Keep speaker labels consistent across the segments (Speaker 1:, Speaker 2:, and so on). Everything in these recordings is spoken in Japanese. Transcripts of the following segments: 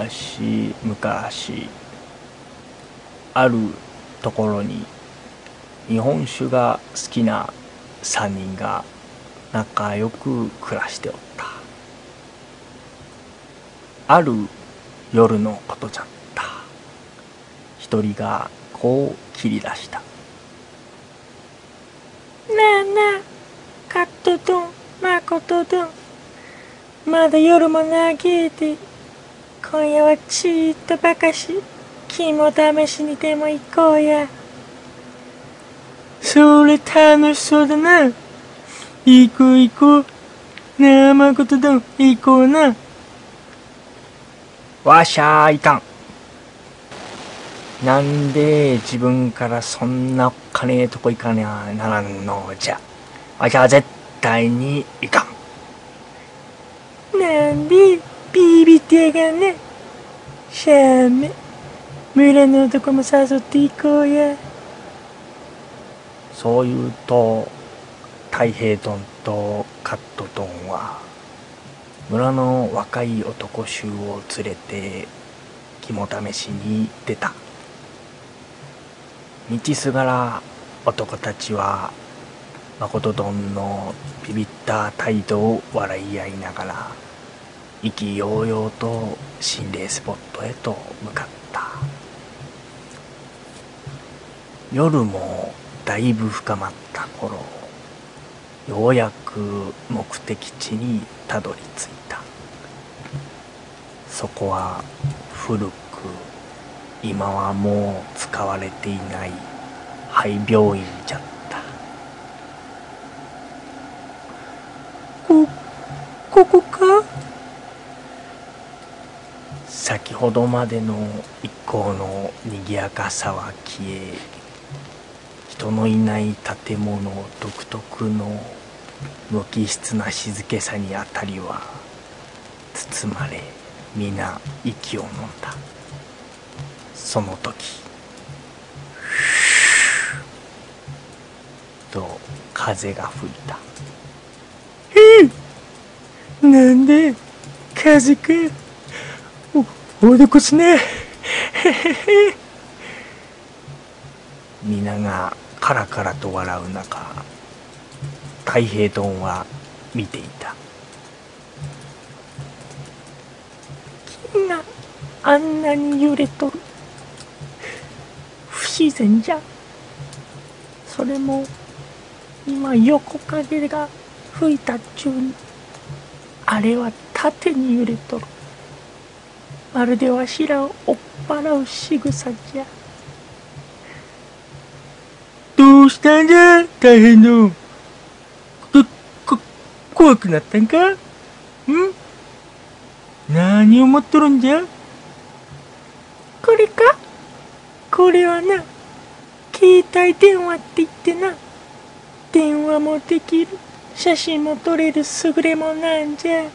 Speaker 1: 昔昔あるところに日本酒が好きな3人が仲良く暮らしておったある夜のことじゃった一人がこう切り出した
Speaker 2: なあなあカットドンマコトドンまだ夜も長えて今夜はちーっとばかし肝試しにでも行こうや
Speaker 3: それ楽しそうだな行こう行こうなあマコトドン行こうな
Speaker 1: わしゃいかんなんで自分からそんなおっかねえとこ行かにゃならんのじゃわしゃ絶対にいかん
Speaker 2: なんでビビってやがんねシャーメ村の男も誘っていこうや
Speaker 1: そう言うと太平丼とカット丼は村の若い男衆を連れて肝試しに出た道すがら男たちは誠丼のビビった態度を笑い合いながら意気揚々と心霊スポットへと向かった夜もだいぶ深まった頃ようやく目的地にたどり着いたそこは古く今はもう使われていない廃病院じゃった
Speaker 2: こここか
Speaker 1: 先ほどまでの一行の賑やかさは消え人のいない建物独特の無機質な静けさにあたりは包まれ皆息を飲んだその時と風が吹いた
Speaker 3: えなんで風かおおでこしねへへへ
Speaker 1: 皆がカラカラと笑う中太平丼は見ていた
Speaker 2: 木があんなに揺れとる不自然じゃそれも今横風が吹いた中にあれは縦に揺れとるまるでわしらを追っ払う仕草じゃ
Speaker 3: どうしたんじゃ大変のこ、こ、怖くなったんかん何を持っとるんじゃ
Speaker 2: これかこれはな、携帯電話って言ってな、電話もできる、写真も撮れる優れもなんじゃ。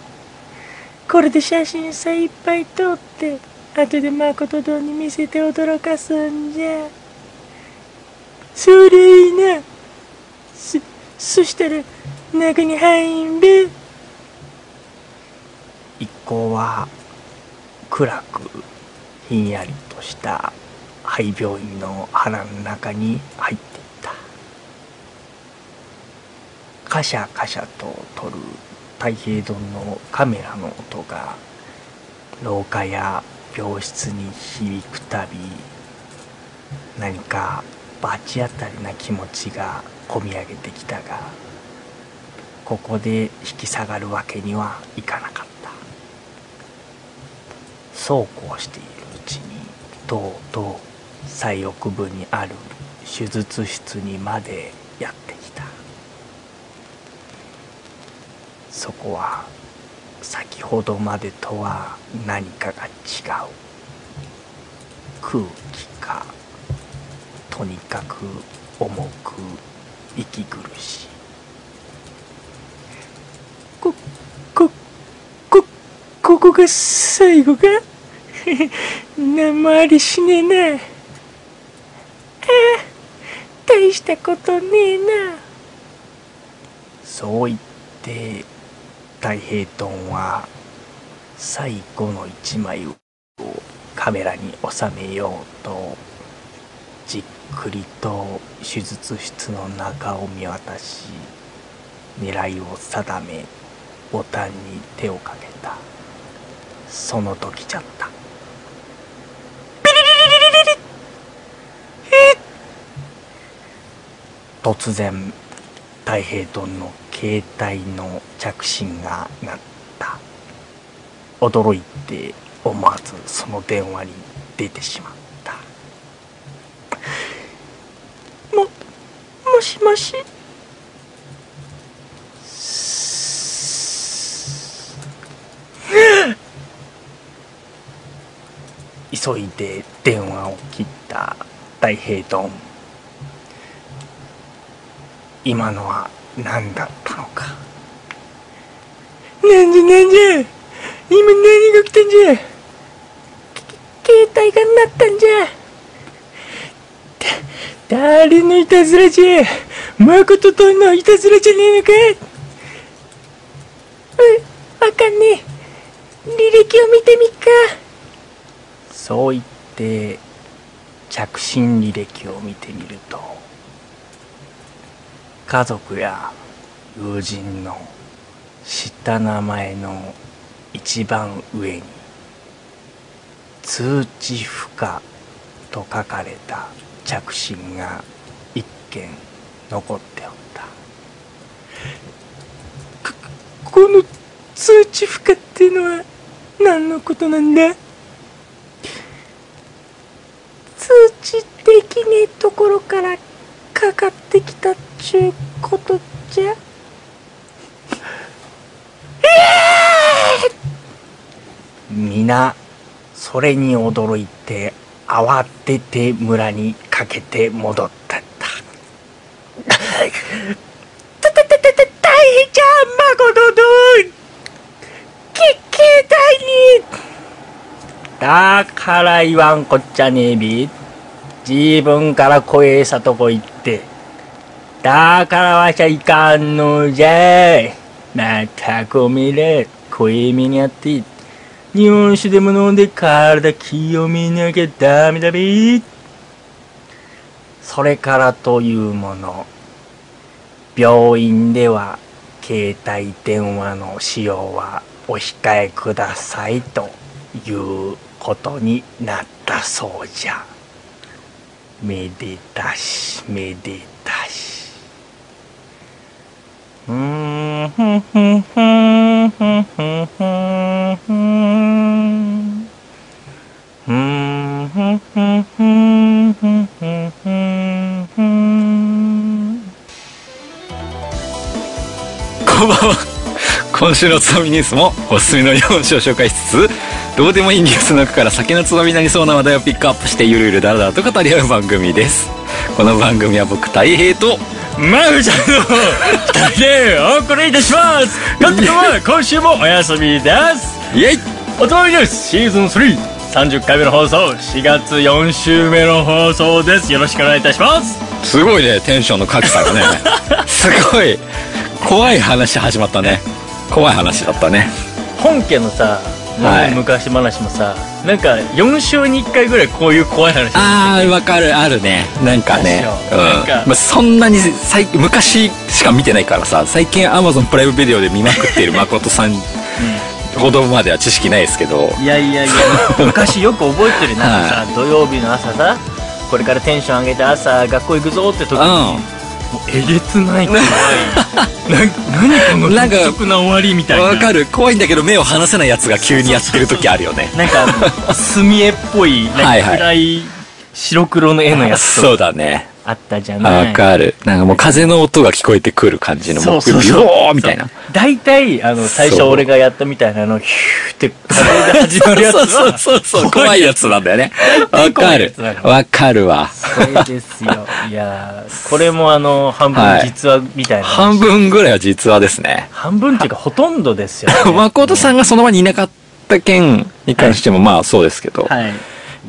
Speaker 2: これで写真さいっぱい撮って、後で誠堂に見せて驚かすんじゃ。
Speaker 3: それいいな。
Speaker 2: そ、そしたら、中に入んべ。
Speaker 1: 一行は、暗く、ひんやりとした廃病院の腹の中に入っていった。カシャカシャと撮る太平丼のカメラの音が、廊下や病室に響くたび、何か罰当たりな気持ちがこみ上げてきたがここで引き下がるわけにはいかなかったそうこうしているうちにとうとう最奥部にある手術室にまでやってきたそこは先ほどまでとは何かが違う空気かとにかく重く息苦しい
Speaker 3: こここここが 最後か何もありしねえなあ
Speaker 2: あ大したことねえな
Speaker 1: そう言って太平豚は最後の一枚をカメラに収めようとじっくりと手術室の中を見渡し狙いを定めボタンに手をかけたその時じゃった突然太平殿の携帯の着信が鳴った驚いて思わずその電話に出てしまった
Speaker 2: ももしもし
Speaker 1: 急いで電話を切った太平丼今のは何だったのか
Speaker 2: なんじゃなんじゃ今何が来たんじゃ携帯が鳴ったんじゃだ誰のいたずらじゃ誠とのいたずらじゃねえのか
Speaker 4: うあかんね履歴を見てみっか
Speaker 1: そう言って着信履歴を見てみると家族や友人の知った名前の一番上に通知不可と書かれた着信が一件残っておった
Speaker 2: この通知不可ってのは何のことなんだ
Speaker 4: 通知できねえところからかかってきたっちゅうことじゃ
Speaker 1: 皆それに驚いて慌てて村に駆けて戻ったった
Speaker 4: たたたたた大変じゃん誠どんけ携帯に
Speaker 1: だから言わんこっちゃねえび自分から声さとこ行ってだからわしゃいかんのじゃいまったくおめえら声目にあって日本酒でも飲んで体清めなきゃダメだべそれからというもの病院では携帯電話の使用はお控えくださいということになったそうじゃめでたしめでたしうんふんふんふんふんふんふんふんうんふんふんふんふんふんふんふん
Speaker 5: こんばんは今週のつまみニュースもおすすめの日本酒を紹介しつつどうでもいいニュースの中から酒のつまみになりそうな話題をピックアップしてゆるゆるだらだらと語り合う番組ですこの番組は僕たい平と
Speaker 6: マグちゃんの2人でお送りいたします勝手は今週もお休みです
Speaker 5: イエイ
Speaker 6: おつまみですシーズン330回目の放送4月4週目の放送ですよろしくお願いいたします
Speaker 5: すごいねテンションの格差がね すごい怖い話始まったね怖い話だったね
Speaker 6: 本家のさ
Speaker 5: はい
Speaker 6: 昔話もさ、なんか4週に1回ぐらいこういう怖い話
Speaker 5: あーわかるあるねなんかね
Speaker 6: そううなんか
Speaker 5: んまあ、そんなに最昔しか見てないからさ最近アマゾンプライムビデオで見ま くっている誠さんほどまでは知識ないですけど
Speaker 6: いやいやいや昔よく覚えてるなんかさ、土曜日の朝さこれからテンション上げて朝学校行くぞって時
Speaker 5: う
Speaker 6: に、
Speaker 5: ん
Speaker 6: もうえげつない 怖いな何この
Speaker 5: なんか
Speaker 6: 独特な終わりみたいな
Speaker 5: わかる怖いんだけど目を離せないやつが急にやってる時あるよね
Speaker 6: なんか墨絵っぽいなんか
Speaker 5: はいはい
Speaker 6: 暗い白黒の絵のやつ
Speaker 5: そうだね
Speaker 6: あったじゃない
Speaker 5: わかるなんかもう風の音が聞こえてくる感じの
Speaker 6: そうそうそう
Speaker 5: もううおーみたい な
Speaker 6: 大体あの最初
Speaker 5: そう
Speaker 6: 俺がやったみたいなあのヒューって風で始まるやつ
Speaker 5: そうそう
Speaker 6: は
Speaker 5: そうそう怖いやつなんだよねわ
Speaker 6: 怖
Speaker 5: か
Speaker 6: いや
Speaker 5: る
Speaker 6: つなの
Speaker 5: わかるわ
Speaker 6: これですよいやーこれもあの半分実話みたいな、
Speaker 5: 半分ぐらいは実話ですね
Speaker 6: 半分っていうかほとんどですよ、ね、
Speaker 5: 誠さんがその場にいなかった件に関してもまあそうですけど、
Speaker 6: はい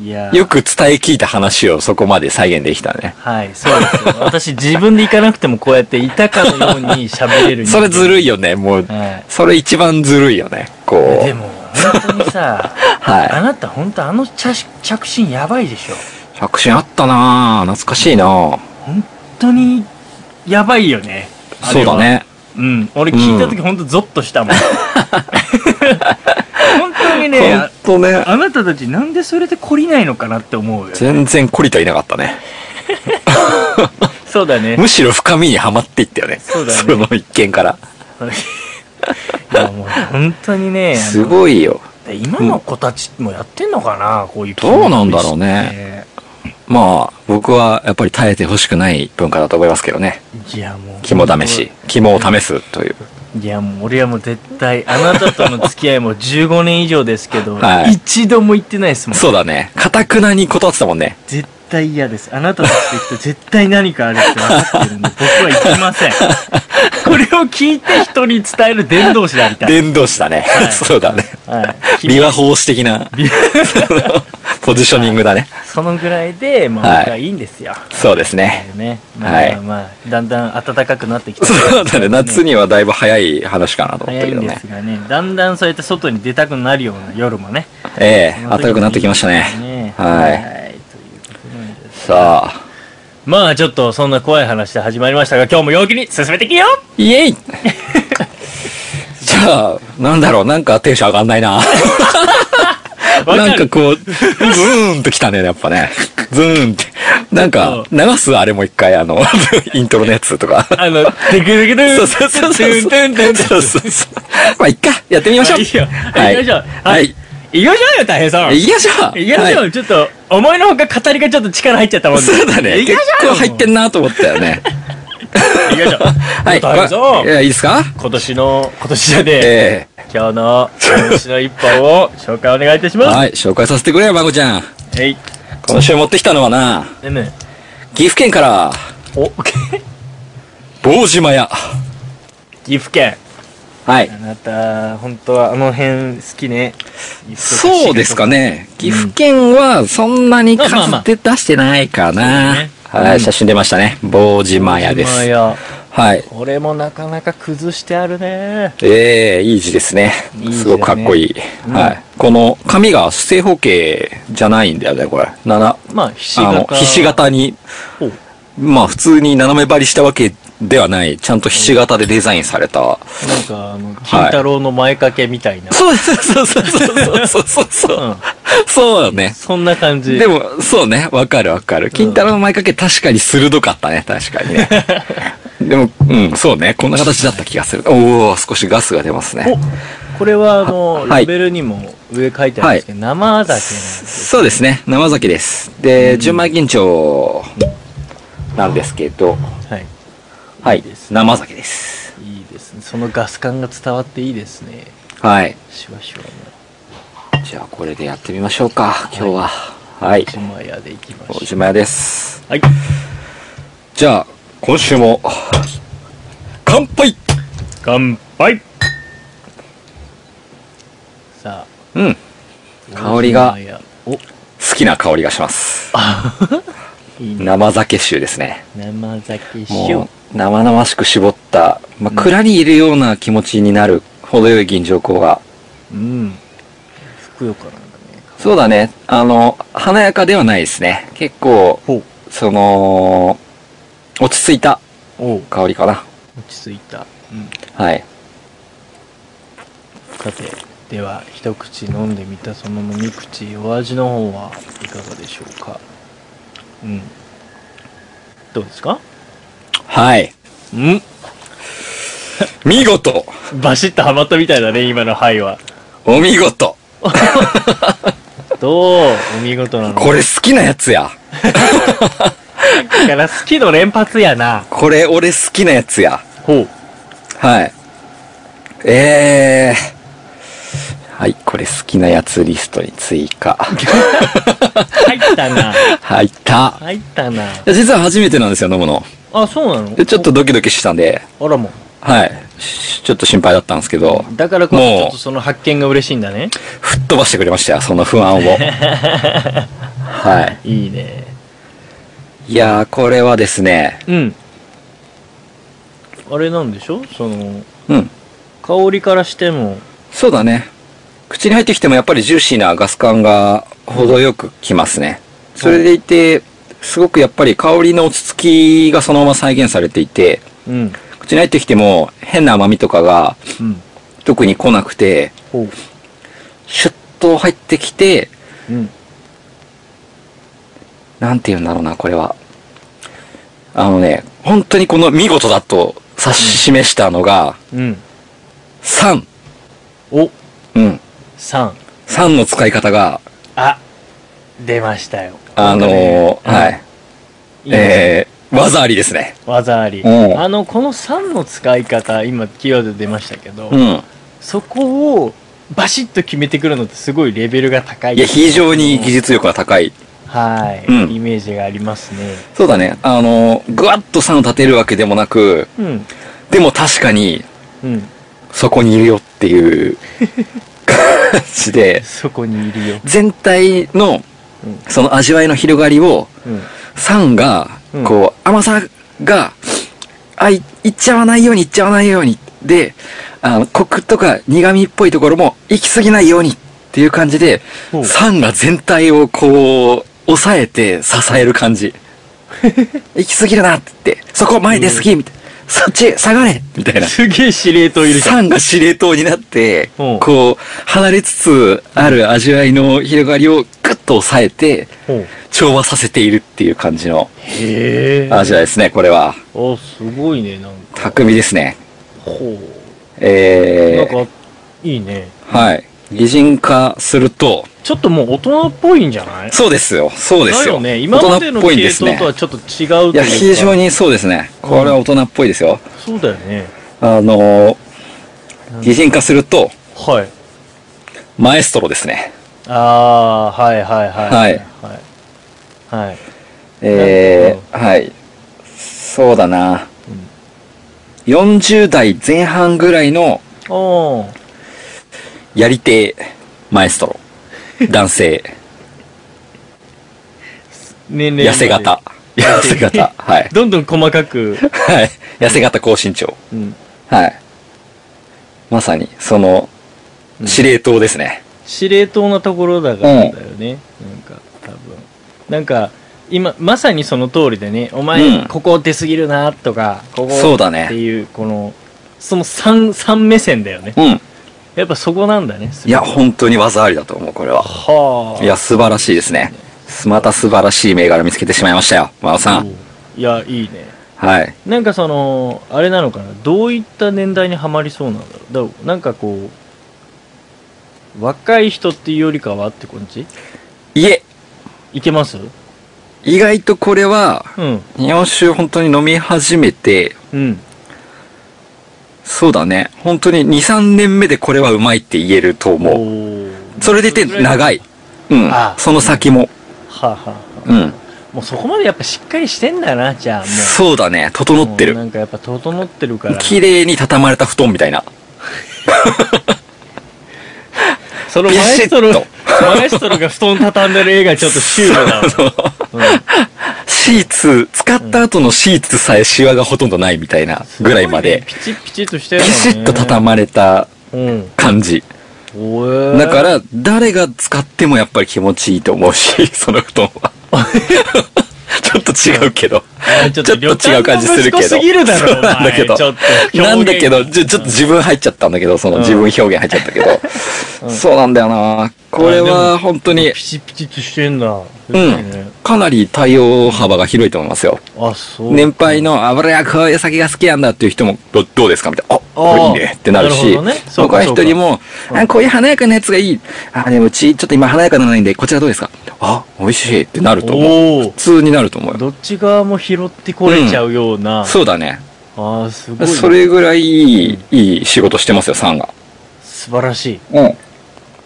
Speaker 6: いやー
Speaker 5: よく伝え聞いた話をそこまで再現できたね。
Speaker 6: はいそうですよ私自分で行かなくてもこうやっていたかのように喋れる人間
Speaker 5: それずるいよね、もう。
Speaker 6: はい
Speaker 5: それ一番ずるいよね、こ
Speaker 6: で
Speaker 5: う。
Speaker 6: も
Speaker 1: 本当にさ
Speaker 5: はい
Speaker 1: あなた本当あの着着信やばいでしょ
Speaker 5: 着信あったなぁ懐かしいなぁ
Speaker 1: 本当にやばいよねあ
Speaker 5: そ
Speaker 1: れ
Speaker 5: う
Speaker 1: は
Speaker 5: だね
Speaker 1: うん俺聞いた時本当ゾッとしたもん本当にね
Speaker 5: ほん
Speaker 1: あ
Speaker 5: とね
Speaker 1: あなたたちなんでそれで懲りないのかなって思うよ
Speaker 5: 全然懲りといなかったね
Speaker 1: そうだね
Speaker 5: むしろ深みにはまっていったよね
Speaker 1: そうだね
Speaker 5: の一見から
Speaker 1: いやもう本当にねあの
Speaker 5: すごいよ
Speaker 1: 今の子たちもやってんのかな、こういう
Speaker 5: どうなんだろうねまあ僕はやっぱり耐えてほしくない文化だと思いますけどね
Speaker 1: いやもう
Speaker 5: 肝試し肝を試すという
Speaker 1: いやもう俺はもう絶対あなたとの付き合いも15年以上ですけど、
Speaker 5: はい
Speaker 1: 一度も行ってないですもん
Speaker 5: そうだねかたくなに断ってたもんね
Speaker 1: 絶対嫌ですあなたたちと行くと絶対何かあるって分かってるんで僕は行きま せんこれを聞いて人に伝える伝道師でありたい、
Speaker 5: 連動したね、
Speaker 1: はい
Speaker 5: そうだね
Speaker 1: はい、
Speaker 5: 琵琶法師的 なポジショニングだね
Speaker 1: そのぐらいでまあ
Speaker 5: はい
Speaker 1: 僕はいいんですよ、
Speaker 5: そうですね
Speaker 1: ね、まあ、
Speaker 5: はい
Speaker 1: まあだんだん暖かくなってきて
Speaker 5: そうだね夏にはだいぶ早い話かなと思った
Speaker 1: 早
Speaker 5: け
Speaker 1: い
Speaker 5: ど
Speaker 1: んで
Speaker 5: ね
Speaker 1: すがねだんだんそうやって外に出たくなるような夜もね
Speaker 5: ええ
Speaker 1: その
Speaker 5: 暖
Speaker 1: 時に
Speaker 5: かくなってきましたねはい
Speaker 1: ということなんです
Speaker 5: さあ
Speaker 1: まあちょっとそんな怖い話で始まりましたが今日も陽気に進めていきよう
Speaker 5: イエイじゃあ、なんだろう、なんかテンション上がんないな。
Speaker 1: かる
Speaker 5: なんかこう、ズーンと来たね、やっぱね。ズーンって。なんか、流すあれも一回、あの、イントロのやつとか。
Speaker 1: あ の、でくるくる
Speaker 5: そうそうそうそう。
Speaker 1: トゥントゥントゥン
Speaker 5: そうそうそう。まあ、一回、やってみましょう。
Speaker 1: いいよ
Speaker 5: はい。
Speaker 1: 行きましょう
Speaker 5: は
Speaker 1: はい
Speaker 5: い。
Speaker 1: いきましょうよ、大平さん。
Speaker 5: 行きましょう。
Speaker 1: いきましょ
Speaker 5: は
Speaker 1: う。ちょっと、思いのほか語りがちょっと力入っちゃったもん
Speaker 5: い。
Speaker 1: で
Speaker 5: そうだね。
Speaker 1: 行き
Speaker 5: 結
Speaker 1: ましょう
Speaker 5: 構入ってんなと思ったよね。
Speaker 1: 行きましょう。
Speaker 5: はい。
Speaker 1: ちょっと入るぞ
Speaker 5: いやいいですか
Speaker 1: 今年の、今年じゃねえ。
Speaker 5: え
Speaker 1: 今日の、今年の一本を紹介お願いいたし
Speaker 5: え。
Speaker 1: ま
Speaker 5: はい。紹介させてくれよ、まこちゃん。
Speaker 1: す。はい。
Speaker 5: 今週持ってきたのはな、
Speaker 1: ねね。
Speaker 5: 岐阜県から、
Speaker 1: お、
Speaker 5: 坊島屋。
Speaker 1: 岐阜県。
Speaker 5: はい
Speaker 1: あ。なた、本当はあの辺好きね。
Speaker 5: そうですか。ね。岐阜県はそんなに
Speaker 1: まあまあ
Speaker 5: 数で出してないかな。はい、写真出ましたね。坊島屋で
Speaker 1: 島
Speaker 5: す。
Speaker 1: 屋
Speaker 5: はい。
Speaker 1: これもなかなか崩してあるね。
Speaker 5: ええいい字ですね
Speaker 1: いい字だ。ね
Speaker 5: すごくかっこいい。
Speaker 1: うん
Speaker 5: はい。この紙が正方形じゃないんだよね、これ。七、
Speaker 1: まあ、ひし
Speaker 5: あの、
Speaker 1: 形。
Speaker 5: ひし形に、まあ普通に斜め張りしたわけではない、ちゃんとひし形でデザインされた。
Speaker 1: なんか、あの、金太郎の前掛けみたいな。
Speaker 5: そうそうそうそうそうそうそう。
Speaker 1: うん。
Speaker 5: そうだね。
Speaker 1: そんな感じ。
Speaker 5: でも、そうね、わかるわかる。金太郎の前掛け確かに鋭かったね、確かに ね。でも、うん、そうね、こんな形だった気がする。おお少しガスが出ますね。
Speaker 1: お、これは、あの、
Speaker 5: は
Speaker 1: ラ
Speaker 5: い
Speaker 1: ベルにも上書いてあるんですけど、生酒なんです。
Speaker 5: そうですね、生酒です。で、純米銀蝶なんですけど、
Speaker 1: はい。
Speaker 5: はい
Speaker 1: い
Speaker 5: い
Speaker 1: です、ね
Speaker 5: 生酒です。
Speaker 1: いいですね。そのガス感が伝わっていいですね。
Speaker 5: はい。
Speaker 1: シュワシュワの。
Speaker 5: じゃあ、これでやってみましょうか、今日は。はい。
Speaker 1: 島屋でいきま
Speaker 5: 大
Speaker 1: しょ
Speaker 5: 島屋です。
Speaker 1: う。はい。
Speaker 5: じゃあ、今週も、乾杯
Speaker 7: 乾杯
Speaker 1: さ
Speaker 5: うん、
Speaker 1: あ、
Speaker 5: 香りが
Speaker 1: 大島屋。お、
Speaker 5: 好きな香りがします。
Speaker 1: いいね。
Speaker 5: 生酒臭ですね。
Speaker 1: 生酒し
Speaker 5: も
Speaker 1: よ
Speaker 5: う生々しく絞った、まあ、蔵にいるような気持ちになる程よい吟醸香が
Speaker 1: う。うん。ふくよかなんだね。
Speaker 5: そうだねあの華やかではないですね結構
Speaker 1: ほう。
Speaker 5: その落ち着いた
Speaker 1: おう
Speaker 5: 香りかな
Speaker 1: 落ち着いた。うん。
Speaker 5: はい
Speaker 1: さてでは一口飲んでみたその飲み口お味の方はいかがでしょうかうんどうですか
Speaker 5: はい
Speaker 1: うん
Speaker 5: 見事
Speaker 1: バシッとハマったみたいだね今の「はい」は
Speaker 5: お見事
Speaker 1: どうお見事なの
Speaker 5: これ好きなやつや
Speaker 1: だから好きの連発やな
Speaker 5: これ俺好きなやつや
Speaker 1: ほう
Speaker 5: はいえーはい、これ好きなやつリストに追 加。
Speaker 1: 入ったな
Speaker 5: 入った。
Speaker 1: 入ったない
Speaker 5: や実は初めてなんですよ、飲むの。
Speaker 1: あそうなの
Speaker 5: でちょっとドキドキしたんで、
Speaker 1: あらも
Speaker 5: はい。しちょっと心配だったんですけど、
Speaker 1: だからこそ
Speaker 5: もう
Speaker 1: ちょっとその発見が嬉しいんだね
Speaker 5: 吹っ飛ばしてくれましたよ、その不安を。はい
Speaker 1: いいね
Speaker 5: い。いやー、これはですね、
Speaker 1: うんあれなんでしょその
Speaker 5: うん。
Speaker 1: 香りからしても
Speaker 5: そうだね。口に入ってきてもやっぱりジューシーなガス感が程よくきますね。それでいて、すごくやっぱり香りの落ち着きがそのまま再現されていて、
Speaker 1: うん
Speaker 5: 口に入ってきても変な甘みとかが
Speaker 1: うん
Speaker 5: 特に来なくて、
Speaker 1: ほう
Speaker 5: シュッと入ってきて、
Speaker 1: うん
Speaker 5: なんて言うんだろうな、これは。あのね、本当にこの見事だと指し示したのが、
Speaker 1: うん
Speaker 5: 3。
Speaker 1: お
Speaker 5: うん。
Speaker 1: 三
Speaker 5: 3の使い方が、
Speaker 1: あ出ましたよ
Speaker 5: あ
Speaker 1: なんか
Speaker 5: のー
Speaker 1: ね
Speaker 5: は
Speaker 1: うん
Speaker 5: い。
Speaker 1: いいですね
Speaker 5: えー、技ありですね。
Speaker 1: 技あり、
Speaker 5: うん
Speaker 1: あのこの3の使い方今キーワードで出ましたけど、
Speaker 5: うん。
Speaker 1: そこをバシッと決めてくるのってすごいレベルが高い
Speaker 5: いや、非常に技術力が高い。
Speaker 1: はい、
Speaker 5: うん
Speaker 1: イメージがありますね
Speaker 5: そうだね。あのー、ぐわっと3を立てるわけでもなく、
Speaker 1: うん
Speaker 5: でも確かに、
Speaker 1: うん
Speaker 5: そこにいるよって いう感じで、
Speaker 1: そこにいるよ
Speaker 5: 全体の
Speaker 1: うん、
Speaker 5: その味わいの広がりを、
Speaker 1: うん
Speaker 5: 酸が
Speaker 1: うん、
Speaker 5: こう、甘さが、あ、い、いっちゃわないように、いっちゃわないように。で、あの、コクとか苦味っぽいところも、行き過ぎないようにっていう感じで
Speaker 1: ほう、
Speaker 5: 酸が全体をこう、抑えて支える 感じ。行き過ぎるなって言って、そこ前で好きみたいな。そっち下がれみたいな。
Speaker 1: すげえ司令塔いるじゃん
Speaker 5: 酸が司令塔になって、
Speaker 1: うん
Speaker 5: こう、離れつつある味わいの広がりをグッと抑えて、
Speaker 1: ほう
Speaker 5: 調和させているっていう感じの
Speaker 1: へえ
Speaker 5: アジアですね、これは。
Speaker 1: あすごいねなんか
Speaker 5: 巧みですね。
Speaker 1: ほうな
Speaker 5: え
Speaker 1: んかいいね
Speaker 5: ー、はい。擬人化すると、
Speaker 1: ちょっともう大人っぽいんじゃない
Speaker 5: そうですよ、そうです
Speaker 1: だ
Speaker 5: よ。
Speaker 1: よね今までの
Speaker 5: 大人っぽいん
Speaker 1: 系
Speaker 5: です
Speaker 1: 統
Speaker 5: ね
Speaker 1: と。はちょっと違うという
Speaker 5: い
Speaker 1: か
Speaker 5: や、非常にそうですね。これは大人っぽいですよ。
Speaker 1: そうだよね
Speaker 5: あのー、擬人化すると、
Speaker 1: はい
Speaker 5: マエストロですね。
Speaker 1: ああーはいはいはい
Speaker 5: はい
Speaker 1: はい、はい、
Speaker 5: え
Speaker 1: な
Speaker 5: ー、はい。そうだな。
Speaker 1: うん
Speaker 5: 40代前半ぐらいの
Speaker 1: おー
Speaker 5: やり手、マエストロ。男性、
Speaker 1: 年齢
Speaker 5: 痩 せ型。痩せ型。はい。
Speaker 1: どんどん細かく、
Speaker 5: はい。痩せ型高身長。
Speaker 1: うん、
Speaker 5: はい。まさに、その、
Speaker 1: うん
Speaker 5: 司令塔ですね。
Speaker 1: 司令塔なところだから
Speaker 5: うん
Speaker 1: だよね、なんか多分なんか今まさにその通りでねお前、
Speaker 5: うん
Speaker 1: ここ出過ぎるなとかここ
Speaker 5: そうだね
Speaker 1: っていうこのその 3, 三目線だよね
Speaker 5: うん。
Speaker 1: やっぱそこなんだね
Speaker 5: いや、本当に技ありだと思う、これは。
Speaker 1: はい
Speaker 5: や、素晴らしいですね。また素晴らしい銘柄見つけてしまいましたよ、真央さん。
Speaker 1: いやいいね
Speaker 5: はい。
Speaker 1: なんかそのあれなのかなどういった年代にはまりそうなんだろうだろうなんかこう若い人っていうよりかはって感じ
Speaker 5: いえ、
Speaker 1: いけます
Speaker 5: 意外とこれは、
Speaker 1: うん
Speaker 5: 日本酒本当に飲み始めて、
Speaker 1: うん
Speaker 5: そうだね。本当に2、3年目でこれはうまいって言えると思う。
Speaker 1: う
Speaker 5: それでいて長い。うん
Speaker 1: あ。
Speaker 5: その先も。
Speaker 1: はあ、はあは
Speaker 5: うん。
Speaker 1: あ、もうそこまでやっぱしっかりしてんだなじゃあもう
Speaker 5: そうだね。整って
Speaker 1: もう
Speaker 5: る。
Speaker 1: なんかやっぱ整ってるから
Speaker 5: 綺麗に畳まれた布団みたいな。
Speaker 1: そのマエストロ
Speaker 5: ビシッ
Speaker 1: マエストロが布団畳んでる映画ちょっとシュールだわ
Speaker 5: シーツ、使った後のシーツさえシワがほとんどないみたいなぐらいまで、
Speaker 1: ピチッピチッとして
Speaker 5: ピ
Speaker 1: るのね
Speaker 5: シッと畳まれた
Speaker 1: うん
Speaker 5: 感じ。
Speaker 1: おえ
Speaker 5: だから、誰が使ってもやっぱり気持ちいいと思うし、 その布団は。 ちょっと違うけど。
Speaker 1: あーちょっと
Speaker 5: ちょっと違う感じするけ
Speaker 1: 旅館の
Speaker 5: ど
Speaker 1: 息子すぎるだろ
Speaker 5: そうなんだけど
Speaker 1: お前ちょっと表現
Speaker 5: なんだけど、ちょ、ちょっと自分入っちゃったんだけど、その自分表現入っちゃったけど。そうなんだよなこれは本当に
Speaker 1: ピ、チピチッとしてんだう
Speaker 5: うん。かなり対応幅が広いと思いますよ。
Speaker 1: あそう
Speaker 5: 年配の油やこういう酒が好きなんだっていう人もどどうですかみたいな。あ、これいいねってなる
Speaker 1: なる
Speaker 5: し、
Speaker 1: ほどねそうか
Speaker 5: 若い人にも、
Speaker 1: か
Speaker 5: あ、こういう華やかなやつがいい。あ、でもうちちょっと今華やかなのないんで、こちらどうですかあ、美味しいってなると思う。
Speaker 1: おお
Speaker 5: 普通になると思うよ。
Speaker 1: どっち側も拾ってこれちゃうような、
Speaker 5: そうだね。
Speaker 1: ああすごいね
Speaker 5: それぐらいいい、いい仕事してますよ、サンが。
Speaker 1: 素晴らしい
Speaker 5: うん。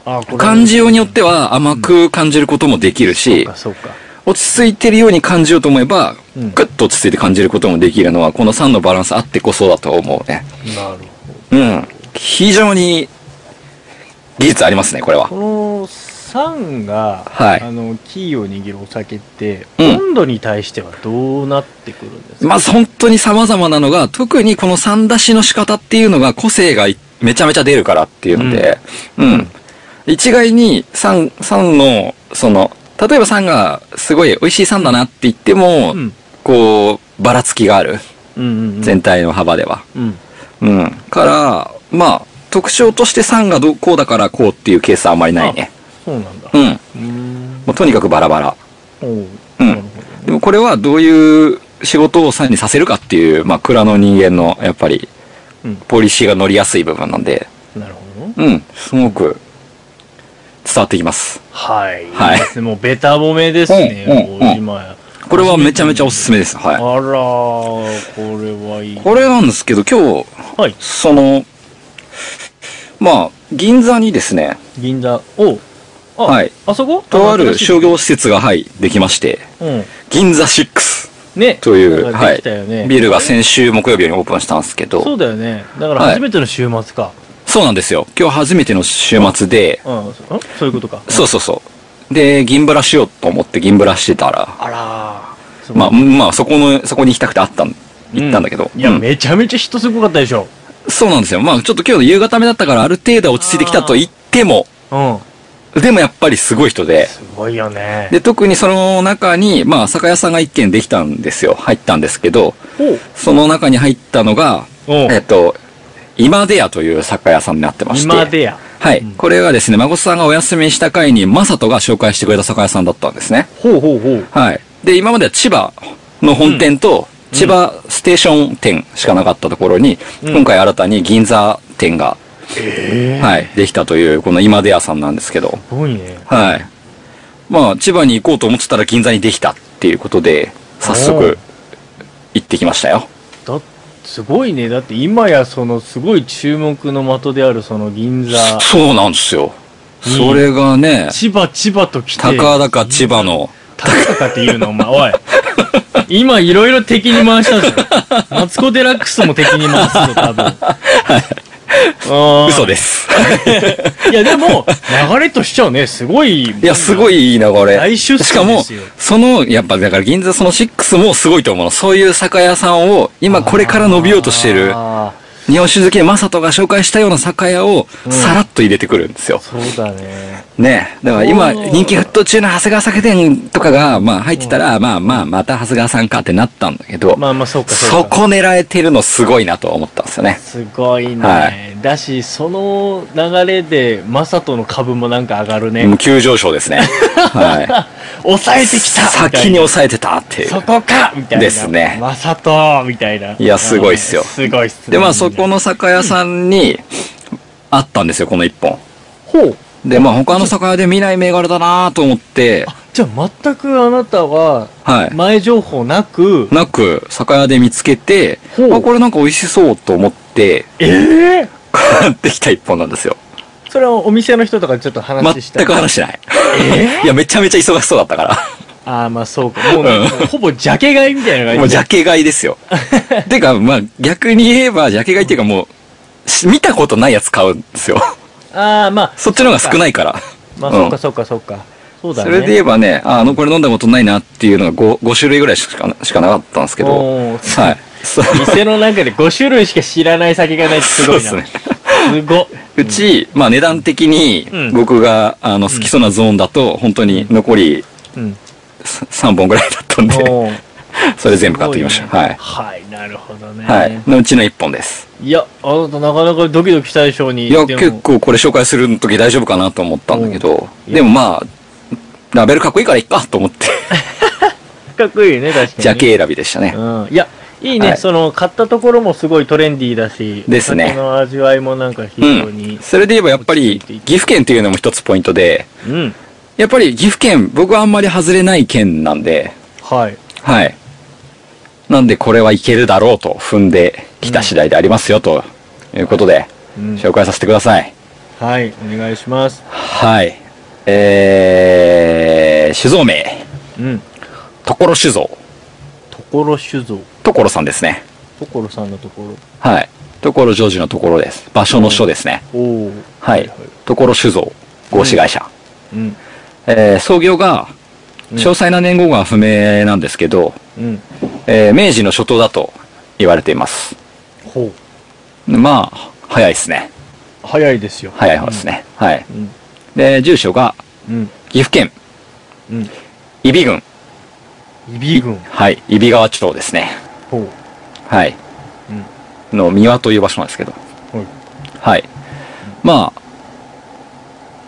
Speaker 1: あこれ
Speaker 5: 感じようによっては甘く感じることもできる
Speaker 1: そう
Speaker 5: し
Speaker 1: か、そうか
Speaker 5: 落ち着いてるように感じようと思えば、
Speaker 1: うん
Speaker 5: ぐっと落ち着いて感じることもできるのは、この酸のバランスあってこそだと思うね。
Speaker 1: なるほど
Speaker 5: うん。非常に、技術ありますね、これは。
Speaker 1: この酸が、
Speaker 5: はい
Speaker 1: あのキーを握るお酒って、
Speaker 5: うん
Speaker 1: 温度に対してはどうなってくるんですか、
Speaker 5: まず本当に様々なのが、特にこの三出しの仕方っていうのが個性がめちゃめちゃ出るからっていうので、うん。一概に酸、酸の、その、例えば酸がすごい美味しい酸だなって言っても、
Speaker 1: うん
Speaker 5: こう、ばらつきがある。
Speaker 1: うんうん
Speaker 5: 全体の幅では。
Speaker 1: うん
Speaker 5: うん。から、まあ、特徴として酸がどうこうだからこうっていうケースはあんまりないね。
Speaker 1: そうなんだ
Speaker 5: うん。
Speaker 1: うーん
Speaker 5: もうとにかくバラバラ。
Speaker 1: おう
Speaker 5: うん
Speaker 1: なるほど
Speaker 5: でもこれはどういう仕事をさらにさせるかっていう、まあ、蔵の人間の、やっぱり
Speaker 1: うん、
Speaker 5: ポリシーが乗りやすい部分なんで、
Speaker 1: なるほど
Speaker 5: うん、すごく、伝わってきます。
Speaker 1: はい
Speaker 5: はい
Speaker 1: いいですねもうベタ褒めです
Speaker 5: うん
Speaker 1: ね
Speaker 5: うんうん
Speaker 1: 大島屋
Speaker 5: これはめちゃめちゃおすすめです。
Speaker 1: あら
Speaker 5: は
Speaker 1: ーこれはいい
Speaker 5: い。これなんですけど、今日、
Speaker 1: はい
Speaker 5: その、まあ、銀座にですね、
Speaker 1: 銀座おうあ
Speaker 5: はい
Speaker 1: あそこと
Speaker 5: とある商業施設が、はい、できまして、
Speaker 1: うん
Speaker 5: 銀座6
Speaker 1: ね
Speaker 5: という、
Speaker 1: なんか
Speaker 5: は
Speaker 1: で
Speaker 5: い
Speaker 1: きたよ、ね
Speaker 5: ビルが先週木曜日にオープンしたんですけど、
Speaker 1: そうだよねだから
Speaker 5: はい
Speaker 1: 初めての週末か
Speaker 5: そうなんですよ。今日初めての週末で、
Speaker 1: うんそんそういうことか
Speaker 5: そうそうそう。で、銀ブラしようと思って銀ブラしてたら、
Speaker 1: あらーすごい
Speaker 5: まあ、まあ、そこの、そこに行きたくてあったん、行ったんだけど。
Speaker 1: いや、
Speaker 5: うん
Speaker 1: めちゃめちゃ人すごかったでしょ。
Speaker 5: そうなんですよ。まあ、ちょっと今日の夕方目だったから、ある程度落ち着いてきたと言っても、
Speaker 1: うん。
Speaker 5: でもやっぱりすごい人で、
Speaker 1: すごいよね。
Speaker 5: で、特にその中に、まあ、酒屋さんが一軒できたんですよ。入ったんですけど、
Speaker 1: ほう。
Speaker 5: その中に入ったのが、
Speaker 1: おう
Speaker 5: えっと、今出屋という酒屋さんになってまして。
Speaker 1: 今でや。
Speaker 5: はい。これがですね、孫さんがお休みした回に、マサトが紹介してくれた酒屋さんだったんですね。
Speaker 1: ほうほうほう。
Speaker 5: はい。で、今までは千葉の本店と、千葉ステーション店しかなかったところに、
Speaker 1: うん
Speaker 5: 今回新たに銀座店が、
Speaker 1: え
Speaker 5: はい、できたという、この今出屋さんなんですけど、
Speaker 1: すごいね。
Speaker 5: はい。まあ、千葉に行こうと思ってたら銀座にできたっていうことで、早速、行ってきましたよ。
Speaker 1: だ、すごいね。だって今やそのすごい注目の的であるその銀座、
Speaker 5: そうなんですよ。
Speaker 1: いい
Speaker 5: それがね、
Speaker 1: 千葉千葉と来て、
Speaker 5: 高々千葉の、
Speaker 1: 高かって言うの、お前、おい。 今いろいろ敵に回したぞ。マツコデラックスも敵に回すぞ、多分。
Speaker 5: 嘘
Speaker 1: で。
Speaker 5: です。
Speaker 1: いや、でも、流れとしちゃうね。すごい。
Speaker 5: いや、すごいいい流れ。
Speaker 1: 大出世
Speaker 5: しかも
Speaker 1: ですよ、
Speaker 5: その、やっぱ、だから銀座その6もすごいと思うの。そういう酒屋さんを、今これから伸びようとしてる、
Speaker 1: あ
Speaker 5: 日本酒好きでマサトが紹介したような酒屋を、
Speaker 1: うん
Speaker 5: さらっと入れてくるんですよ
Speaker 1: ー。そうだね。
Speaker 5: ねだから今、
Speaker 1: おー
Speaker 5: 人気沸騰中の長谷川酒店とかが、まあ入ってたら、まあまあ、また長谷川さんかってなったんだけど、
Speaker 1: まあまあ、そうか、そう
Speaker 5: そ
Speaker 1: か。
Speaker 5: こ狙えてるのすごいなと思ったんですよね。
Speaker 1: すごいね。
Speaker 5: は
Speaker 1: だし、その流れで、マサトの株もなんか上がる
Speaker 5: もう
Speaker 1: ね。
Speaker 5: 急上昇ですね。は
Speaker 1: 抑え
Speaker 5: い。
Speaker 1: てきたみた
Speaker 5: 先
Speaker 1: い
Speaker 5: に
Speaker 1: な
Speaker 5: 抑えてたっていう。
Speaker 1: そこかみたいな。
Speaker 5: ですね
Speaker 1: マサトみたいな。
Speaker 5: いやすごいっすよ
Speaker 1: すごいっすね
Speaker 5: で、まあそこ。の酒屋さんに、あったんですよ、この一本。
Speaker 1: ほう。
Speaker 5: で、まあ他の酒屋で見ない銘柄だなと思って、
Speaker 1: じゃあ、全くあなたは、
Speaker 5: はい。
Speaker 1: 前情報なく、
Speaker 5: なく、酒屋で見つけて、
Speaker 1: ほう
Speaker 5: あ、これなんか美味しそうと思って、
Speaker 1: ええ
Speaker 5: 買ってきた一本なんですよ。
Speaker 1: それはお店の人とかちょっと話した
Speaker 5: 全く話してない。 いや、めちゃめちゃ忙しそうだったから。
Speaker 1: ああ、まあそうか。もうなんか、
Speaker 5: うん
Speaker 1: ほぼジャケ買いみたいな
Speaker 5: も
Speaker 1: 感
Speaker 5: う、
Speaker 1: じ
Speaker 5: ジ
Speaker 1: で。
Speaker 5: ャケ買いです よ。てか、まあ逆に言えば、ジャケ買いっていうかもう、し見たことないやつ買うんですよ。
Speaker 1: ああ、まあ、
Speaker 5: そっちの方が少ないから。
Speaker 1: まあ
Speaker 5: うん
Speaker 1: そうかそうかそうか。そうだ
Speaker 5: そ
Speaker 1: ね。
Speaker 5: れで言えばね、ああの、これ飲んだことないなっていうのが 5, 5種類ぐらいしかしかなかったんですけど、はい。
Speaker 1: おー
Speaker 5: そう
Speaker 1: 店の中で5種類しか知らない酒がないってすごいな。
Speaker 5: そうっす
Speaker 1: すごっ。
Speaker 5: うち、まあ値段的に
Speaker 1: うん
Speaker 5: 僕が、あの好きそうなゾーンだと、本当に残り
Speaker 1: うん。
Speaker 5: 3本ぐらいだったんで、
Speaker 1: おー
Speaker 5: そ れ全部買ってきまし
Speaker 1: す
Speaker 5: た。
Speaker 1: ごい
Speaker 5: は
Speaker 1: ね
Speaker 5: い。
Speaker 1: はい、なるほどね。
Speaker 5: はい。のうちの1本です。
Speaker 1: い。や、あなたなかなかドキドキしたでしょうに。
Speaker 5: いや、
Speaker 1: でも
Speaker 5: 結。構これ紹介する時大丈夫かなと思ったんだけど、
Speaker 1: うんいや
Speaker 5: でもまあ、ラベルかっこいいからいっかと思って、
Speaker 1: かっこいいね、確かに。
Speaker 5: ジャ。ケ選びでしたね。
Speaker 1: うん。いや、いいね、
Speaker 5: はい
Speaker 1: その、買ったところもすごいトレンディーだし。
Speaker 5: ですね
Speaker 1: 酒の味わいもなんか非
Speaker 5: う
Speaker 1: 常に
Speaker 5: ん。。それで言えばやっぱり、岐阜県っていうのも一つポイントで、
Speaker 1: うん。
Speaker 5: やっぱり岐阜県、僕はあんまり外れない県なんで、
Speaker 1: はい。
Speaker 5: はい。なんでこれはいけるだろうと踏んできた次第でありますよということで、
Speaker 1: うん。
Speaker 5: 紹介させてください。
Speaker 1: はい、お願いします。
Speaker 5: はい。えー、酒造名、
Speaker 1: うん。
Speaker 5: 所酒造、
Speaker 1: 所酒造。
Speaker 5: 所さんですね。
Speaker 1: 所さんのところ。
Speaker 5: はい。所ジョージのところです。場所の所ですね。
Speaker 1: おー。
Speaker 5: はい。所酒造、合資会社。
Speaker 1: うん。
Speaker 5: えー、創業が、
Speaker 1: うん
Speaker 5: 詳細な年号が不明なんですけど、
Speaker 1: うん。
Speaker 5: えー明治の初頭だと言われています。
Speaker 1: ほう。
Speaker 5: まあ、早いですね。
Speaker 1: 早いですよ。
Speaker 5: 早い方ですね。はい。
Speaker 1: うん。
Speaker 5: で、住所が
Speaker 8: うん。
Speaker 5: 岐阜県
Speaker 8: うん。
Speaker 5: 揖斐郡。
Speaker 8: イビ軍。
Speaker 5: はい。揖斐川町ですね。
Speaker 8: ほう。
Speaker 5: はい。
Speaker 8: うん。
Speaker 5: の三輪という場所なんですけど。
Speaker 8: はい。
Speaker 5: はい。まあ、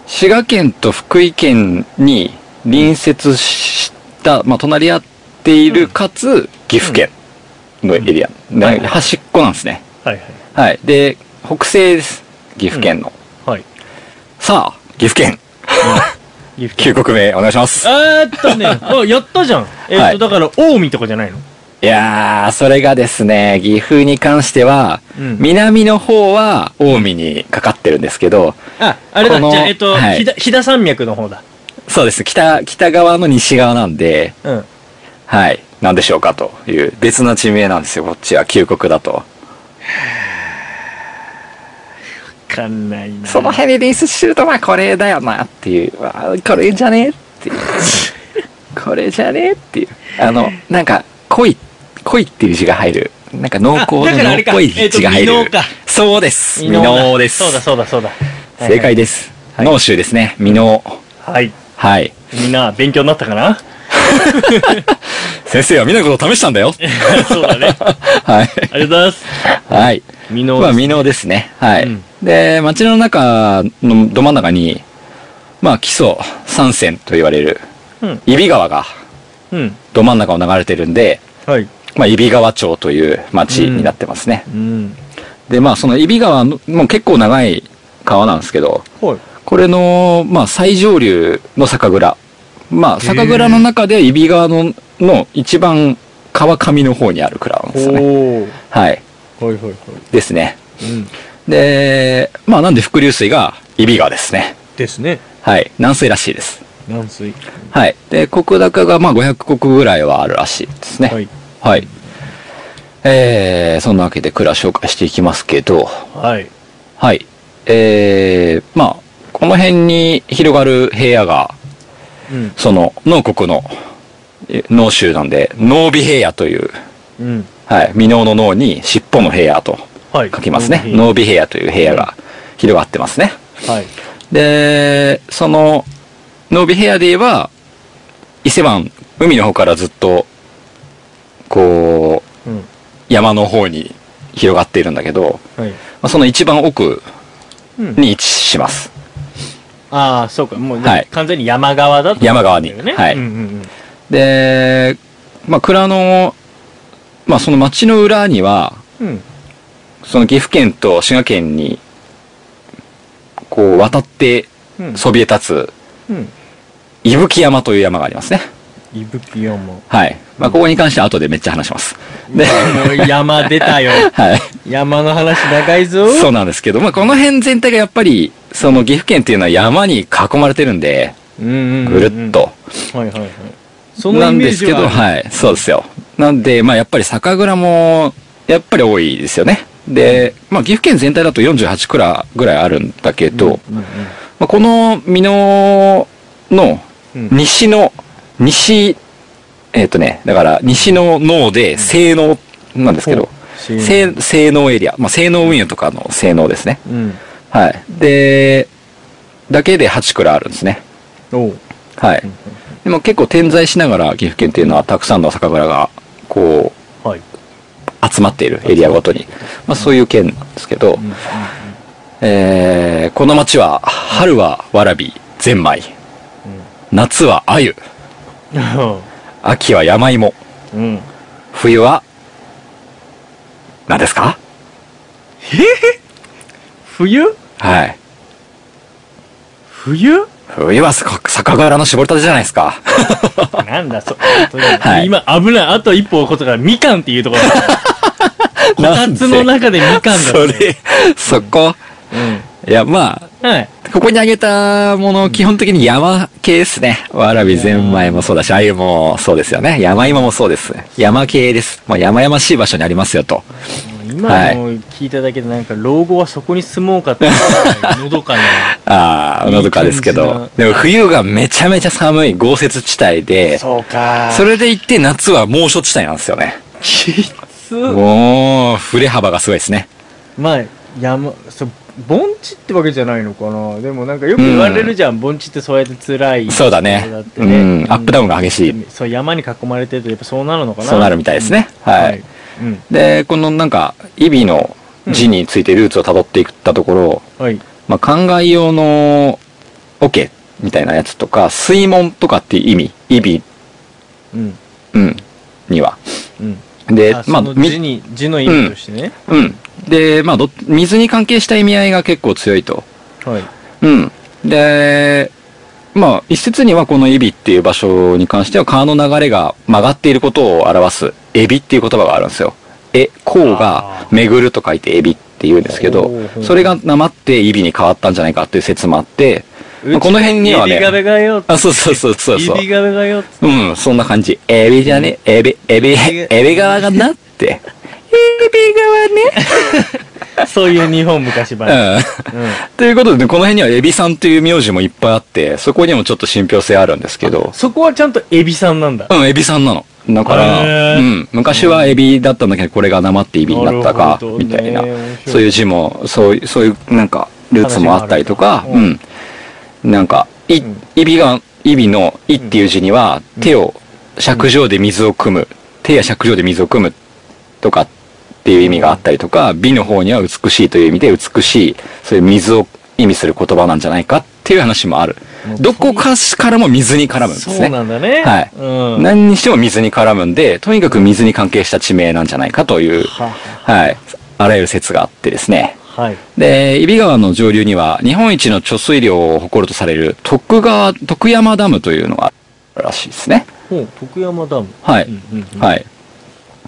Speaker 5: 滋賀県と福井県に隣接した、まあ、隣り合っている、かつ、岐阜県のエリア。な
Speaker 1: はいはい
Speaker 5: 端っこなんですね。
Speaker 1: はい
Speaker 5: はい。で、北西です。岐阜県の。
Speaker 1: はい。はい。
Speaker 5: さあ、岐阜県、
Speaker 1: 岐阜
Speaker 5: 九国名お願いします。
Speaker 1: あーっ とね、あ、やったじゃん。えっ、と、
Speaker 5: はい
Speaker 1: だから、近江とかじゃないの
Speaker 5: いやー、それがですね、岐阜に関しては、
Speaker 8: うん
Speaker 5: 南の方は近江にかかってるんですけど、
Speaker 1: あ、あれだ、
Speaker 5: この
Speaker 1: じゃあ、えっ、と、
Speaker 5: はい
Speaker 1: ひだ、ひだ山脈の方だ。
Speaker 5: そうです。北、北側の西側なんで、
Speaker 1: うん。
Speaker 5: はい。なんでしょうかという別の地名なんですよ。こっちは旧国だと。
Speaker 1: わかんないな。
Speaker 5: その辺にリースしてると、まあこれだよなっていう。あこれじゃねえっていう。これじゃねえっていう。あの、なんか、濃い、濃いっていう字が入る。なんか濃厚
Speaker 1: あ
Speaker 5: の
Speaker 1: だからあれ
Speaker 5: 濃
Speaker 1: か
Speaker 5: っぽい字が入る。
Speaker 1: えっと微濃か
Speaker 5: そうです。
Speaker 1: 箕
Speaker 5: 微
Speaker 1: 面だ
Speaker 5: 濃です。
Speaker 1: そうだ、そうだ、そうだ。
Speaker 5: 正解です。濃州ですね。微濃。
Speaker 1: はい。
Speaker 5: はい。
Speaker 1: みんな、勉強になったかな
Speaker 5: 先生は見ないことを試したんだよ。
Speaker 1: そうだね。
Speaker 5: は
Speaker 1: あ
Speaker 5: い。
Speaker 1: りがとうございます。
Speaker 5: はい。
Speaker 1: みの
Speaker 5: まあ、未納ですね。はい。
Speaker 1: うん
Speaker 5: で、街の中のど真ん中に、まあ、基礎三線と言われる、
Speaker 1: うん
Speaker 5: 揖斐川が
Speaker 1: うん。
Speaker 5: ど真ん中を流れてるんで、
Speaker 1: はい。
Speaker 5: まあ、揖斐川町という町になってますね。
Speaker 1: うん。
Speaker 5: で、まあ、その揖斐川の、もう結構長い川なんですけど、
Speaker 1: はい。
Speaker 5: これの、まあ、最上流の酒蔵。まあ、酒蔵の中で揖斐川のの一番川上の方にある蔵なんですよね。
Speaker 1: おー。
Speaker 5: はい。
Speaker 1: はいはいはい。
Speaker 5: ですね。
Speaker 1: うん。
Speaker 5: で、まあ、なんで伏流水が揖斐川ですね。
Speaker 1: ですね。
Speaker 5: はい。軟水らしいです。
Speaker 1: 軟水。
Speaker 5: はい。で、国高がまあ500国ぐらいはあるらしいですね。
Speaker 1: は
Speaker 5: はい。
Speaker 1: い。
Speaker 5: えー、そんなわけで蔵紹介していきますけど、
Speaker 1: はい。
Speaker 5: はい。えー、まあ、この辺に広がる部屋が、
Speaker 1: うん。
Speaker 5: その、農国の、え農州なんで、農美平野という、
Speaker 1: うん。
Speaker 5: はい。未農の農に尻尾の平野と
Speaker 1: はい。
Speaker 5: 書きますね。
Speaker 1: ノ
Speaker 5: 農美平野という部屋が広がってますね。
Speaker 1: はい。
Speaker 5: で、その、ノービヘアで言えば、伊勢湾、海の方からずっと、こう、
Speaker 1: うん。
Speaker 5: 山の方に広がっているんだけど、
Speaker 1: はい。
Speaker 5: まあその一番奥
Speaker 1: うん。
Speaker 5: に位置します。
Speaker 1: ああ、そうか。もう、
Speaker 5: はい
Speaker 1: 完全に山側だと思うんだよね。
Speaker 5: 山側にはい
Speaker 1: うんうん
Speaker 5: で、まあ、蔵の、まあ、その町の裏には、
Speaker 1: うん。うん。
Speaker 5: その岐阜県と滋賀県に、こう、渡って
Speaker 1: うん。
Speaker 5: そびえ立つ、
Speaker 1: うん。
Speaker 5: 伊吹山という山がありますね。
Speaker 1: 伊吹山。も
Speaker 5: はい。まあ、ここに関しては後でめっちゃ話します。で、
Speaker 1: う山出たよ。
Speaker 5: はい。
Speaker 1: 山の話長いぞ。
Speaker 5: そうなんですけど、まあ、この辺全体がやっぱり、その岐阜県っていうのは山に囲まれてるんで、
Speaker 1: うんうんうん
Speaker 5: ぐ
Speaker 1: うん。
Speaker 5: るっと。
Speaker 1: はいはいはい。その
Speaker 5: な
Speaker 1: イ
Speaker 5: ん
Speaker 1: メ
Speaker 5: で
Speaker 1: ー
Speaker 5: す
Speaker 1: ジ
Speaker 5: け
Speaker 1: は
Speaker 5: ど、
Speaker 1: ある。
Speaker 5: はい、そうですよ。なんで、まあ、やっぱり酒蔵も、やっぱり多いですよね。で、まあ、岐阜県全体だと48蔵ぐらいあるんだけど、
Speaker 1: うんうん
Speaker 5: まあ、この美濃の
Speaker 1: うん
Speaker 5: 西の、西、えっ、とね、だから西の脳で西能なんですけど、
Speaker 1: ほう
Speaker 5: 西西能エリア、まあ、西能運輸とかの西能ですね。
Speaker 1: うん。
Speaker 5: はい。で、だけで8蔵あるんですね。
Speaker 1: おう。
Speaker 5: はい。でも結構点在しながら岐阜県っていうのはたくさんの酒蔵が、こ
Speaker 1: はい。
Speaker 5: う、集まっているエリアごとに。まあそういう県なんですけど、えー、この町は、春はわらび、ゼンマイ、夏は鮎、秋は山芋、
Speaker 1: うん。
Speaker 5: 冬は、何ですか
Speaker 1: 冬
Speaker 5: はい。
Speaker 1: 冬
Speaker 5: 冬はさ酒蔵の絞りたてじゃないで すか。
Speaker 1: なんだ、そ、
Speaker 5: はい
Speaker 1: 今危ない。あと一歩ことから、みかんっていうところ。 こたつの中でみかんだった
Speaker 5: そ
Speaker 1: よ
Speaker 5: れ、そこ、いや、まあ、
Speaker 1: うん。はい。
Speaker 5: ここに挙げたもの、基本的に山系ですね。わらび、ゼンマイもそうだし、あゆもそうですよね。山芋もそうです。山系です。まあ、山々しい場所にありますよと。
Speaker 1: 今の聞いただけでなんか老後はそこに住もうか ってのどかな
Speaker 5: ああ、のどかですけ
Speaker 1: いい感
Speaker 5: ど
Speaker 1: じ。
Speaker 5: でも冬がめちゃめちゃ寒い豪雪地帯で、
Speaker 1: そうか
Speaker 5: それでいって夏は猛暑地帯なんですよね。
Speaker 1: きつ
Speaker 5: もう、振れ幅がすごいですね。
Speaker 1: まあ山そう盆地ってわけじゃないのかなでもなんかよく言われるじゃん、盆地ってそうやって辛い
Speaker 5: そうだね
Speaker 1: だって
Speaker 5: う
Speaker 1: ね
Speaker 5: んアップダウンが激しい
Speaker 1: そう山に囲まれてるとやっぱそうなるのかな
Speaker 5: そうなるみたいですねはい、
Speaker 1: うん
Speaker 5: でこのなんかイビの字についてルーツをたどっていったところ、
Speaker 1: はい
Speaker 5: まあ、灌漑用の桶みたいなやつとか水門とかっていう意味イビ、
Speaker 1: うん
Speaker 5: うん、には
Speaker 1: うん
Speaker 5: で
Speaker 1: あ
Speaker 5: まあ
Speaker 1: その
Speaker 5: み
Speaker 1: 字に字の意味としてね、
Speaker 5: うんでまあど水に関係した意味合いが結構強いと
Speaker 1: はい
Speaker 5: うん。で、まあ、一説にはこのエビっていう場所に関しては川の流れが曲がっていることを表すエビっていう言葉があるんですよ。え、こうが巡ると書いてエビって言うんですけ
Speaker 1: ほうほう
Speaker 5: ど
Speaker 1: ほ、う
Speaker 5: それがなまってイビに変わったんじゃないかっていう説もあって、まあこの辺にはね
Speaker 1: イビガベがよ
Speaker 5: あ、そうそうそうそう
Speaker 1: イ
Speaker 5: そう。
Speaker 1: ビガベがよ
Speaker 5: うん、そんな感じ。エビじゃね、エビ、エビ、エビ側がなって。エビ側ね。
Speaker 1: そういう日本昔話、
Speaker 5: うん。
Speaker 1: う ん
Speaker 5: ということで、ね、この辺にはエビさんという名字もいっぱいあって、そこにもちょっと信憑性あるんですけど、
Speaker 1: そこはちゃんとエビさんなんだ
Speaker 5: うん、エビさんなの。だから、
Speaker 1: へー
Speaker 5: うん、昔はエビだったんだけど、これがなまってエビになったか
Speaker 1: なる、ほどね
Speaker 5: みたいな
Speaker 1: 面、白い
Speaker 5: そういう字も、そういう、そういう、なんか、ルーツもあったりと
Speaker 1: 話
Speaker 5: か、
Speaker 1: があ
Speaker 5: う
Speaker 1: る
Speaker 5: ん。なんか、い
Speaker 1: うん、
Speaker 5: エビが、エビの、いっていう字には、手を、尺状で水を汲む、手や尺状で水を汲む、とかっていう意味があったりとか、美の方には美しいという意味で、美しい、そういう水を意味する言葉なんじゃないかっていう話もある。どこかしからも水に絡むんですね。
Speaker 1: そうなんだね
Speaker 5: はい
Speaker 1: うん、
Speaker 5: 何にしても水に絡むんで、とにかく水に関係した地名なんじゃないかという、
Speaker 1: は
Speaker 5: はい、あらゆる説があってですね。
Speaker 1: はい
Speaker 5: で、揖斐川の上流には、日本一の貯水量を誇るとされる徳川、徳山ダムというのがあるらしいですね。
Speaker 1: ほう徳山ダム
Speaker 5: はい。
Speaker 1: うんうんうん
Speaker 5: はい。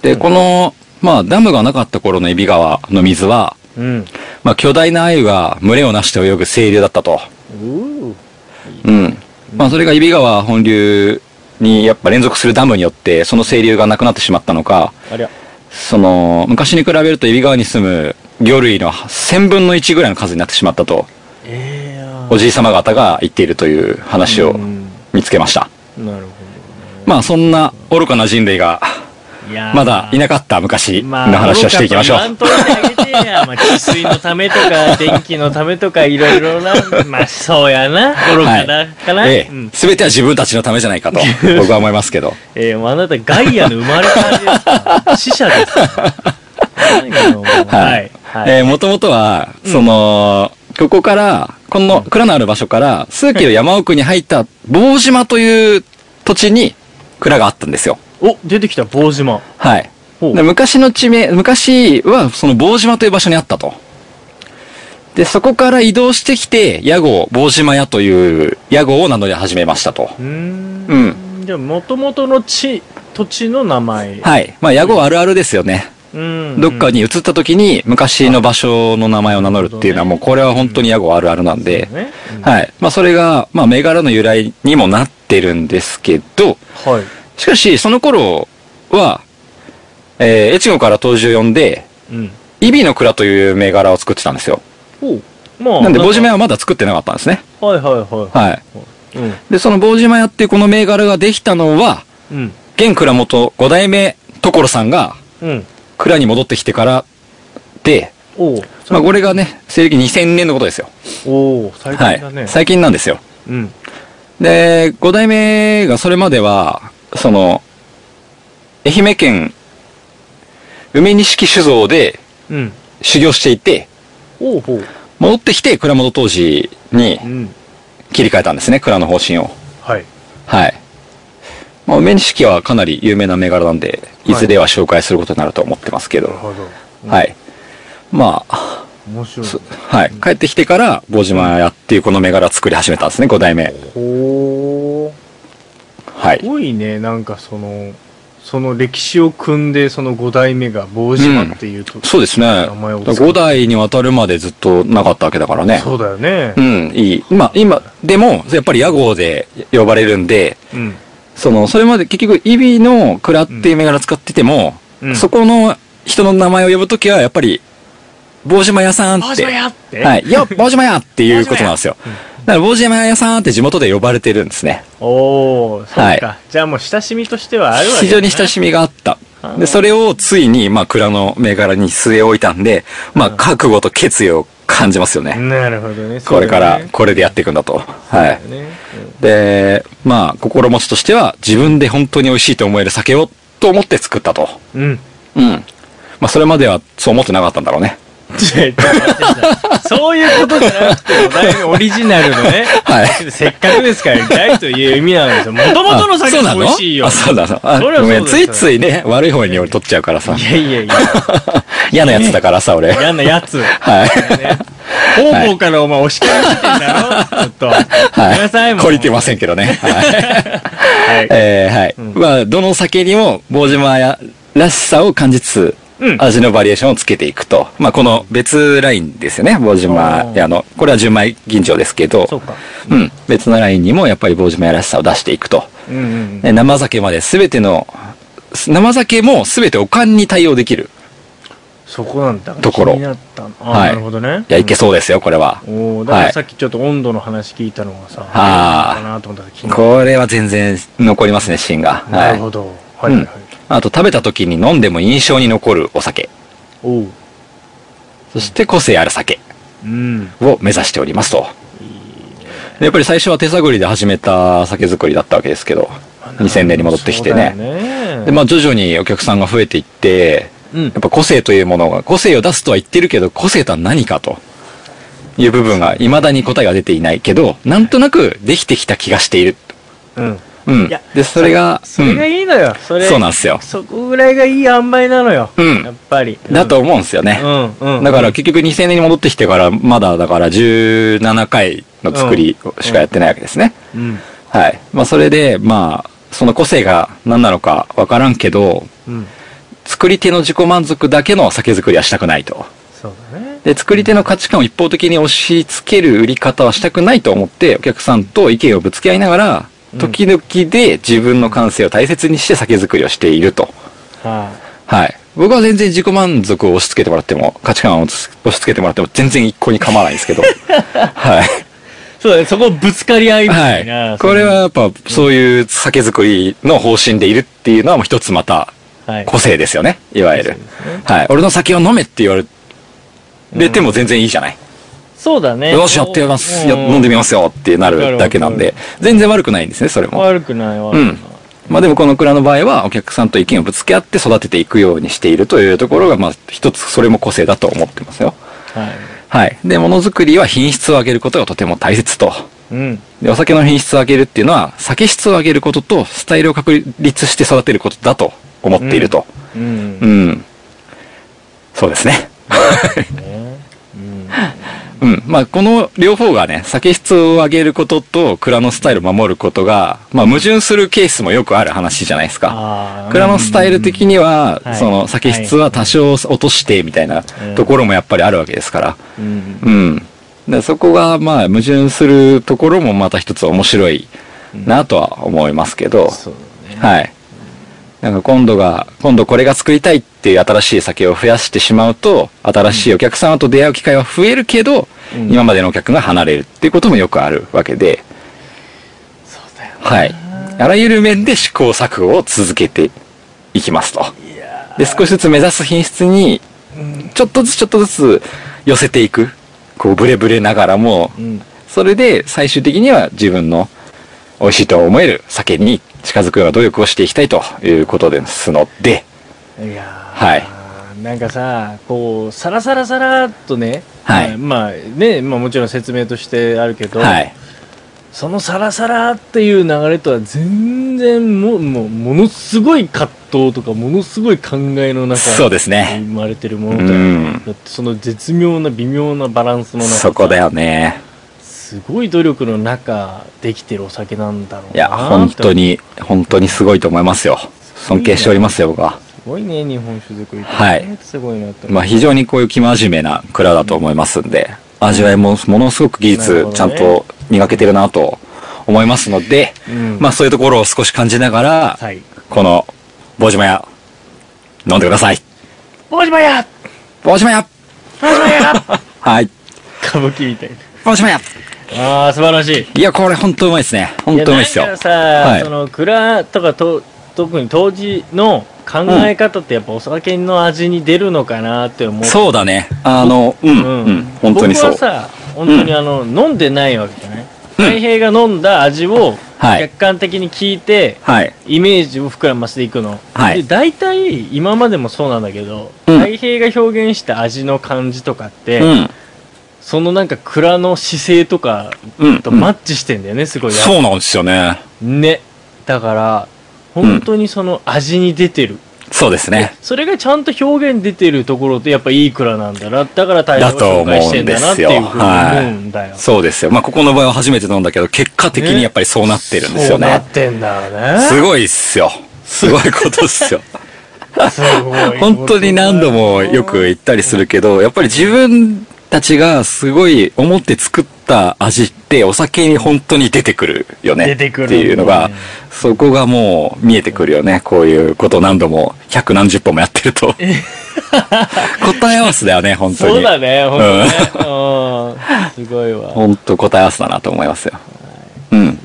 Speaker 5: で、この、まあ、ダムがなかった頃の揖斐川の水は、
Speaker 1: うん
Speaker 5: まあ、巨大な鮎が群れをなして泳ぐ清流だったと。
Speaker 1: う
Speaker 5: うん。まあ、それが揖斐川本流にやっぱ連続するダムによって、その清流がなくなってしまったのか、
Speaker 1: ありゃ
Speaker 5: その、昔に比べると、揖斐川に住む魚類の1000分の1ぐらいの数になってしまったと、
Speaker 1: ええや
Speaker 5: おじい様方が言っているという話を
Speaker 1: うん
Speaker 5: 見つけました。
Speaker 1: なるほ
Speaker 5: まあ、そんな愚かな人類が、
Speaker 1: どいやー
Speaker 5: まだいなかった昔の話をしていきましょう。
Speaker 1: まあ愚かと言わんといてあげてや。まあ、治水のためと か、電気のためとか、いろいろな。まあ、そうやな。愚かだかな。
Speaker 5: え
Speaker 1: うん
Speaker 5: え、すべては自分たちのためじゃないかと、僕は思いますけど。
Speaker 1: えーもうあなた、ガイアの生まれ変わりですから。死者ですから。はい。 はい。
Speaker 5: えー、もともとは、その、ここから、この蔵のある場所から、数キロ山奥に入った棒島という土地に蔵があったんですよ。
Speaker 1: お、出てきた、棒島。
Speaker 5: はい。
Speaker 1: ほう
Speaker 5: で昔の地名、昔はその棒島という場所にあったと。で、そこから移動してきて、屋号、棒島屋という屋号を名乗り始めましたと。
Speaker 1: うーん。。
Speaker 5: うん
Speaker 1: じゃあ、もともとの地、土地の名前。
Speaker 5: はい。まあ、屋号あるあるですよね。
Speaker 1: うん。
Speaker 5: どっかに移った時に昔の場所の名前を名乗るっていうのはもうこれは本当に屋号あるあるなんで
Speaker 1: うん。、ね。うん
Speaker 5: はい。まあ、それが、まあ、銘柄の由来にもなってるんですけど、
Speaker 1: はい。
Speaker 5: しかし、その頃は、えー、越後から当時を呼んで、
Speaker 1: うん。
Speaker 5: イビの蔵という銘柄を作ってたんですよ。
Speaker 1: ほう。まあ。
Speaker 5: なんで、棒島
Speaker 1: は
Speaker 5: 屋はまだ作ってなかったんですね。
Speaker 1: いはいは
Speaker 5: はい。
Speaker 1: い。うん。
Speaker 5: で、その棒島屋っていうこの銘柄ができたのは、
Speaker 1: うん。
Speaker 5: 現蔵元5代目所さんが
Speaker 1: うん。
Speaker 5: 蔵に戻ってきてからで、
Speaker 1: おう
Speaker 5: まあ、これがね、西暦2000年のことですよ。
Speaker 1: おう最近だ
Speaker 5: は
Speaker 1: ね
Speaker 5: い。。最近なんですよ。
Speaker 1: うん。
Speaker 5: で、五代目がそれまでは、その、愛媛県、梅錦酒造で
Speaker 1: うん。
Speaker 5: 修行していて、
Speaker 1: おうほう。
Speaker 5: 戻ってきて蔵元当時に
Speaker 1: うん。
Speaker 5: 切り替えたんですね、蔵の方針を。
Speaker 1: はい。
Speaker 5: はい。まあ、梅錦はかなり有名な銘柄なんで、いずれは紹介することになると思ってますけど、
Speaker 1: なるほど。
Speaker 5: はい。まあ、
Speaker 1: 面白い。
Speaker 5: そはい。帰ってきてから、坊島屋っていうこの銘柄を作り始めたんですね、五代目。
Speaker 1: ほ
Speaker 5: は
Speaker 1: ー。す
Speaker 5: い。
Speaker 1: ごいね、なんかその、その歴史を組んで、その五代目が棒島っていうと、
Speaker 5: そうですね。だ
Speaker 1: 前を
Speaker 5: から五代にわたるまでずっとなかったわけだからね。
Speaker 1: そうだよね
Speaker 5: う。ん、いい。まあ、今、でも、やっぱり屋号で呼ばれるんで、
Speaker 1: うん。
Speaker 5: その、それまで結局、イビの蔵っていう銘柄使ってても、
Speaker 1: うん
Speaker 5: そこの人の名前を呼ぶときは、やっぱり、坊島屋さん
Speaker 1: 棒
Speaker 5: っ
Speaker 1: 島
Speaker 5: て、
Speaker 1: やって。
Speaker 5: はいい、よ、坊島屋っていうことなんですよ。だから、坊島屋さんって地元で呼ばれてるんですね。
Speaker 1: おー、そう
Speaker 5: は
Speaker 1: か。じゃあもう親しみとしてはあるわけ
Speaker 5: 非常に親
Speaker 1: し
Speaker 5: しみがあった
Speaker 1: あ。ー
Speaker 5: で、それをついに、まあ、蔵の銘柄に据え置いたんで、まあ、覚悟と決意を感じますよね。
Speaker 1: なるほどね。
Speaker 5: これから
Speaker 1: そうだね、
Speaker 5: これでやっていくんだと。はい。
Speaker 1: そうだね
Speaker 5: で、まあ、心持ちとしては、自分で本当に美味しいと思える酒を、と思って作ったと。
Speaker 1: うん。うん
Speaker 5: うん。まあ、それまではそう思ってなかったんだろうね。
Speaker 1: 違う違う違うそういうことじゃなくて、お題オリジナルのね、
Speaker 5: はい
Speaker 1: せっかくですから、大という意味なんですよ。もともとの酒
Speaker 5: あそう
Speaker 1: が
Speaker 5: な
Speaker 1: 美味しいよ
Speaker 5: あ、。そうなのあ
Speaker 1: そりゃ
Speaker 5: ごめ
Speaker 1: そ
Speaker 5: ん、
Speaker 1: う
Speaker 5: つ
Speaker 1: です
Speaker 5: い
Speaker 1: よ
Speaker 5: ついね、悪い方に俺取っちゃうからさ
Speaker 1: い。やいやいや、
Speaker 5: 嫌なやつだからさ、俺。
Speaker 1: 嫌なやつ。
Speaker 5: はい。
Speaker 1: ね方々からお前押し返してんだ ろちょっと。ごめんなさ、
Speaker 5: はいい。
Speaker 1: もう。
Speaker 5: 懲りてませんけどね。は い。
Speaker 1: はい。
Speaker 5: えーはい。
Speaker 1: ん
Speaker 5: まあ、どの酒にも、棒島やらしさを感じつ
Speaker 1: う
Speaker 5: つ、
Speaker 1: ん
Speaker 5: 味のバリエーションをつけていくと。まあ、この別ラインですよね、棒島屋の。これは純米吟醸ですけど、
Speaker 1: そうか。
Speaker 5: うん。別のラインにも、やっぱり棒島屋らしさを出していくと。
Speaker 1: うんうん。
Speaker 5: ね生酒まで全ての、生酒も全ておかんに対応できる。
Speaker 1: そこなんだ。
Speaker 5: ところ
Speaker 1: 気になったのあ、
Speaker 5: はい
Speaker 1: なるほどね。
Speaker 5: いや、いけそうですよ、これは。
Speaker 1: おーだから
Speaker 5: はい
Speaker 1: さっきちょっと温度の話聞いたのがさ、
Speaker 5: あー
Speaker 1: かなと思ったら気になる。
Speaker 5: これは全然残りますね、芯が。
Speaker 1: な
Speaker 5: は
Speaker 1: る
Speaker 5: い
Speaker 1: ほ。ど。はいはいはい。
Speaker 5: あと、食べた時に飲んでも印象に残るお酒。
Speaker 1: おう。
Speaker 5: そして、個性ある酒
Speaker 1: うん。
Speaker 5: を目指しておりますと。でやっぱり最初は手探りで始めた酒造りだったわけですけど、2000年に戻ってきてね。
Speaker 1: そうだよね
Speaker 5: で、まあ徐々にお客さんが増えていって、
Speaker 1: うん
Speaker 5: やっぱ個性というものが、個性を出すとは言ってるけど、個性とは何かという部分が未だに答えが出ていないけど、なんとなくできてきた気がしている。
Speaker 1: うん。
Speaker 5: うん
Speaker 1: いや。
Speaker 5: で、それが、
Speaker 1: それがいいのよ。そ
Speaker 5: うん、
Speaker 1: れ。
Speaker 5: そうなんですよ。
Speaker 1: そこぐらいがいい塩梅なのよ。
Speaker 5: うん
Speaker 1: やっぱり。
Speaker 5: だと思うんですよね。
Speaker 1: うん。うん。うん。
Speaker 5: だから結局2000年に戻ってきてから、まだだから17回の作りしかやってないわけですね。
Speaker 1: うん。
Speaker 5: はい。まあそれで、まあ、その個性が何なのかわからんけど、
Speaker 1: うん。
Speaker 5: 作り手の自己満足だけの酒造りはしたくないと。
Speaker 1: そうだね。
Speaker 5: で、作り手の価値観を一方的に押し付ける売り方はしたくないと思って、お客さんと意見をぶつけ合いながら、時々で自分の感性を大切にして酒造りをしていると。
Speaker 1: は
Speaker 5: はい。僕は全然自己満足を押し付けてもらっても、価値観を押し付けてもらっても全然一向に構わないんですけど。はい。
Speaker 1: い。そうだね。そこぶつかり合いみたいな。
Speaker 5: はい。これはやっぱそういう酒造りの方針でいるっていうのはもう一つまた
Speaker 1: その、はい。
Speaker 5: 個性ですよね。いわゆる。はい。俺の酒を飲めって言われれても全然いいじゃない。
Speaker 1: そうだね。
Speaker 5: よし、やってみます。や飲んでみ
Speaker 1: ま
Speaker 5: ますよってなるだけなん
Speaker 1: わ
Speaker 5: で
Speaker 1: か、
Speaker 5: 全然悪くないんですね、それも。
Speaker 1: 悪くないわ。
Speaker 5: うん。まあでもこの蔵の場合は、お客さんと意見をぶつけ合って育てていくようにしているというところが、まあ一つ、それも個性だと思ってますよ。
Speaker 1: はい。
Speaker 5: はい。で、ものづくりは品質を上げることがとても大切と。
Speaker 1: うん。
Speaker 5: で、お酒の品質を上げるっていうのは、酒質を上げることと、スタイルを確立して育てることだと思っていると。
Speaker 1: う。
Speaker 5: うんん。そうですね。うん。まあ、この両方がね、酒質を上げることと、蔵のスタイルを守ることが、まあ、矛盾するケースもよくある話じゃないですか。
Speaker 1: ああ。
Speaker 5: 蔵のスタイル的には、
Speaker 1: はい
Speaker 5: その酒質は多少落としてみたいなところもやっぱりあるわけですから。
Speaker 1: うん。
Speaker 5: うん。でそこがまあ矛盾するところもまた一つ面白いなとは思いますけど、
Speaker 1: そうだね。
Speaker 5: はい。なんか今度が、今度これが作りたいっていう新しい酒を増やしてしまうと、新しいお客様と出会う機会は増えるけど、
Speaker 1: うん
Speaker 5: 今までのお客が離れるっていうこともよくあるわけで、
Speaker 1: そうだよ。
Speaker 5: はい。あらゆる面で試行錯誤を続けていきますと。で、少しずつ目指す品質に、ちょっとずつちょっとずつ寄せていく。こう、ブレブレながらも、
Speaker 1: うん。
Speaker 5: それで最終的には自分の美味しいと思える酒に近づくような努力をしていきたいということですので、
Speaker 1: いやー
Speaker 5: はい
Speaker 1: なんかさこうさらさらさらっとね、
Speaker 5: はい
Speaker 1: まあね、まあ、もちろん説明としてあるけど、
Speaker 5: はい。
Speaker 1: そのさらさらっていう流れとは全然ももうものすごい葛藤とかものすごい考えの中
Speaker 5: そうです
Speaker 1: 生
Speaker 5: ね。
Speaker 1: まれてるも
Speaker 5: う
Speaker 1: のだよね
Speaker 5: ん。
Speaker 1: だってその絶妙な微妙なバランスの中
Speaker 5: そこだよね。
Speaker 1: すごい努力の中できてるお酒なんだろうない
Speaker 5: や、本当
Speaker 1: に
Speaker 5: に、本当にすごいと思いますよ。尊敬しておりますよ、僕は。
Speaker 1: すごいね日本酒作りって、
Speaker 5: はい
Speaker 1: すごいなと思う
Speaker 5: まあ、非常にこういう生真面目な蔵だと思いますんで、味わいもものすごく技
Speaker 1: なる
Speaker 5: 術
Speaker 1: ほどね
Speaker 5: ちゃんと磨けてるなと思いますので、
Speaker 1: うん
Speaker 5: まあそういうところを少し感じながら、
Speaker 1: はい
Speaker 5: この、棒島屋、飲んでください。
Speaker 1: 大島や
Speaker 5: 棒島屋
Speaker 1: 大島や
Speaker 5: はい。
Speaker 1: 歌舞伎みたいな。
Speaker 5: 棒島屋
Speaker 1: ああ、素晴らしい。
Speaker 5: いや、これ本当うまいですね。本当うまいです
Speaker 1: やな
Speaker 5: よ
Speaker 1: んか。さ、
Speaker 5: はい
Speaker 1: その蔵とかと特に当時の考え方ってやっぱお酒の味に出るのかなって思う。
Speaker 5: そうだね。あの、うん、
Speaker 1: うん
Speaker 5: うん、本当にそう。
Speaker 1: 僕はさ、本当にあの、飲んでないわけじゃない太平が飲んだ味を
Speaker 5: はい
Speaker 1: 客観的に聞いて、
Speaker 5: はい。
Speaker 1: イメージを膨らませていくの。
Speaker 5: はい
Speaker 1: で、大体、今までもそうなんだけど、
Speaker 5: うん
Speaker 1: 太平が表現した味の感じとかって、
Speaker 5: うん、
Speaker 1: そのなんか蔵の姿勢とか
Speaker 5: うん。
Speaker 1: とマッチしてんだよね、すごい。
Speaker 5: そうなんですよね。
Speaker 1: ね。だから、本当にその味に出てる。
Speaker 5: そうですね。
Speaker 1: それがちゃんと表現出てるところってやっぱいい蔵なんだな。だから大
Speaker 5: だ
Speaker 1: 変
Speaker 5: と
Speaker 1: 紹介
Speaker 5: 思
Speaker 1: し
Speaker 5: う
Speaker 1: て
Speaker 5: ん
Speaker 1: ん
Speaker 5: で
Speaker 1: だなっ
Speaker 5: す
Speaker 1: て
Speaker 5: よ。
Speaker 1: いうふうに思
Speaker 5: は
Speaker 1: うんだよ。
Speaker 5: い。そうですよ。まあ、ここの場合は初めて飲んだけど、結果的にやっぱりそうなってるんですよ
Speaker 1: そうな
Speaker 5: ね
Speaker 1: っ。てんだよね。
Speaker 5: すごいっすよ。すごいことっすよ。
Speaker 1: すごい。
Speaker 5: 本当に何度もよく言ったりするけど、やっぱり自分たちがすごい思って作った味ってお酒に本当に出てくるよね。
Speaker 1: 出てくる
Speaker 5: っていうのが、そこがもう見えてくるよね。こういうことを何度も、百何十本もやって ると。答え合わせだよね、本当に。
Speaker 1: そうだね、本当ね。うん。すごいわ。
Speaker 5: 本当答え合わせだなと思いますよ。うん。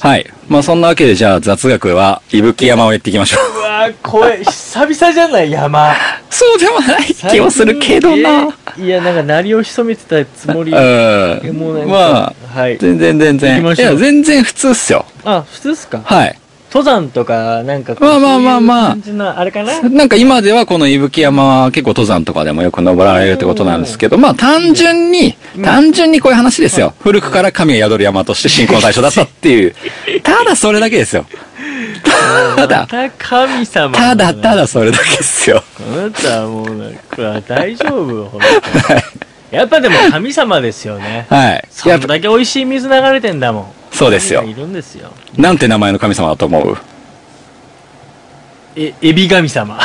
Speaker 5: はい。まあそんなわけでじゃあ雑学は、伊吹山をやっていきましょ う。
Speaker 1: うわー声、久々じゃない山。
Speaker 5: そうでもない気もするけどな。。
Speaker 1: いや、なんか鳴りを潜めてたつもり。
Speaker 5: うん。
Speaker 1: もうなんか
Speaker 5: まあ、
Speaker 1: はい。
Speaker 5: 全然全
Speaker 1: 行き
Speaker 5: 然。
Speaker 1: ま
Speaker 5: い
Speaker 1: しょう
Speaker 5: や、全然普通っすよ。
Speaker 1: あ、普通っすか
Speaker 5: はい。
Speaker 1: 登山とか、なんかこう、
Speaker 5: まあまあまあまあ
Speaker 1: そういう感じの、あれかな
Speaker 5: なんか今ではこの伊吹山は結構登山とかでもよく登られるってことなんですけど、まあ単純に、単純にこういう話ですよ。古くから神が宿る山として信仰の対象だったって いう。ただそれだけですよ。た
Speaker 1: ま
Speaker 5: だ、
Speaker 1: た神様。
Speaker 5: ただた。だそれだけですよ。
Speaker 1: あなたはもうなんか、大丈夫ほんとやっぱでも神様ですよね。
Speaker 5: はい。
Speaker 1: そ
Speaker 5: や
Speaker 1: ん
Speaker 5: っぱ
Speaker 1: だけ美味しい水流れてんだもん。
Speaker 5: そうですよ
Speaker 1: 神。がいるんですよ。
Speaker 5: なんて名前の神様だと思う
Speaker 1: え、エビ神様。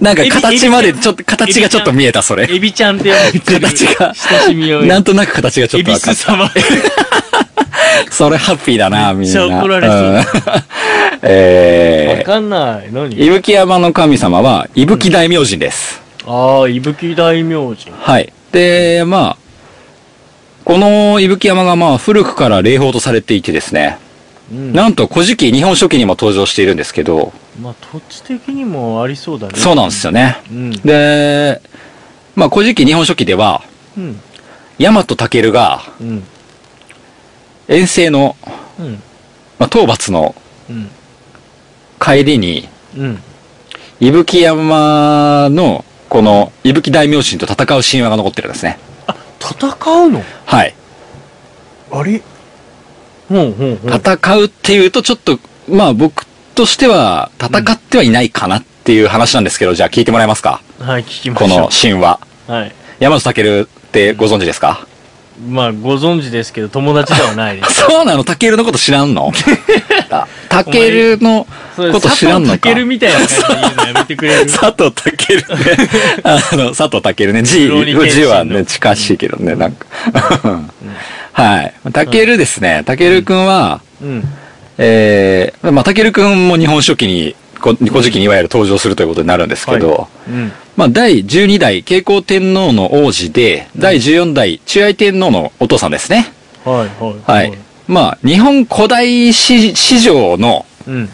Speaker 5: なんか形まで、ちょっと、形がちょっと見えた、それ。
Speaker 1: エビちゃんって呼んでる。
Speaker 5: 形が
Speaker 1: 親しみを。
Speaker 5: なんとなく形がちょ
Speaker 1: エ
Speaker 5: っと
Speaker 1: ビ
Speaker 5: 分か
Speaker 1: ス
Speaker 5: っ
Speaker 1: 様。
Speaker 5: た。それハッピーだな、みんな。
Speaker 1: めっちゃ怒られそう
Speaker 5: うん えー
Speaker 1: わかんない。
Speaker 5: 伊
Speaker 1: 何
Speaker 5: 吹山の神様は、伊吹大明神です。
Speaker 1: ああ、伊吹大明神。
Speaker 5: はい。で、まあ、この伊吹山がまあ古くから霊宝とされていてですね、
Speaker 1: うん。
Speaker 5: なんと古事記日本書紀にも登場しているんですけど、
Speaker 1: まあ、土地的にもありそうだね。
Speaker 5: そうなんですよね。
Speaker 1: うん。
Speaker 5: で、まあ古事記日本書紀では、
Speaker 1: うん。
Speaker 5: 大和武が
Speaker 1: うん。
Speaker 5: 遠征の、
Speaker 1: うん。
Speaker 5: まあ、討伐の
Speaker 1: うん。
Speaker 5: 帰りに、
Speaker 1: うん。
Speaker 5: 伊吹山のこの伊吹大明神と戦う神話が残ってるんですね。
Speaker 1: 戦うの
Speaker 5: はい。
Speaker 1: あれうんうんうん。
Speaker 5: 戦うっていうとちょっと、まあ僕としては戦ってはいないかなっていう話なんですけど、じゃあ聞いてもらえますか
Speaker 1: はい、聞きま
Speaker 5: こ
Speaker 1: し
Speaker 5: の
Speaker 1: ょ
Speaker 5: 神話。
Speaker 1: う。はい。
Speaker 5: 山本健ってご存知ですか、
Speaker 1: まあ、ご存知ですけど、友達ではないです。
Speaker 5: そうなの健のこと知らんのあ健の
Speaker 1: そう
Speaker 5: こと知らんのか
Speaker 1: 佐藤健みたいな感じで言うのやめてく れる
Speaker 5: 佐藤健ね。あの、佐藤健ね。字、
Speaker 1: 浪人謙信
Speaker 5: 字
Speaker 1: の
Speaker 5: はね、近しいけどね、なんか。 はい。健ですね。健くんは、
Speaker 1: うん。
Speaker 5: えー、まあ健くんも日本書紀に、こ古事記にいわゆる登場するということになるんですけど、
Speaker 1: うん。
Speaker 5: まあ、第12代慶光天皇の王子で、第14代中愛天皇のお父さんですね。
Speaker 1: はい、はい。
Speaker 5: はい。まあ、日本古代史史上の、
Speaker 1: うん。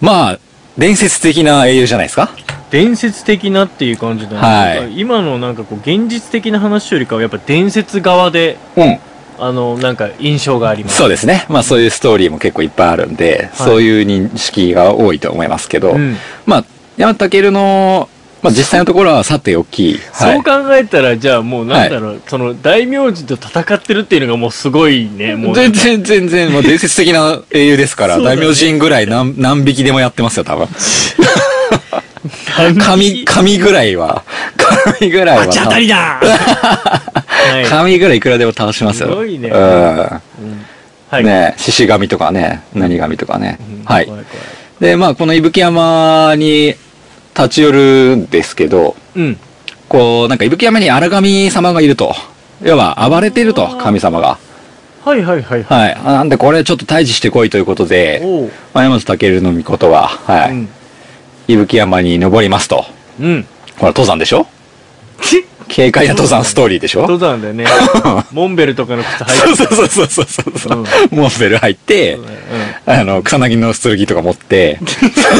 Speaker 5: まあ、伝説的な英雄じゃないですか
Speaker 1: 伝説的なっていう感じだね。
Speaker 5: はい
Speaker 1: なんか今のなんかこう、現実的な話よりかは、やっぱ伝説側で、
Speaker 5: うん。
Speaker 1: あの、なんか印象があります。
Speaker 5: そうですね。まあ、そういうストーリーも結構いっぱいあるんで、そういう認識が多いと思いますけど、
Speaker 1: うん
Speaker 5: まあ、山田健の、まあ、実際のところはさておき、は
Speaker 1: そう
Speaker 5: い。
Speaker 1: 考えたら、じゃあもうなんだろう、その大名人と戦ってるっていうのがもうすごいね、もう。
Speaker 5: 全然、全然、もう伝説的な英雄ですから、
Speaker 1: そうだ
Speaker 5: 大
Speaker 1: ね
Speaker 5: 名人ぐらい何何匹でもやってますよ、多分。
Speaker 1: 神
Speaker 5: 神、神ぐらいは、神ぐらいは。
Speaker 1: 当た りだはい。
Speaker 5: 神ぐらいいくらでも倒しますよ。
Speaker 1: すごいね
Speaker 5: う
Speaker 1: はい。
Speaker 5: ん。ね獅子神とかね、何神とかね
Speaker 1: うん。
Speaker 5: はい
Speaker 1: 怖。い怖い
Speaker 5: で、まあ、この伊吹山に立ち寄るんですけど、
Speaker 1: うん。
Speaker 5: こう、なんか伊吹山に荒神様がいると。要は、暴れてると、神様が。
Speaker 1: はいはいはいはい。
Speaker 5: はい。あなんで、これちょっと退治してこいということで、
Speaker 1: おう。
Speaker 5: まあ山本健の御事は、は
Speaker 1: う
Speaker 5: い。
Speaker 1: ん。
Speaker 5: 伊吹山に登りますと。
Speaker 1: うん。
Speaker 5: ほら、登山でしょ軽快な登山ストーリーでしょ
Speaker 1: 登山 でね、モンベルとかの靴履いて
Speaker 5: そうそうそうそうそうそう。モンベル入って、
Speaker 1: うん。
Speaker 5: あの、草薙の剣とか持って、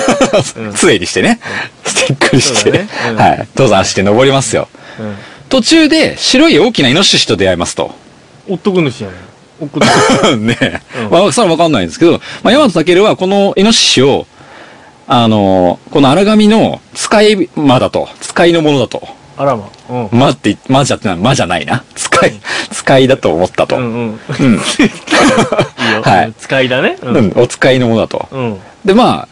Speaker 5: 杖にしてね、スティックにし
Speaker 1: そう
Speaker 5: て、
Speaker 1: だねうん
Speaker 5: はい、登山して登りますよ。
Speaker 1: うん。
Speaker 5: 途中で白い大きなイノシシと出会いますと。
Speaker 1: 男主やねん。男主。
Speaker 5: ねえ、
Speaker 1: うん
Speaker 5: まあ、それはわかんないんですけど、まあ、山田健はこのイノシシを、あの、この荒神の使い魔だと、使いのものだと、
Speaker 1: あらま。うん。
Speaker 5: 魔って、魔じゃない、魔じゃないな、使い、使いだと思ったと。
Speaker 1: うんうん。
Speaker 5: うん
Speaker 1: いいよ。
Speaker 5: はい
Speaker 1: 使いだね。う。
Speaker 5: うんん、お使いのものだと。
Speaker 1: うん。
Speaker 5: で、まあ、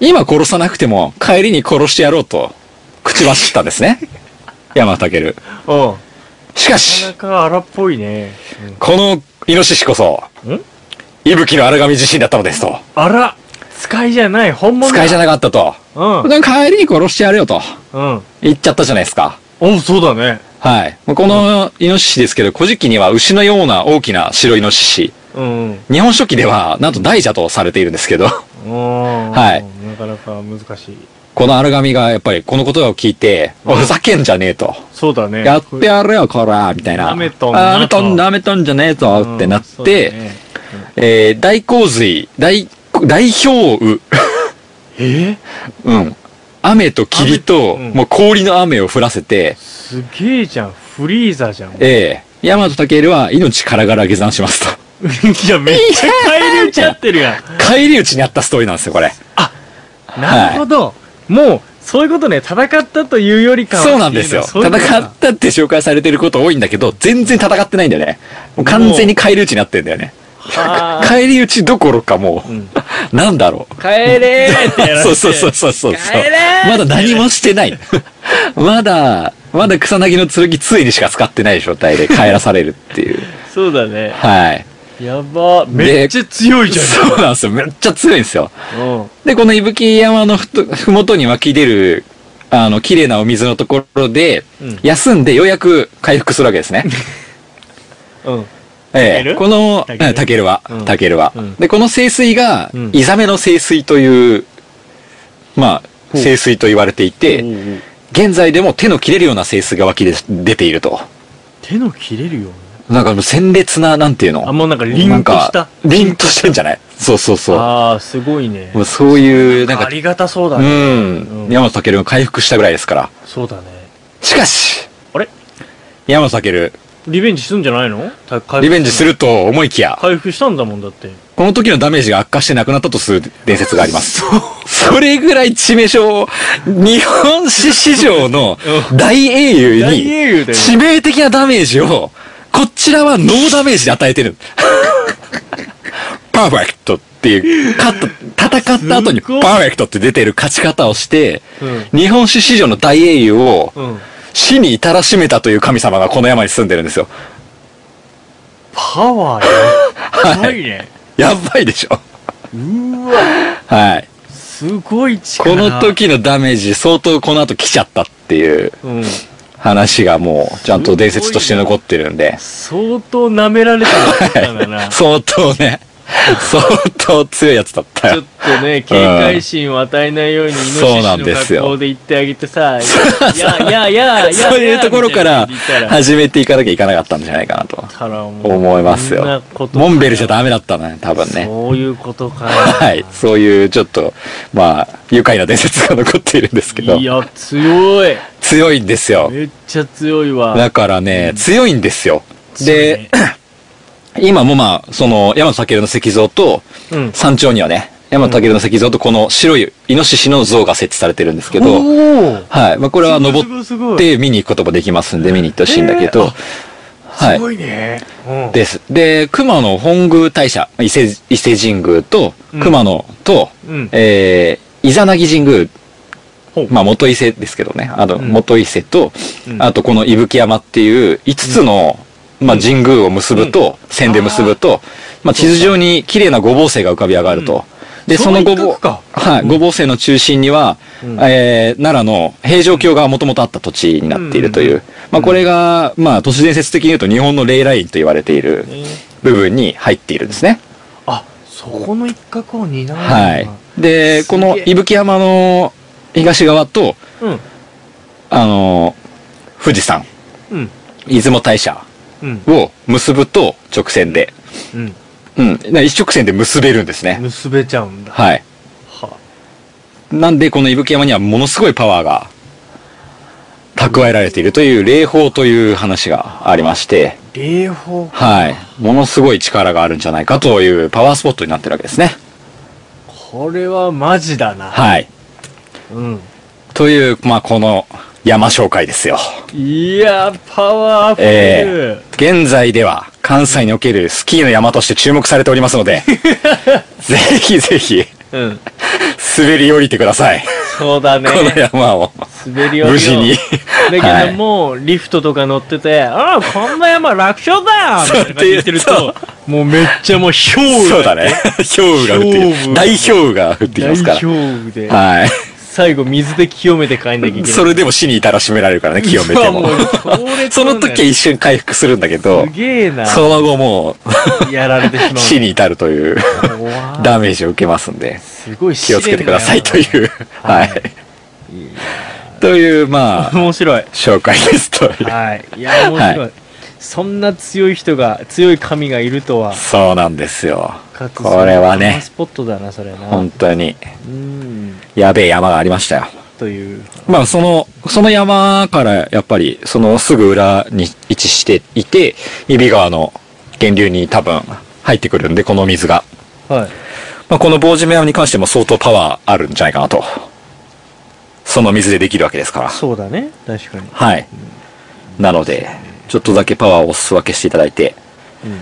Speaker 5: 今殺さなくても帰りに殺してやろうと、口走った んですね。山田健。
Speaker 1: おう
Speaker 5: しか
Speaker 1: なか
Speaker 5: し
Speaker 1: な、か荒っぽいね。うん
Speaker 5: このイノシシこそ、
Speaker 1: ん
Speaker 5: 息吹の荒神自身だったのですと。
Speaker 1: あら使いじゃない、本物だ。
Speaker 5: 使いじゃ
Speaker 1: ない。
Speaker 5: なかったと。
Speaker 1: うん。
Speaker 5: で帰りに殺してやれよと
Speaker 1: うん。
Speaker 5: 言っちゃったじゃないですか。
Speaker 1: おう、そうだね。
Speaker 5: はい。まあこのイノシシですけど、古事記には牛のような大きな白イノシシ。
Speaker 1: うん。
Speaker 5: 日本書紀では、なんと大蛇とされているんですけど、
Speaker 1: うん。
Speaker 5: はい。
Speaker 1: なかなか難しい。
Speaker 5: この荒神がやっぱりこの言葉を聞いて、おふざけんじゃねえと。
Speaker 1: そうだね。
Speaker 5: やってやれよ、こら、みたいな。
Speaker 1: 舐めとんな
Speaker 5: あ舐めとん、舐めとんじゃねえぞ、ってなっ
Speaker 1: うんそうだ
Speaker 5: て、
Speaker 1: ね
Speaker 5: えー大洪水、大、大氷 雨。
Speaker 1: えー
Speaker 5: うん。雨と霧と、
Speaker 1: 雨うん
Speaker 5: もう氷の雨を降らせて、
Speaker 1: すげえじゃん。フリーザ じゃん。
Speaker 5: ええヤマトタケルは命からがら下山します と。
Speaker 1: いや、めっちゃ返り討ちやってるやん。
Speaker 5: 帰り討ちにあったストーリーなんですよ、これ。
Speaker 1: なるほど。もう、そういうことね、戦ったというよりかは。
Speaker 5: そうなんですよ。
Speaker 1: そういうこと
Speaker 5: 戦ったって紹介されてること多いんだけど、全然戦ってないんだよね。もう完全に帰り討ちになってんだよね。
Speaker 1: はあ
Speaker 5: 帰り討ちどころかもう、
Speaker 1: うん
Speaker 5: なんだろ
Speaker 1: 帰れーってやら
Speaker 5: う。
Speaker 1: れ
Speaker 5: そ
Speaker 1: て。
Speaker 5: うそうそうそうそう。
Speaker 1: 帰れー
Speaker 5: まだ何もしてない。まだ、まだ草薙の剣杖にしか使ってない状態で帰らされるっていう。
Speaker 1: そうだね。
Speaker 5: はい。
Speaker 1: やば。めっちゃ強いじゃん。
Speaker 5: そうなんですよ。めっちゃ強いんですよ。
Speaker 1: うん。
Speaker 5: で、この伊吹山のふと、ふもとに湧き出る、あの、綺麗なお水のところで、
Speaker 1: うん
Speaker 5: 休んでようやく回復するわけですね。
Speaker 1: うん。
Speaker 5: え
Speaker 1: タケ
Speaker 5: え、
Speaker 1: ル
Speaker 5: この、
Speaker 1: タケル
Speaker 5: うんタケルは
Speaker 1: うん、
Speaker 5: タケルは
Speaker 1: うん。
Speaker 5: で、この聖水が
Speaker 1: うん、
Speaker 5: イザメの聖水という、まあ、聖水と言われてい
Speaker 1: お
Speaker 5: て、
Speaker 1: うおう
Speaker 5: 現在でも手の切れるような聖水が湧き出出ていると。
Speaker 1: 手の切れるよう
Speaker 5: なんかもう鮮烈な、なんていうの
Speaker 1: な。あ、もうなんか凛とした。
Speaker 5: 凛としてんじゃないそうそうそう。
Speaker 1: ああ、すごいね
Speaker 5: も。うそういう、なん
Speaker 1: あ
Speaker 5: か、
Speaker 1: りがたそうだ
Speaker 5: う
Speaker 1: ね。
Speaker 5: ん
Speaker 1: う。ん
Speaker 5: 山本健が回復したぐらいですから。
Speaker 1: そうだね。
Speaker 5: しかし、
Speaker 1: あれ
Speaker 5: 山本健、
Speaker 1: リベンジするんじゃないのた回復
Speaker 5: リベンジすると思いきや、
Speaker 1: 回復したんだもんだって。
Speaker 5: この時のダメージが悪化してなくなったとする伝説があります。それぐらい致命傷を、日本史史上の大英雄
Speaker 1: 大
Speaker 5: に、
Speaker 1: 英雄だよ。
Speaker 5: 致命的なダメージを、こちらはノーダメージで与えてる。パーフェクトっていう、勝った、戦った後に
Speaker 1: す
Speaker 5: パ
Speaker 1: ごい
Speaker 5: ーフェクトって出てる勝ち方をして、
Speaker 1: うん
Speaker 5: 日本史史上の大英雄を
Speaker 1: うん。
Speaker 5: 死に至らしめたという神様がこの山に住んでるんですよ。
Speaker 1: パワー や。すごいね。
Speaker 5: やばいでしょ。
Speaker 1: うーわ。
Speaker 5: はい。
Speaker 1: すごい力。
Speaker 5: この。時のダメージ相当この後来ちゃったっていう
Speaker 1: うん。
Speaker 5: 話がもうちゃんと伝説として残ってるんで、
Speaker 1: 相当舐められたのだったんだ な。ち
Speaker 5: 相当ね、相当強いやつだった
Speaker 1: ょ
Speaker 5: よ
Speaker 1: っ。とね、警戒心を与えないように、イノシシ
Speaker 5: そう
Speaker 1: の
Speaker 5: なんですよ
Speaker 1: 格好で行ってあげてさ、いやいやいやいや、
Speaker 5: そういうところから
Speaker 1: みたいな言
Speaker 5: 始めていかなきゃいかなかったんじゃないかなと
Speaker 1: ったらもう
Speaker 5: 思います
Speaker 1: そんな
Speaker 5: よ
Speaker 1: こ。と
Speaker 5: モンベルじゃダメだったね、多分ね。
Speaker 1: そういうことか。
Speaker 5: はい。そういうちょっと、まあ、愉快な伝説が残っているんですけど
Speaker 1: い、や、強い。
Speaker 5: 強いんですよ。
Speaker 1: めっちゃ強いわ。
Speaker 5: だからね、強いんですよ。で、今もまあ、その、山田健の石像と、
Speaker 1: うん。
Speaker 5: 山頂にはね、山田健の石像とこの白いイノシシの像が設置されてるんですけ
Speaker 1: お
Speaker 5: ど、
Speaker 1: ー
Speaker 5: はい。まあ、これは
Speaker 1: す
Speaker 5: 登
Speaker 1: ごいすご
Speaker 5: っ
Speaker 1: いす
Speaker 5: て見に行くこともできますんで、見に行ってほしいんだけど、は
Speaker 1: ご
Speaker 5: い。
Speaker 1: いね。うん
Speaker 5: です。で、熊野本宮大社、伊勢、伊勢神宮と、
Speaker 1: うん
Speaker 5: 熊野と、
Speaker 1: うん
Speaker 5: えー、伊ザナギ神宮
Speaker 1: ほう、
Speaker 5: まあ、元伊勢ですけどね、あの、
Speaker 1: ん
Speaker 5: 元伊勢と、
Speaker 1: うん
Speaker 5: あとこの伊吹山っていう5つの、まあ、神宮を結ぶと、線で結ぶと、まあ、地図上に綺麗な五芒星が浮かび上がると。で、そ
Speaker 1: その
Speaker 5: の五
Speaker 1: 一
Speaker 5: 芒
Speaker 1: 角か、
Speaker 5: はい、五芒星の中心には、
Speaker 1: うん
Speaker 5: えー奈良の平城京がもともとあった土地になっているという、まあ、これが、まあ、都市伝説的に言うと日本のレイラインと言われている
Speaker 1: えー
Speaker 5: 部分に入っているんですね。
Speaker 1: あ、そこの一角を担うのか
Speaker 5: はい。で、この伊吹山の東側と、
Speaker 1: うん。
Speaker 5: あの、富士山、
Speaker 1: うん。
Speaker 5: 出雲大社
Speaker 1: うん。
Speaker 5: を結ぶと直線で、
Speaker 1: うん。
Speaker 5: うん。な一直線で結べるんですね。
Speaker 9: 結べちゃうんだ。
Speaker 5: はい。
Speaker 9: は
Speaker 5: なんで、この伊吹山にはものすごいパワーが蓄えられているという霊峰という話がありまして、
Speaker 9: 霊峰か。
Speaker 5: はい。ものすごい力があるんじゃないかというパワースポットになってるわけですね。
Speaker 9: これはマジだな。
Speaker 5: はい。
Speaker 9: うん。
Speaker 5: という、まあ、この山紹介ですよ。
Speaker 9: いやー、パワーアップル。
Speaker 5: え現在では関西におけるスキーの山として注目されております ので、ぜひぜひ
Speaker 1: うん。
Speaker 5: 滑り降りてください。
Speaker 1: そうだね
Speaker 5: こ。の山を。
Speaker 1: 滑り降りを
Speaker 5: 無事に。
Speaker 1: だけども、リフトとか乗ってて、ああ、こんな山楽勝だよみたいな感じで言ってる
Speaker 5: そ
Speaker 1: と、
Speaker 5: う
Speaker 1: もうめっちゃもうひょう
Speaker 5: そうだね。氷雨が降ってい
Speaker 9: 氷
Speaker 5: る。
Speaker 9: 雨
Speaker 5: 大氷雨が降ってきますか
Speaker 9: 大丈夫で。
Speaker 5: ら。はい。
Speaker 1: 最後水で清めて帰んなきゃいけない。
Speaker 5: それでも死に至らしめられるか らね、清めても
Speaker 1: うわ。う強烈なんだよ
Speaker 5: その時は一瞬回復するんだ けど
Speaker 1: す、げえな。
Speaker 5: その後も
Speaker 1: やられてし
Speaker 5: う
Speaker 1: まう。
Speaker 5: 死に至る というダメージを受けますんで、
Speaker 1: すごい
Speaker 5: 気をつけてくださいという、はい。という、まあ、
Speaker 1: 面白い。
Speaker 5: 紹介ですという。
Speaker 1: はい。いや、面白い。
Speaker 5: は
Speaker 1: そんな強い人が、強い神がいるとは、
Speaker 5: そうなんですよ。
Speaker 1: かつ
Speaker 5: これはね
Speaker 1: パワースポットだな、それな。
Speaker 5: 本
Speaker 1: う
Speaker 5: 当に、
Speaker 1: ん。
Speaker 5: やべえ山がありましたよ。
Speaker 1: という。
Speaker 5: まあ、その、その山から、やっぱり、そのすぐ裏に位置していて、指川の源流に多分入ってくるんで、この水が。
Speaker 1: はい。
Speaker 5: まあ、この棒締め山に関しても相当パワーあるんじゃないかなと。その水でできるわけですから。
Speaker 1: そうだね。確かに。
Speaker 5: はい。なので、ちょっとだけパワーをお裾分けしていただいて、
Speaker 1: うん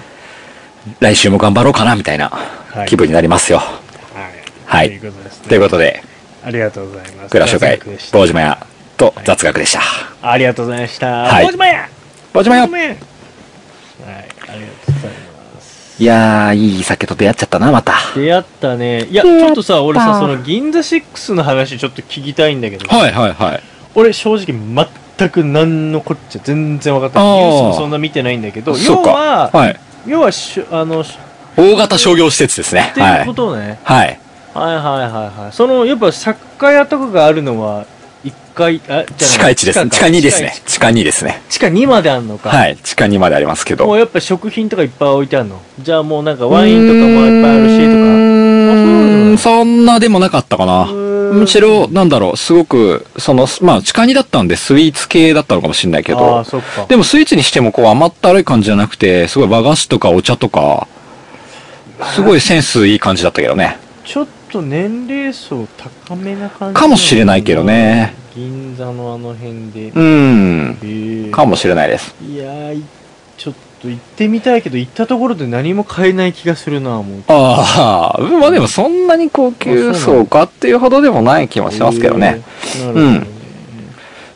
Speaker 5: 来週も頑張ろうかな、みたいな気分になりますよ。は
Speaker 9: はいい。ということです
Speaker 5: と
Speaker 9: ね
Speaker 5: いう。ことで、
Speaker 9: ありがとうございます。
Speaker 5: 蔵紹介
Speaker 9: 雑学でし、た
Speaker 5: 棒島屋と雑学でした。
Speaker 1: ありがとうございました。
Speaker 5: はい
Speaker 1: 小島や
Speaker 5: 棒島屋
Speaker 1: めん
Speaker 9: はい。ありがとうございます。
Speaker 5: いやー、いい酒と出会っちゃったな、また。
Speaker 1: 出会ったね。いや、ちょっとさ、俺さ、その銀座6の話ちょっと聞きたいんだけど、
Speaker 5: はいはいはい。
Speaker 1: 俺正直全く何のこっちゃ全然分かってない。
Speaker 5: あー
Speaker 1: ニュースもそんな見てないんだけど、
Speaker 5: そ
Speaker 1: 要
Speaker 5: うか。
Speaker 1: は、
Speaker 5: はい。
Speaker 1: 要はしゅ、あの、し
Speaker 5: 大型商業施設ですね
Speaker 1: っ。て
Speaker 5: は
Speaker 1: いう
Speaker 5: い
Speaker 1: こ。とね。
Speaker 5: はい。
Speaker 1: はいはいはいはい。その、やっぱ作家屋とかがあるのは、1階、あ、じゃ
Speaker 5: 地下1ですね。地下2ですね。。地下2ですね。
Speaker 1: 地下2まであんのか。
Speaker 5: はい。地下2までありますけど。
Speaker 1: もうやっぱ食品とかいっぱい置いてあるのじゃあもうなんかワインとかもいっぱいあるしと
Speaker 5: う
Speaker 1: か。
Speaker 5: ーんそんなでもなかったかな。むしろ、なんだろう、すごく、その、まあ、地下にだったんで、スイーツ系だったのかもしれないけ
Speaker 1: ああ、
Speaker 5: ど、
Speaker 1: そっか。
Speaker 5: でもスイーツにしても、こう、甘ったるい感じじゃなくて、すごい和菓子とかお茶とか、すごいセンスいい感じだったけどね。
Speaker 1: ちょっと年齢層高めな感じ
Speaker 5: かもしれないけどね。
Speaker 1: 銀座のあの辺で。へ
Speaker 5: うん、
Speaker 1: え
Speaker 5: かもしれないです。
Speaker 1: いやーいちょっと行ってみたいけど、行ったところで何も買えない気がするな、もう。
Speaker 5: ああ、まあでもそんなに高級そうかっていうほどでもない気もしますけどね。
Speaker 1: へー。なるほどね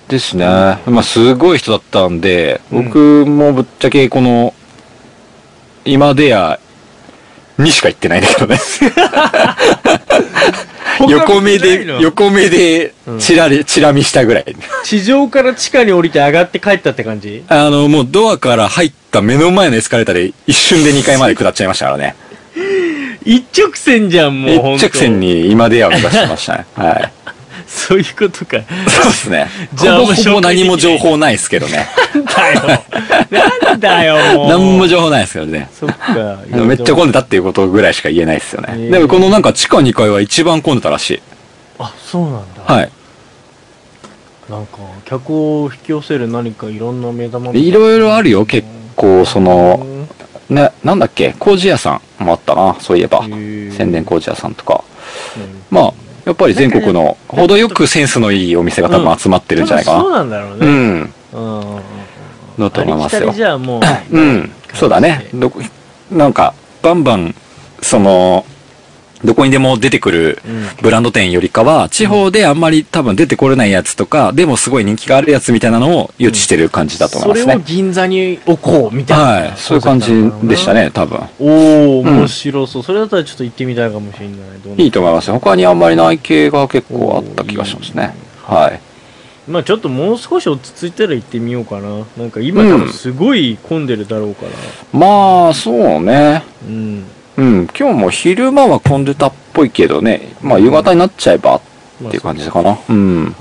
Speaker 5: ですね。まあ、すごい人だったんで、僕もぶっちゃけこの、今でや、にしか行ってないんだけどね。横目で、横目で、チラリ、チラ見したぐらい。
Speaker 1: 地上から地下に降りて上がって帰ったって感じ
Speaker 5: あの、もうドアから入った目の前のエスカレーターで一瞬で2階まで下っちゃいましたからね。
Speaker 1: 一直線じゃん、もう。
Speaker 5: 一直線
Speaker 1: に。
Speaker 5: に今でやを目指してましたね。 はい。
Speaker 1: そういうことか。
Speaker 5: そうです ね。
Speaker 1: じゃあ
Speaker 5: ほぼ
Speaker 1: もう
Speaker 5: ほぼ何も情報ないですけど ね。
Speaker 1: なんだよ、もう。
Speaker 5: 何も情報ないですけどね。
Speaker 1: そっか。
Speaker 5: あの めっちゃ混んでたっていうことぐらいしか言えないですよ
Speaker 1: え
Speaker 5: ね。
Speaker 1: ー
Speaker 5: でもこのなんか地下2階は一番混んでたらしい。
Speaker 1: あ、そうなんだ。
Speaker 5: はい。
Speaker 1: なんか、客を引き寄せる何かいろんな目玉
Speaker 5: でいろいろあるよ、結構、その、
Speaker 1: うん
Speaker 5: ね、なんだっけ、工事屋さんもあったな、そういえば。
Speaker 1: へえ
Speaker 5: 宣伝工事屋さんとか。まあ、やっぱり全国の程よくセンスのいいお店が多分集まってるんじゃない
Speaker 1: そう
Speaker 5: か
Speaker 1: なんだろう
Speaker 5: な。う
Speaker 1: ね。
Speaker 5: ん。
Speaker 1: うん。うんうん
Speaker 5: だと思い
Speaker 1: あり
Speaker 5: ま
Speaker 1: き
Speaker 5: す
Speaker 1: たり
Speaker 5: よ。
Speaker 1: じゃあもう、
Speaker 5: うん。そうだね。どこ、なんか、バンバン、その、どこにでも出てくる
Speaker 1: うん
Speaker 5: ブランド店よりかは、地方であんまり多分出てこれないやつとか、でもすごい人気があるやつみたいなのを誘致してる感じだと思い
Speaker 1: そ
Speaker 5: ま
Speaker 1: れを
Speaker 5: すね。
Speaker 1: 銀座に置こうみたいな。
Speaker 5: はい。そういう感じでした。ね、多分。
Speaker 1: おー、
Speaker 5: うん
Speaker 1: 面白そう。それだったらちょっと行ってみたいかもしれない。どんない
Speaker 5: いと思いますよ。他にあんまりない系が結構あった気がしますね。はい。
Speaker 1: まあちょっともう少し落ち着いたら行ってみようかな。なんか今多分すごい混んでるだろうから。
Speaker 5: まあ、そうね。
Speaker 1: うん。
Speaker 5: うん。今日も昼間は混んでたっぽいけどね。まあ、夕方になっちゃえば
Speaker 1: まあ
Speaker 5: っていう感じかな。うん。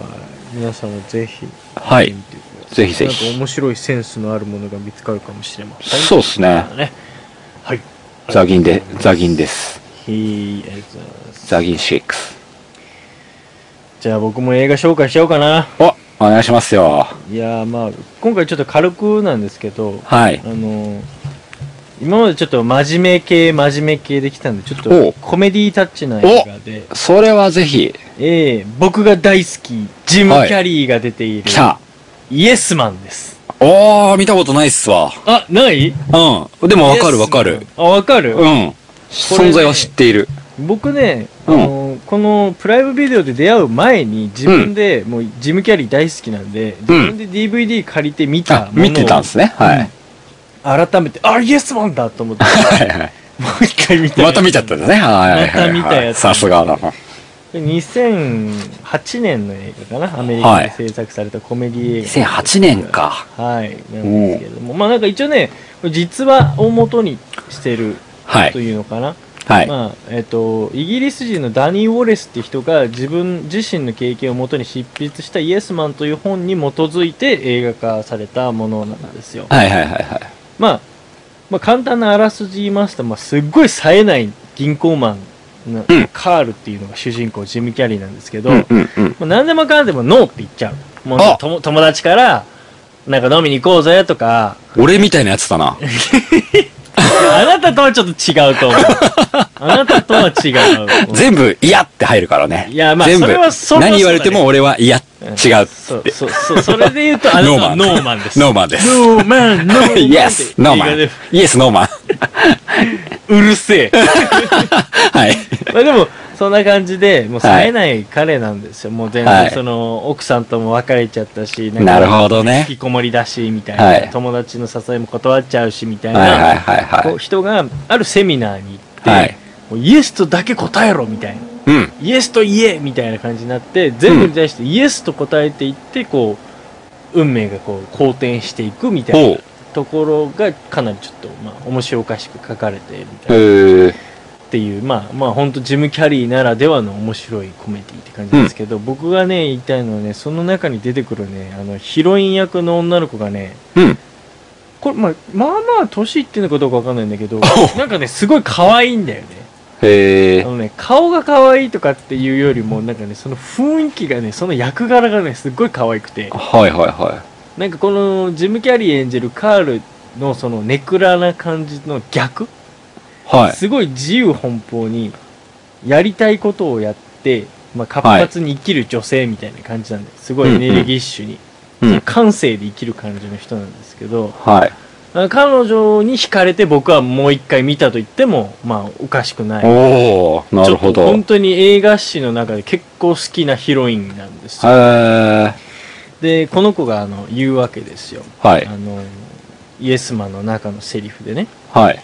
Speaker 1: 皆さんもぜひ。
Speaker 5: は
Speaker 1: 行
Speaker 5: い
Speaker 1: っ。てみてください
Speaker 5: ぜひぜひ
Speaker 1: なんか面白いセンスのあるものが見つかるかもしれません。
Speaker 5: そうですね。
Speaker 1: ね。はい。あ
Speaker 5: ザギンで、ザギンです。
Speaker 1: ひー、ありがとうございます。
Speaker 5: ザギン6。
Speaker 1: じゃあ僕も映画紹介しようかな。
Speaker 5: お、お願いしますよ。
Speaker 1: いやーまあ、今回ちょっと軽くなんですけど、
Speaker 5: はい
Speaker 1: あ。のー、今までちょっと真面目系、真面目系できたんで、ちょっ
Speaker 5: お
Speaker 1: と
Speaker 5: う
Speaker 1: コメディタッチな映画で、
Speaker 5: それはぜひ、
Speaker 1: ええ僕が大好き、ジム・キャリーが出ている、
Speaker 5: 来た。
Speaker 1: イエスマンです。
Speaker 5: おー、見たことないっすわ。
Speaker 1: あ、ない
Speaker 5: うん。でもわかるわかる。。
Speaker 1: あ、わかる、
Speaker 5: うん。存在は知っている。
Speaker 1: 僕ね、あ
Speaker 5: うん
Speaker 1: のこのプライムビデオで出会う前に自分で、もうジム・キャリー大好きなんで、自分で DVD 借りて見た
Speaker 5: あ、
Speaker 1: ものを
Speaker 5: 見てたんですね。はい。
Speaker 1: 改めて、あ、イエスマンだと 思って、
Speaker 5: はいはい。
Speaker 1: もう一回見た。
Speaker 5: また見ちゃったんですね。はいはいはいはい。
Speaker 1: また見たやつ
Speaker 5: さすがだな。
Speaker 1: 2008年の映画かな、アメリカで制作されたコメディ映画。
Speaker 5: 2008年か。
Speaker 1: はい、なんですけれども、まあなんか一応ね、実話を元にしてる
Speaker 5: は
Speaker 1: と
Speaker 5: い。
Speaker 1: いうのかな。
Speaker 5: はい。
Speaker 1: まあえっとイギリス人のダニー・ウォレスって人が自分自身の経験をもとに執筆した「イエスマン」という本に基づいて映画化されたものなんですよ、
Speaker 5: はいはいはいはい。
Speaker 1: まあ、まあ簡単なあらすじ言いますと、まあ、すっごい冴えない銀行マンの、
Speaker 5: うん
Speaker 1: カールっていうのが主人公ジム・キャリーなんですけど、
Speaker 5: うんうんうん。
Speaker 1: もう何でもかんでもノーって言っちゃうもう
Speaker 5: あ
Speaker 1: とも友達からなんか飲みに行こうぜとか
Speaker 5: 俺みたいなやつだな。
Speaker 1: あなたとはちょっと違うと思うあなたとは違う
Speaker 5: 全部嫌って入るからね。
Speaker 1: いやまあ
Speaker 5: 全部
Speaker 1: それはそれはそうだね
Speaker 5: 何言われても俺は嫌。違う。
Speaker 1: そう、そう、そう、それで言うと、あ
Speaker 5: ノ
Speaker 1: の
Speaker 5: ーマン。
Speaker 1: ノーマンです。
Speaker 5: ノーマンです。
Speaker 1: ノーマン、ノーマンって。
Speaker 5: イエスノーマ
Speaker 1: 映画
Speaker 5: ン
Speaker 1: で。
Speaker 5: イエスノーマン。
Speaker 1: うるせえ。
Speaker 5: はい。
Speaker 1: まあでも、そんな感じで、もう冴えない彼なんですよ。もう全
Speaker 5: は
Speaker 1: 然、
Speaker 5: い
Speaker 1: その、奥さんとも別れちゃったし、んか
Speaker 5: なるほど
Speaker 1: 引
Speaker 5: ね。
Speaker 1: きこもりだし、みたい
Speaker 5: はい
Speaker 1: な。友達の誘いも断っちゃうし、みたい
Speaker 5: はいはい
Speaker 1: な。
Speaker 5: はい
Speaker 1: こう
Speaker 5: は
Speaker 1: 人があるセミナーに
Speaker 5: い。
Speaker 1: 行
Speaker 5: は
Speaker 1: って
Speaker 5: い。、
Speaker 1: もうイエスとだけ答えろ、みたいな。
Speaker 5: うん。
Speaker 1: イエスとイエみたいな感じになって、全部に対してイエスと答えていって、こう、運命がこう、好転していくみたいな。
Speaker 5: ほう。
Speaker 1: ところがかなりちょっと、まあ、面白おかしく書かれてみたいなっ
Speaker 5: えー
Speaker 1: ていう、まあ、まあ、本当ジム・キャリーならではの面白いコメディって感じですけど、僕がね、言いたいのはね、その中に出てくるね、あの、ヒロイン役の女の子がね、
Speaker 5: うん
Speaker 1: これ、まあ、まあまあ、年いってんのかどうかわかんないんだ けど、
Speaker 5: お
Speaker 1: なんかね、すごい可愛いんだよね。あ
Speaker 5: へえ。
Speaker 1: のね、顔が可愛いとかっていうよりも、なんかね、その雰囲気がね、その役柄がね、すっごい可愛くて。
Speaker 5: はいはいは
Speaker 1: なんかこのジム・キャリー演じるカールのそのネクラな感じの逆、
Speaker 5: い。はい。
Speaker 1: すごい自由奔放にやりたいことをやって、まあ、活発に生きる女性みたいな感じなんで、すごいエネルギッシュに、
Speaker 5: うん。
Speaker 1: 感性で生きる感じの人なんですけど、
Speaker 5: はい。
Speaker 1: あ彼女に惹かれて僕はもう一回見たと言っても、まあ、おかしくない。
Speaker 5: おおなるほ
Speaker 1: ちょっと
Speaker 5: ど。
Speaker 1: 本当に映画史の中で結構好きなヒロインなんです
Speaker 5: へ
Speaker 1: よ。
Speaker 5: え。
Speaker 1: で、この子があの言うわけですよ。
Speaker 5: はい
Speaker 1: あ。のイエスマンの中のセリフでね
Speaker 5: はい。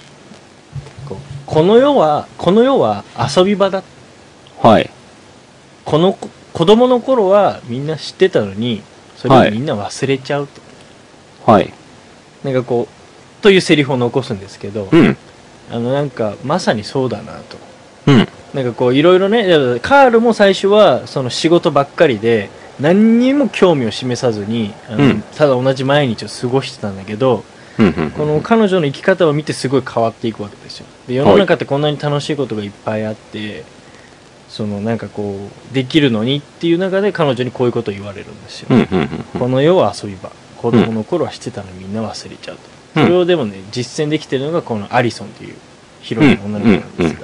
Speaker 1: こうこの世はこの世は遊び場だ
Speaker 5: はい。
Speaker 1: この子子供の頃はみんな知ってたのにそれ
Speaker 5: は
Speaker 1: を
Speaker 5: い
Speaker 1: みんな忘れちゃうと、
Speaker 5: はい。
Speaker 1: なんかこうというセリフを残すんですけど、
Speaker 5: うん。
Speaker 1: あのなんかまさにそうだなと
Speaker 5: うん。
Speaker 1: なんかこういろいろねだからカールも最初はその仕事ばっかりで何にも興味を示さずにあの、
Speaker 5: うん
Speaker 1: ただ同じ毎日を過ごしてたんだけど、
Speaker 5: うんうん。
Speaker 1: この彼女の生き方を見てすごい変わっていくわけですよで世の中ってこんなに楽しいことがいっぱいあってそのなんかこうできるのにっていう中で彼女にこういうことを言われるんですよ、
Speaker 5: うんうんうん
Speaker 1: この世は遊び場子供の頃はしてたのにみんな忘れちゃうと、
Speaker 5: うん
Speaker 1: それをでもね実践できてるのがこのアリソンというヒロインの女の子なんですが、
Speaker 5: うんうんうん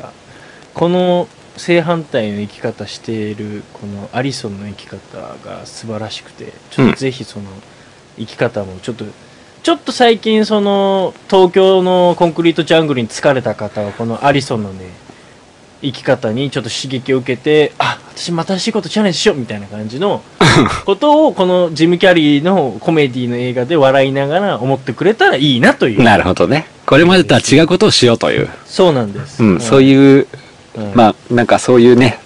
Speaker 1: この正反対の生き方しているこのアリソンの生き方が素晴らしくてちょっ
Speaker 5: うん
Speaker 1: とぜひその生き方もちょっとちょっと最近その東京のコンクリートジャングルに疲れた方はこのアリソンのね生き方にちょっと刺激を受けてあ私も新しいことチャレンジしようみたいな感じ のことをこのジム・キャリーのコメディの映画で笑いながら思ってくれたらいいなという
Speaker 5: なるほどね。これまでとは違うことをしようという。
Speaker 1: そうなんです、
Speaker 5: うん。そう
Speaker 1: う、
Speaker 5: いう、
Speaker 1: うん
Speaker 5: まあ、なんかそういうね、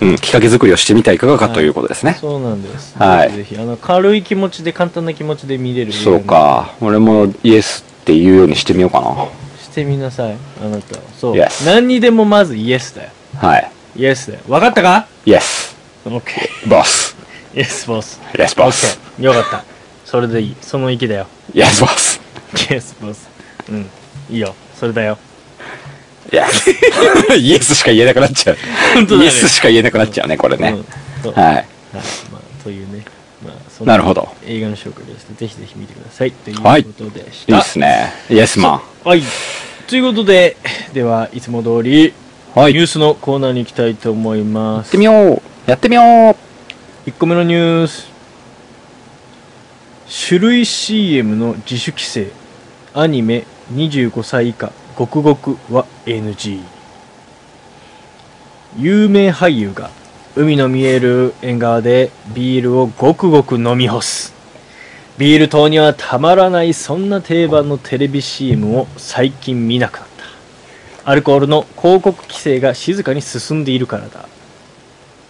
Speaker 1: うん
Speaker 5: うん、きっかけ作りをしてみてはいかがかということですね。
Speaker 1: そうなんです、
Speaker 5: は
Speaker 1: ぜ
Speaker 5: い
Speaker 1: ひぜひあの軽い気持ちで簡単な気持ちで見れる映画
Speaker 5: そうか。俺もイエスって言うようにしてみようか
Speaker 1: してみなさいあなたはそう、
Speaker 5: Yes
Speaker 1: 何にでもまずイエスだよ
Speaker 5: な。はい。
Speaker 1: イエスだよ分かったか
Speaker 5: イエス。
Speaker 1: ?OK
Speaker 5: ボス。
Speaker 1: イエスボス
Speaker 5: イエスボス。
Speaker 1: OK よかったそれでいいその意気だよ
Speaker 5: イエスボス。
Speaker 1: イエスボスうんいいよそれだよ
Speaker 5: いや、 イエスしか言えなくなっちゃう。イエスしか言えなくなっちゃうね、これね。
Speaker 1: そうはい、
Speaker 5: はい。
Speaker 1: まあ、というね、まあ、そん
Speaker 5: なるほど。
Speaker 1: 映画の紹介でした。ぜひぜひ見てください。という
Speaker 5: はい
Speaker 1: ことでし
Speaker 5: い
Speaker 1: た。
Speaker 5: いっすね。イエスマ
Speaker 1: はい。ということで、では、いつも通り、
Speaker 5: ン。はい。
Speaker 1: ニュ
Speaker 5: や
Speaker 1: ースのコーナーに行きたいと思いま
Speaker 5: っ
Speaker 1: す
Speaker 5: て。みよう。やってみよう。
Speaker 1: 1個目のニュース。種類 CM の自主規制。アニメ25歳以下、ごくごくは NG。有名俳優が海の見える縁側でビールをごくごく飲み干す。ビール糖にはたまらないそんな定番のテレビ CM を最近見なくなった。アルコールの広告規制が静かに進んでいるからだ。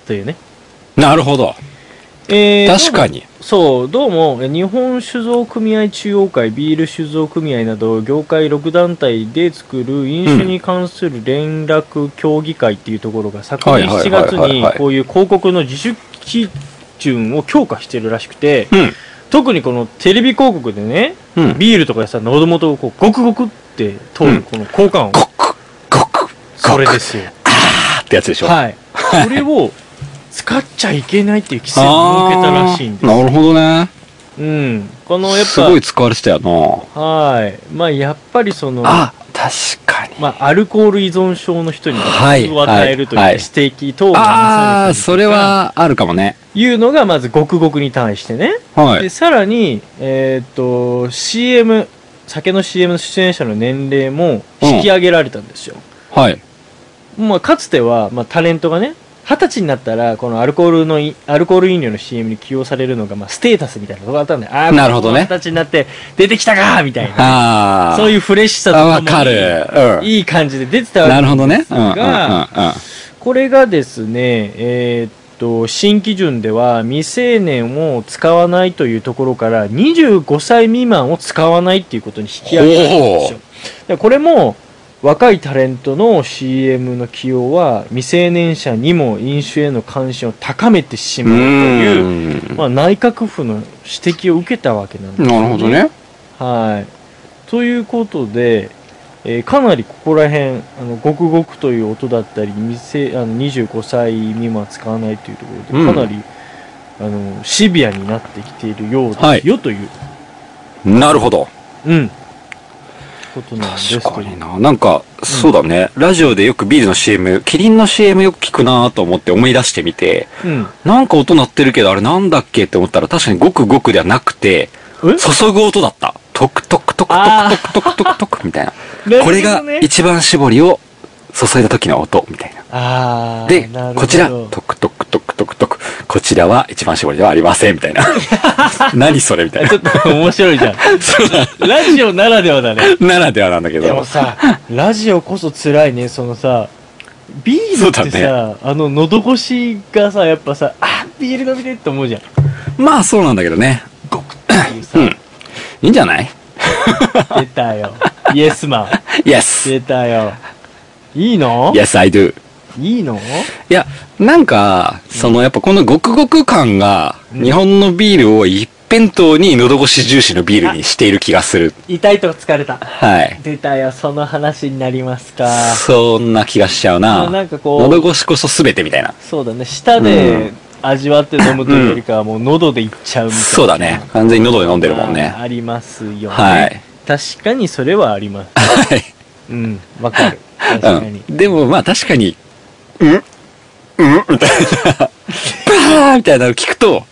Speaker 1: というね。
Speaker 5: なるほど。
Speaker 1: えー
Speaker 5: 確かに。
Speaker 1: そう、どうも、え日本酒造組合中央会、ビール酒造組合など、業界6団体で作る飲酒に関する連絡協議会っていうところが、昨年
Speaker 5: はいは
Speaker 1: 7
Speaker 5: いはい
Speaker 1: 月
Speaker 5: はい
Speaker 1: にこういう広告の自主基準を強化してるらしくて、
Speaker 5: うん
Speaker 1: 特にこのテレビ広告でね、
Speaker 5: うん。
Speaker 1: ビールとかでさ、喉元をこうゴクゴクって通
Speaker 5: う
Speaker 1: る
Speaker 5: ん
Speaker 1: この効果音、
Speaker 5: コク、コク、
Speaker 1: それですよ。
Speaker 5: あーってやつでしょ。
Speaker 1: はい。それを使っちゃいけないっていう規制を設けたらしいんです
Speaker 5: あーなるほどね。
Speaker 1: うん、このやっ
Speaker 5: す
Speaker 1: ぱ
Speaker 5: ごい使われてたよな。
Speaker 1: はいまあやっぱりその
Speaker 5: あ、確かに。
Speaker 1: まあ、アルコール依存症の人に
Speaker 5: はい
Speaker 1: 薬を与えるという
Speaker 5: はい
Speaker 1: 指摘等がな
Speaker 5: あ
Speaker 1: されたりと
Speaker 5: あ、
Speaker 1: か
Speaker 5: それはあるかもね。
Speaker 1: いうのがまずごくごくに対してね、
Speaker 5: は
Speaker 1: で
Speaker 5: い。
Speaker 1: さらに、えーっと CM 酒の CM の出演者の年齢も引き上げられたんですよ、
Speaker 5: はい。
Speaker 1: まあ、かつては、まあ、タレントがね二十歳になったらこのアルコールのいアルコール飲料の CM に起用されるのが、まあ、ステータスみたいなとこだったんでああ
Speaker 5: なるほどね
Speaker 1: 二十歳になって出てきたかみたいな
Speaker 5: ああ。
Speaker 1: そういうフレッシュさと
Speaker 5: あ、
Speaker 1: か
Speaker 5: わ
Speaker 1: も
Speaker 5: かる。うん。
Speaker 1: いい感じで出てたわけ
Speaker 5: なるほどね。うんうんうんうん。
Speaker 1: これがですね、えーっと、新基準では未成年を使わないというところから25歳未満を使わないっていうことに引き上げたんですよ。でこれも若いタレントの CM の起用は未成年者にも飲酒への関心を高めてし
Speaker 5: う
Speaker 1: まうという、
Speaker 5: ーん。
Speaker 1: まあ、内閣府の指摘を受けたわけなんですよ
Speaker 5: なるほどね。
Speaker 1: はい。ということで、えーかなりここら辺、あの、ごくごくという音だったり、店、あの、25歳未満使わないというところ
Speaker 5: うん
Speaker 1: で、かなり、あの、シビアになってきているようですよ、
Speaker 5: はい
Speaker 1: という、
Speaker 5: なるほど。
Speaker 1: うん。ことなんです
Speaker 5: 確
Speaker 1: け
Speaker 5: か
Speaker 1: ど
Speaker 5: に。な。なんか、そうだね。ラジオでよくビールの CM、キリンの CM よく聞くなと思って思い出してみて、
Speaker 1: うん。
Speaker 5: なんか音鳴ってるけど、あれなんだっけって思ったら、確かにごくごくではなくて、注ぐ音だった。トクトクトク
Speaker 1: あ
Speaker 5: トクトクトクトクトクみたいな。
Speaker 1: なるほどね
Speaker 5: これが一番絞りを注いだ時の音みたいな。
Speaker 1: あー
Speaker 5: で
Speaker 1: なるほど、
Speaker 5: こちら、トクトクトクトクトク、こちらは一番絞りではありませんみ たいな。何それみたいな
Speaker 1: ちょ。っと面白いじゃん。ラジオならではだね。
Speaker 5: ならではなんだけ
Speaker 1: でも
Speaker 5: ど。
Speaker 1: さ、ラジオこそ辛いね、そのさ、ビールって
Speaker 5: そうだ
Speaker 1: さ、あの、喉越しがさ、やっぱさ、あ、ビール飲みてって思うじゃん。
Speaker 5: まあそうなんだけどね。
Speaker 1: っていうさ、
Speaker 5: うんいいんじゃない
Speaker 1: 出たよ。イエスマン。
Speaker 5: ?Yes!
Speaker 1: 出たよ。いいの
Speaker 5: Yes, I do.
Speaker 1: いいの
Speaker 5: いや、なんか、そのやっぱこのごくごく感が、
Speaker 1: うん
Speaker 5: 日本のビールを一辺倒に喉越し重視のビールにしている気がする。
Speaker 1: 痛いとか疲れた。
Speaker 5: はい。
Speaker 1: 出たよ、その話になりますか。
Speaker 5: そんな気がしちゃう
Speaker 1: もうな
Speaker 5: な。
Speaker 1: んかこ
Speaker 5: 喉
Speaker 1: う、
Speaker 5: 越しこそ全てみたいな。
Speaker 1: そうだね、舌
Speaker 5: う
Speaker 1: で
Speaker 5: ん
Speaker 1: 味わって飲むというよりかは、もう喉でいっちゃうみたいな。
Speaker 5: そうだね。完全に喉で飲んでるも
Speaker 1: あ
Speaker 5: んね。
Speaker 1: ーありますよね。
Speaker 5: はい。
Speaker 1: 確かにそれはあります。
Speaker 5: はい。
Speaker 1: うん、わかる。確かに。
Speaker 5: うん、でもまあ確かに、んんみたいな、パーみたいなの聞くと、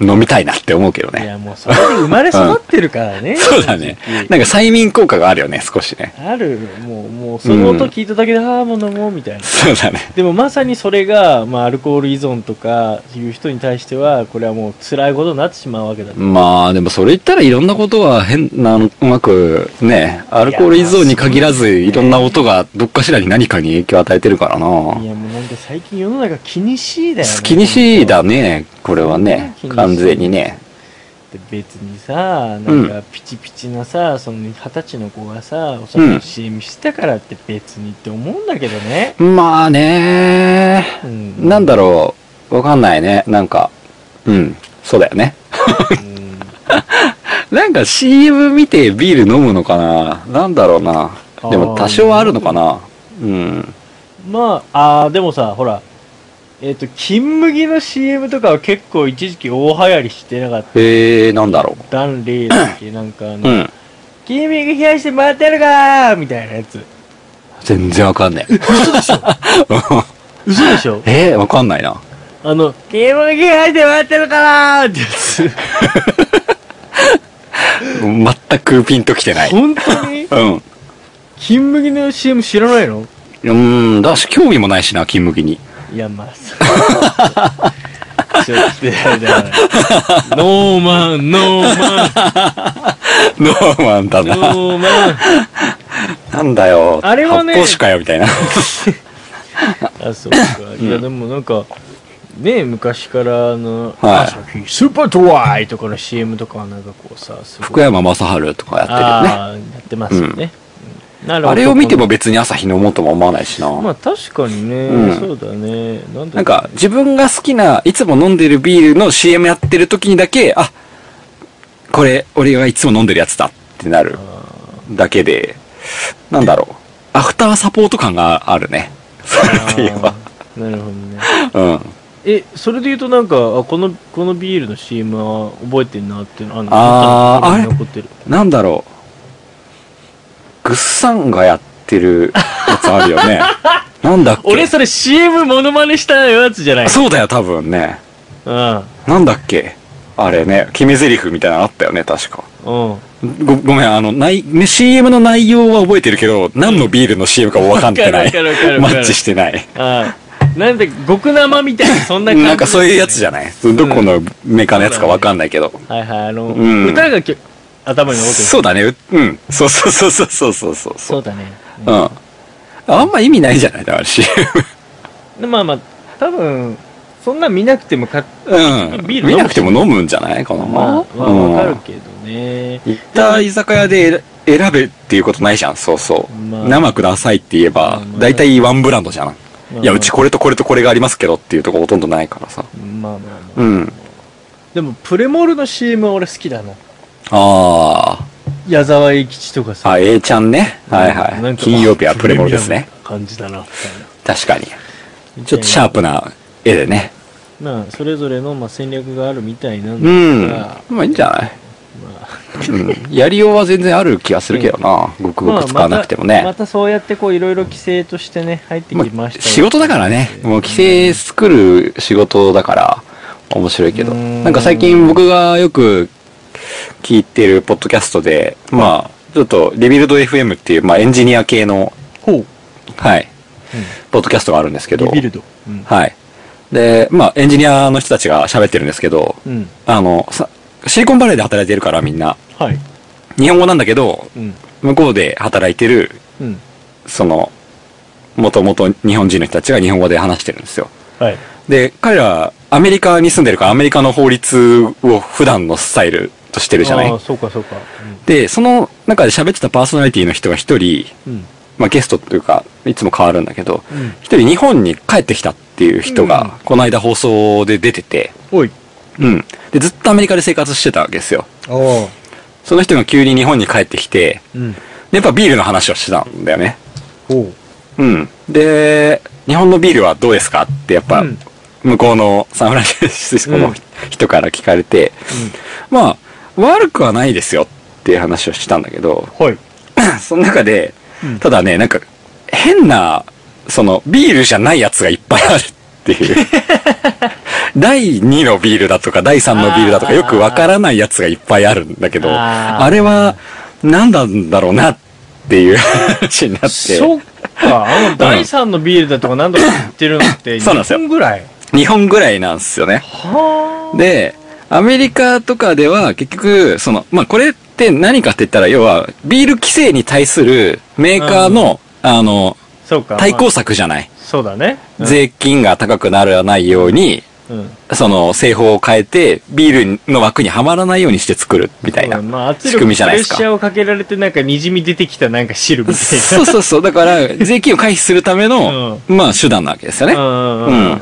Speaker 5: 飲みたいなって思うけど
Speaker 1: い
Speaker 5: ね。
Speaker 1: や、もうそれで生まれ育ってるからね。
Speaker 5: そうだね
Speaker 1: 正直。
Speaker 5: なんか催眠効果があるよね、少しね。
Speaker 1: ある、もう、もう、その音聞いただけで、ああ、もう飲もう、みたいな。
Speaker 5: そうだね。
Speaker 1: でもまさにそれが、まあ、アルコール依存とかいう人に対しては、これはもう辛いことになってしまうわけだ。
Speaker 5: まあでもそれ言ったらいろんなことは変な、うまくね、アルコール依存に限らずいろんな音がどっかしらに何かに影響を与えてるから
Speaker 1: い
Speaker 5: な。
Speaker 1: や、もうなんか最近世の中気にしいだよね。
Speaker 5: 気にしいだね、これはね
Speaker 1: 気にし。い
Speaker 5: 完全にね。
Speaker 1: で別にさなんかピチピチなさ、その二十歳の子がさお酒
Speaker 5: う
Speaker 1: の
Speaker 5: ん
Speaker 1: CM してたからって別にって思うんだけどね、
Speaker 5: まあね
Speaker 1: うん、
Speaker 5: なんだろう、わかんないね。なんか、うん、そうだよね。
Speaker 1: うん、
Speaker 5: なんか CM 見てビール飲むのかななんだろうな。
Speaker 1: あ
Speaker 5: でも多少はあるのかなうん
Speaker 1: まあ、あーでもさ、ほら、えっ、と、金麦の CM とかは結構一時期大流行りしてなかった。
Speaker 5: へえなんだろ
Speaker 1: ダン レイだっけなんかあ
Speaker 5: うう
Speaker 1: の、
Speaker 5: ん
Speaker 1: 金麦冷やしてもらってるかーみたいなやつ。
Speaker 5: 全然わかんね
Speaker 1: 嘘でしょ
Speaker 5: ええーわかんないな
Speaker 1: あの、金麦冷やしてもらってるかなーってやつ。
Speaker 5: 全くピンときてない
Speaker 1: 本当に
Speaker 5: うんう
Speaker 1: 金麦の CM 知らないの
Speaker 5: ーんだし興味もないしな金麦に
Speaker 1: いや、まあ、そう ちょっとやだな。ノーマン、ノーマン、
Speaker 5: ノーマンだな
Speaker 1: ノーマン。
Speaker 5: なんだよ
Speaker 1: あれはね
Speaker 5: 発泡酒かよみたいな
Speaker 1: あ、そうか。いや、でもなんか、ね昔から、あの、
Speaker 5: はい
Speaker 1: 朝日スーパートワイとかの CM とかはなんかこうさ、すご
Speaker 5: 福
Speaker 1: い。
Speaker 5: 山雅治とかやってるよね
Speaker 1: ああ、やってますよね。うんなるほど。
Speaker 5: あれを見ても別に朝日飲もうとも思わないしな、
Speaker 1: まあ確かにね、
Speaker 5: うん
Speaker 1: そうだね。なんだ
Speaker 5: なんか、自分が好きないつも飲んでるビールの CM やってる時にだけあこれ俺がいつも飲んでるやつだってなるだけでなんだろうアフターサポート感があるねそれっていう
Speaker 1: あ
Speaker 5: か
Speaker 1: ーなるほどね。
Speaker 5: うん
Speaker 1: え、それで言うとなんか、あこの、このビールの CM は覚えてんなっていうのあるの
Speaker 5: あ
Speaker 1: 頭
Speaker 5: ー
Speaker 1: の中に
Speaker 5: あれ
Speaker 1: 残ってる。
Speaker 5: なんだろうグッサンがやってるやつある よねなんだっけ
Speaker 1: 俺それ CM モノマネしたやつじゃない
Speaker 5: あそうだよ多分ね
Speaker 1: うん。
Speaker 5: なんだっけあれね決め台詞みたいなのあったよね確か
Speaker 1: うん。
Speaker 5: ごごめん、あの、ない、ね、CM の内容は覚えてるけど、何のビールの CM か分かんてない
Speaker 1: わかるわかるわか。る
Speaker 5: マッチしてない。
Speaker 1: はい。なんで、極生みたいな、そんな感じ、
Speaker 5: なんかそういうやつじゃ
Speaker 1: ない。
Speaker 5: ないどこのメーカーのやつか分かんないけど。
Speaker 1: はいはい、あの、
Speaker 5: うん
Speaker 1: 歌がきょ頭に残ってる。
Speaker 5: そうだね。ううん。そうそうそうそうそうそう
Speaker 1: そ
Speaker 5: そうう。
Speaker 1: だね。
Speaker 5: うん。ああんま意味ないじゃないだから CM。
Speaker 1: でまあまあ、多分、そんな見なくてもか、
Speaker 5: うん。
Speaker 1: ビール飲む
Speaker 5: 見なくても飲むんじゃないかな。
Speaker 1: まあ、わ、
Speaker 5: うん
Speaker 1: わかるけどね。
Speaker 5: 行った居酒屋で選選べっていうことないじゃん。そうそう。
Speaker 1: まあ
Speaker 5: 生くださいって言えば、
Speaker 1: まあ
Speaker 5: 大体ワンブランドじゃん。
Speaker 1: まあ
Speaker 5: いや、うちこれとこれとこれがありますけどっていうとこほとんどないからさ。
Speaker 1: まあまあまあ。
Speaker 5: うん。
Speaker 1: でも、プレモルの CM は俺好きだな。
Speaker 5: あ
Speaker 1: 矢沢永吉とか
Speaker 5: あ。
Speaker 1: さ。
Speaker 5: あ、A ちゃんね。はい
Speaker 1: な
Speaker 5: は
Speaker 1: ん
Speaker 5: い。
Speaker 1: か
Speaker 5: 金曜日はプレモルですね。。
Speaker 1: あプレミアムな感じだな、み
Speaker 5: 確かに。
Speaker 1: たいな。
Speaker 5: ちょっとシャープな絵でね。
Speaker 1: まあ、それぞれの、まあ、戦略があるみたいなん
Speaker 5: う
Speaker 1: で
Speaker 5: ん。
Speaker 1: ま
Speaker 5: まあいいんじゃないうん。やりようは全然ある気がするけどな。ごくごく使わなくても
Speaker 1: まあまたま
Speaker 5: ね。
Speaker 1: たそうやってこういろいろ規制としてね入ってき
Speaker 5: ま
Speaker 1: ま
Speaker 5: あ
Speaker 1: したよ、
Speaker 5: 仕事だからね。もう規制作る仕事だから面白いけど。
Speaker 1: うん
Speaker 5: なんか最近僕がよく聞いてるポッドキャストで、まあ、ちょっとリビルド FM っていう、まあエンジニア系の、
Speaker 1: ほう
Speaker 5: はい、ポッドキャストがあるんですけど。
Speaker 1: リビルドうん
Speaker 5: はい。で、まあ、エンジニアの人たちが喋ってるんですけど、
Speaker 1: うん
Speaker 5: あの、さシリコンバレーで働いてるからみんな、
Speaker 1: はい
Speaker 5: 日本語なんだけど、
Speaker 1: うん
Speaker 5: 向こうで働いてる、
Speaker 1: うん
Speaker 5: その、もともと日本人の人たちが日本語で話してるんですよ。
Speaker 1: はい
Speaker 5: で、彼ら、アメリカに住んでるから、アメリカの法律を普段のスタイルとしてるじゃな
Speaker 1: あ
Speaker 5: い
Speaker 1: あそうかそうか
Speaker 5: で、その中で喋ってたパーソナリティの人が一人、
Speaker 1: うんうん
Speaker 5: まあ、ゲストというか、いつも変わるんだけど
Speaker 1: うん、
Speaker 5: 一、人日本に帰ってきたっていう人が、この間放送で出てて、
Speaker 1: おい
Speaker 5: うん。で、ずっとアメリカで生活してたわけですよ。
Speaker 1: ああ
Speaker 5: その人が急に日本に帰ってきて、
Speaker 1: うん
Speaker 5: でやっぱビールの話をしてたんだよね。
Speaker 1: ほう
Speaker 5: うん。で、日本のビールはどうですかって、やっぱ、
Speaker 1: うん
Speaker 5: 向こうのサンフランシスコ
Speaker 1: う
Speaker 5: の
Speaker 1: ん
Speaker 5: 人から聞かれて、まあ、悪くはないですよっていう話をしたんだ けど、
Speaker 1: はい
Speaker 5: その中で
Speaker 1: うん、
Speaker 5: ただね、なんか、変な、その、ビールじゃないやつがいっぱいあるっ ていう。第2のビールだとか、第3のビールだとか、
Speaker 1: あー
Speaker 5: よくわからないやつがいっぱいあるんだけど、
Speaker 1: あー
Speaker 5: あれは、何なんだろうなっていう話になって。
Speaker 1: そっかあの第三のビールだとか何度か言ってるのって
Speaker 5: そうなんですよ
Speaker 1: 日本ぐらい
Speaker 5: 日本ぐらいなんですよね。
Speaker 1: は
Speaker 5: で、アメリカとかでは結局、その、まあ、これって何かって言ったら、要は、ビール規制に対するメーカーの、あの、
Speaker 1: あそうか
Speaker 5: 対
Speaker 1: ま
Speaker 5: 抗
Speaker 1: あ
Speaker 5: 策じゃない。
Speaker 1: そうだねうん
Speaker 5: 税金が高くならないように、
Speaker 1: うん
Speaker 5: その製法を変えて、ビールの枠にはまらないようにして作るみたいな。
Speaker 1: まあ、圧
Speaker 5: 仕
Speaker 1: 力
Speaker 5: 組みじゃないですか
Speaker 1: プレッシャーをかけられて、なんか、にじみ出てきたなんか汁みたい
Speaker 5: そうそうそう。だから、税金を回避するための、まあ手段なわけですよね。
Speaker 1: な。うんうんうんうん。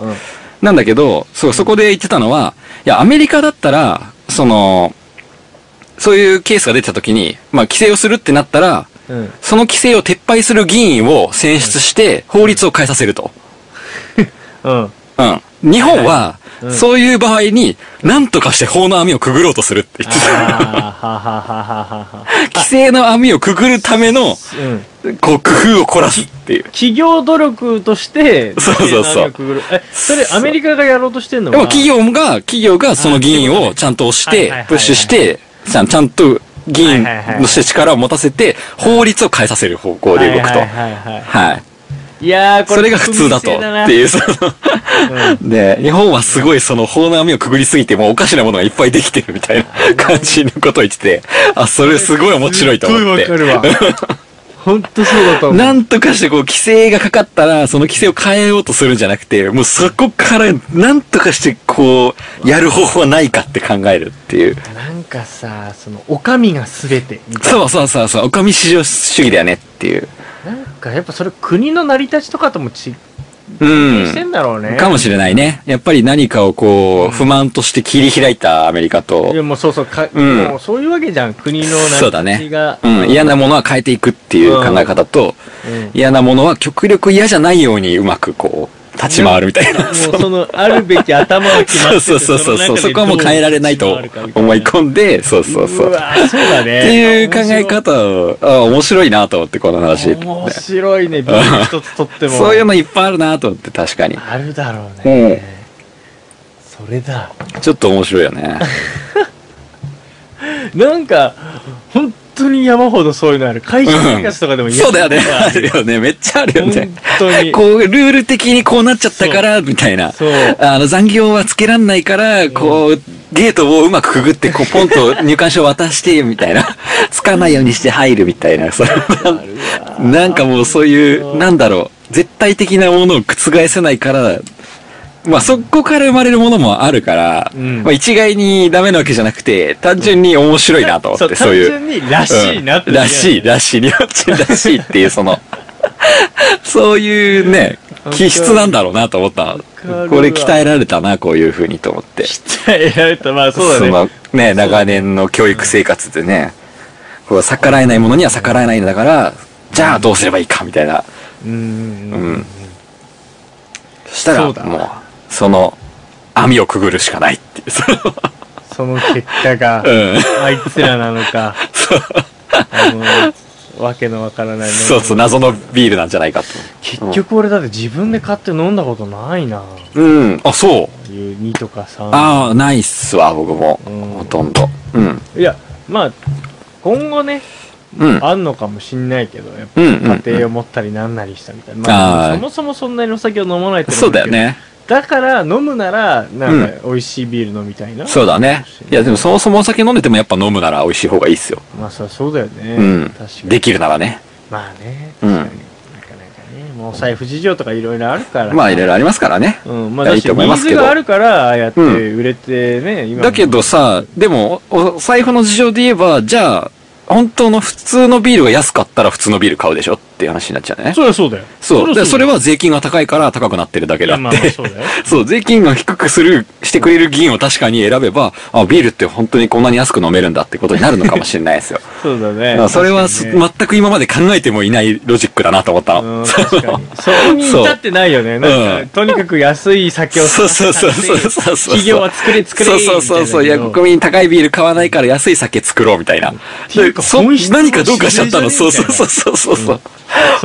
Speaker 5: なんだけど、そう、そこで言ってたのは、いや、アメリカだったら、その、そういうケースが出てた時に、まあ、規制をするってなったら、
Speaker 1: うん。
Speaker 5: その規制を撤廃する議員を選出して法律を変えさせると。
Speaker 1: うん。
Speaker 5: うん。日本は
Speaker 1: う、ん
Speaker 5: そういう場合に、何とかして法の網をくぐろうとするって言って た。
Speaker 1: ああ、はははははは。
Speaker 5: 規制の網をくぐるための、
Speaker 1: うん。
Speaker 5: こう、工夫を凝らすっていう。
Speaker 1: 企業努力として、
Speaker 5: そうそうそ
Speaker 1: 経営
Speaker 5: う
Speaker 1: の網をくぐるえ、それアメリカがやろうとしてんの
Speaker 5: で
Speaker 1: は
Speaker 5: も企業が、企業がその議員をちゃんと押し
Speaker 1: はいはいはいは
Speaker 5: て
Speaker 1: い、
Speaker 5: プッシュして、ちゃんちゃんと議員として力を持たせて、法律を変えさせる方向で動くと
Speaker 1: は。いはいはいは
Speaker 5: はい。
Speaker 1: い。いやー、これ
Speaker 5: それが普通だと。って
Speaker 1: う。
Speaker 5: いう、そ の、で、日本はすごいその法の網をくぐりすぎて、もうおかしなものがいっぱいできてるみたいな感じのことを言ってて、あ、それすごい面白いと思っ
Speaker 9: すっご
Speaker 5: て。
Speaker 9: いわかる わ。ほんとそうだと思う。
Speaker 5: なんとかしてこう、規制がかかったら、その規制を変えようとするんじゃなくて、もうそこから、なんとかしてこう、やる方法はないかって考えるっていう。
Speaker 1: なんかさ、その、お上が全てみたい
Speaker 5: そうそうそうそう、おかみ市場主義だよねっていう。
Speaker 1: な。なんかやっぱそれ国の成り立ちとかともち、
Speaker 5: う
Speaker 1: して
Speaker 5: ん。
Speaker 1: んだろうね。
Speaker 5: かもしれないね。やっぱり何かをこう、不満として切り開いたアメリカと。
Speaker 1: いやもうそうそう、か
Speaker 5: うん
Speaker 1: もうそういうわけじゃん。国の成
Speaker 5: そう
Speaker 1: り
Speaker 5: だ
Speaker 1: 立
Speaker 5: ね
Speaker 1: ちが。。
Speaker 5: うん。嫌なものは変えていくっていう考え方と、
Speaker 1: うん
Speaker 5: 嫌なものは極力嫌じゃないようにうまくこう、立ち回るみたいな。
Speaker 1: もう その、あるべき頭が決まって
Speaker 5: そう
Speaker 1: て
Speaker 5: そうそうそうそう。
Speaker 1: の中
Speaker 5: そ
Speaker 1: で
Speaker 5: こはもう変えられないと
Speaker 1: どう立ち回るかみ
Speaker 5: 思い込んで、そうそうそう。った
Speaker 1: いなそうだね。
Speaker 5: ていう考え方を、あ面白いなと思って、この話。
Speaker 1: 面白いね、ビール一つ取っても。
Speaker 5: そういうのいっぱいあるなと思って、確かに。
Speaker 1: あるだろうね。
Speaker 5: うん。
Speaker 1: それだ。
Speaker 5: ちょっと面白いよね。
Speaker 1: なんか、本当に山ほどそういうのある。会社生 活とかでも
Speaker 5: そうだよね。
Speaker 1: 山ほ
Speaker 5: あ
Speaker 1: どあ
Speaker 5: る
Speaker 1: る
Speaker 5: よね。めっちゃあるよね
Speaker 1: 本。当に。
Speaker 5: こう、ルール的にこうなっちゃったから、みたいな。
Speaker 1: そう。
Speaker 5: あの、残業はつけらんないから、こう、ゲートをうまくくぐって、こう、ポンと入館証渡して、みた いな。つかないようにして入るみたいな。そうなんかもうそういう、なんだろう。絶対的なものを覆せないから、まあそこから生まれるものもあるから、
Speaker 1: うん
Speaker 5: まあ一概にダメなわけじゃなくて、単純に面白いなと思って、そういう。
Speaker 1: 単純にらしいなって、
Speaker 5: うんらしい、らしい、日本人らしいっていう、その、そういうね、気質なんだろうなと思った
Speaker 1: るわ
Speaker 5: の。これ鍛えられたな、こういう風にと思って。
Speaker 1: 鍛えられた。まあそうだね。
Speaker 5: のね、長年の教育生活でね、こう逆らえないものには逆らえないんだから、じゃあどうすればいいか、みたいな。
Speaker 1: う。
Speaker 5: うんん。そした
Speaker 1: そう
Speaker 5: ら、
Speaker 1: だ
Speaker 5: もう、その、網をくぐるしかないっていう。その
Speaker 1: その結果が、
Speaker 5: うん。
Speaker 1: あいつらなのか、
Speaker 5: そう
Speaker 1: あの、わけのわからない
Speaker 5: そうそう、謎のビールなんじゃないかと。
Speaker 1: 結局俺だって自分で買って飲んだことないな。
Speaker 5: うん。あ、そう。
Speaker 1: いう2とか3。
Speaker 5: ああ、ないっすわ、僕も。
Speaker 1: うん
Speaker 5: ほとんど。うん。
Speaker 1: いや、まあ、今後ね、
Speaker 5: うん。
Speaker 1: あんのかもしんないけど、やっぱ
Speaker 5: うんうんうん
Speaker 1: 家庭を持ったりなんなりしたみたいな。ま
Speaker 5: あ
Speaker 1: あ、
Speaker 5: ー
Speaker 1: そもそもそんなにお酒を飲まないってのも
Speaker 5: そうだよね。
Speaker 1: だから、飲むなら、なんか、美味しいビール飲みたいな。
Speaker 5: そうだね。いや、でもそもそもお酒飲んでてもやっぱ飲むなら美味しい方がいいっすよ。
Speaker 1: まあ、そりゃそうだよね。
Speaker 5: うん
Speaker 1: 確か。に。
Speaker 5: できるならね。
Speaker 1: まあね、
Speaker 5: う
Speaker 1: 確か
Speaker 5: ん
Speaker 1: に。なかなかね、もうお財布事情とかいろいろあるから。
Speaker 5: まあいろいろありますからね。
Speaker 1: うん、まあ、だ
Speaker 5: いい
Speaker 1: し、
Speaker 5: と
Speaker 1: ニ
Speaker 5: 思いま
Speaker 1: ー
Speaker 5: す
Speaker 1: ズ
Speaker 5: けど
Speaker 1: があるから、ああやって
Speaker 5: うん
Speaker 1: 売れてね、今も
Speaker 5: だけどさ、でも、おお財布の事情で言えば、じゃあ、本当の普通のビールが安かったら普通のビール買うでしょっていう話になっちゃうね。
Speaker 1: そりゃそうだよ。
Speaker 5: そう。
Speaker 1: りゃ
Speaker 5: で、それ
Speaker 1: だよ
Speaker 5: は税金が高いから高くなってるだけ
Speaker 1: い
Speaker 5: であ
Speaker 1: やま
Speaker 5: って。
Speaker 1: あまあ、そうだよ。
Speaker 5: そう、税金が低くする、してくれる議員を確かに選べば、あ、ビールって本当にこんなに安く飲めるんだってことになるのかもしれないです よ。
Speaker 1: そうだね。
Speaker 5: それは
Speaker 1: 確
Speaker 5: す
Speaker 1: かにね
Speaker 5: 全く今まで考えてもいないロジックだなと思った
Speaker 1: う
Speaker 5: の。
Speaker 1: ん
Speaker 5: そ
Speaker 1: 確かに。そこに至ってないよね。なんか、
Speaker 5: うん
Speaker 1: とにかく安い酒を
Speaker 5: うそうそうそうそうそうそう。
Speaker 1: 企業は作れ作れ
Speaker 5: そうそうそうそう。い
Speaker 1: みた
Speaker 5: や、
Speaker 1: な
Speaker 5: 国民高いビール買わないから安い酒作ろうみたいな。
Speaker 1: ていうか
Speaker 5: そ
Speaker 1: 本質の
Speaker 5: 何かどうかしちゃったの。
Speaker 1: 自
Speaker 5: そう
Speaker 1: 制じ
Speaker 5: そ
Speaker 1: ゃね
Speaker 5: うそうそうそ
Speaker 1: そ
Speaker 5: う。
Speaker 1: こ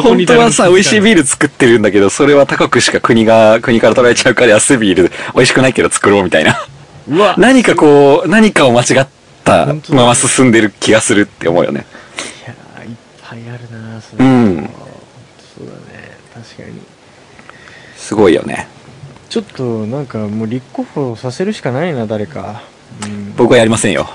Speaker 5: 本
Speaker 1: に
Speaker 5: 当はさ、美味しい
Speaker 1: ー
Speaker 5: ビール作ってるんだけど、それは高くしか国が、国から取られちゃうから安いビール、美味しくないけど作ろうみたいな。
Speaker 1: ル。うわ、
Speaker 5: 何かこう、何かを間違った
Speaker 1: 本当だ
Speaker 5: まま進んでる気がするって思うよね。
Speaker 1: いっぱいあるなそうれそ
Speaker 5: ん。
Speaker 1: うだね。確かに。
Speaker 5: すごいよね。
Speaker 1: ちょっと、なんか、もう立候補させるしかないな、誰か。うん
Speaker 5: 僕はやりませんよ。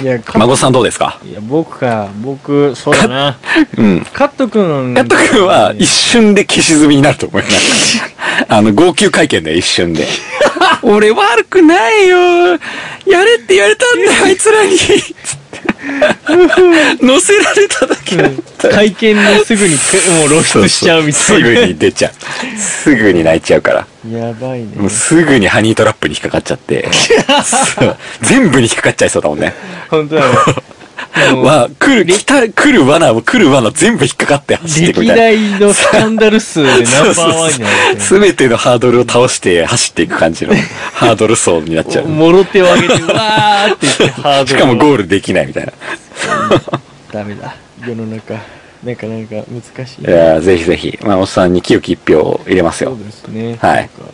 Speaker 1: いや、か
Speaker 5: 孫さんどうですか
Speaker 1: いや、僕か、僕、そうだ な。
Speaker 5: うん。
Speaker 1: カット君。
Speaker 5: 加藤君は一瞬で消し済みになると思い ます。あの、号泣会見で一瞬で。 俺悪くないよ。やれって言われたんだよ、あいつらに。つって 乗せられただけだった。
Speaker 1: 会見にすぐに、もう露出しちゃうみたい
Speaker 5: そうそうすぐ
Speaker 1: な。
Speaker 5: に出ちゃう。すぐに泣いちゃうから。
Speaker 1: やばいね。
Speaker 5: もうすぐにハニート ラップに引っかかっちゃって。そう全部に引っかかっちゃいそうだもんね。
Speaker 1: 本当だね。
Speaker 5: は、来る、来た、来る罠も来る罠全部引っかかって走ってい
Speaker 1: 歴
Speaker 5: くみたいな。
Speaker 1: 代のスキャンダル数でナンバーワンになる
Speaker 5: すべてのハードルを倒して走っていく感 じのハードル層になっちゃう。
Speaker 1: もろ手を上げて、わーって言ってハードルを
Speaker 5: しかもゴールできないみたいな。
Speaker 1: ダメだ。世の中、なかなか難しい。
Speaker 5: いやーぜひぜひ、まあ、おっさんに清き一票を入れます
Speaker 1: そ
Speaker 5: よ
Speaker 1: う。ですね。
Speaker 5: はい
Speaker 1: なんか。うん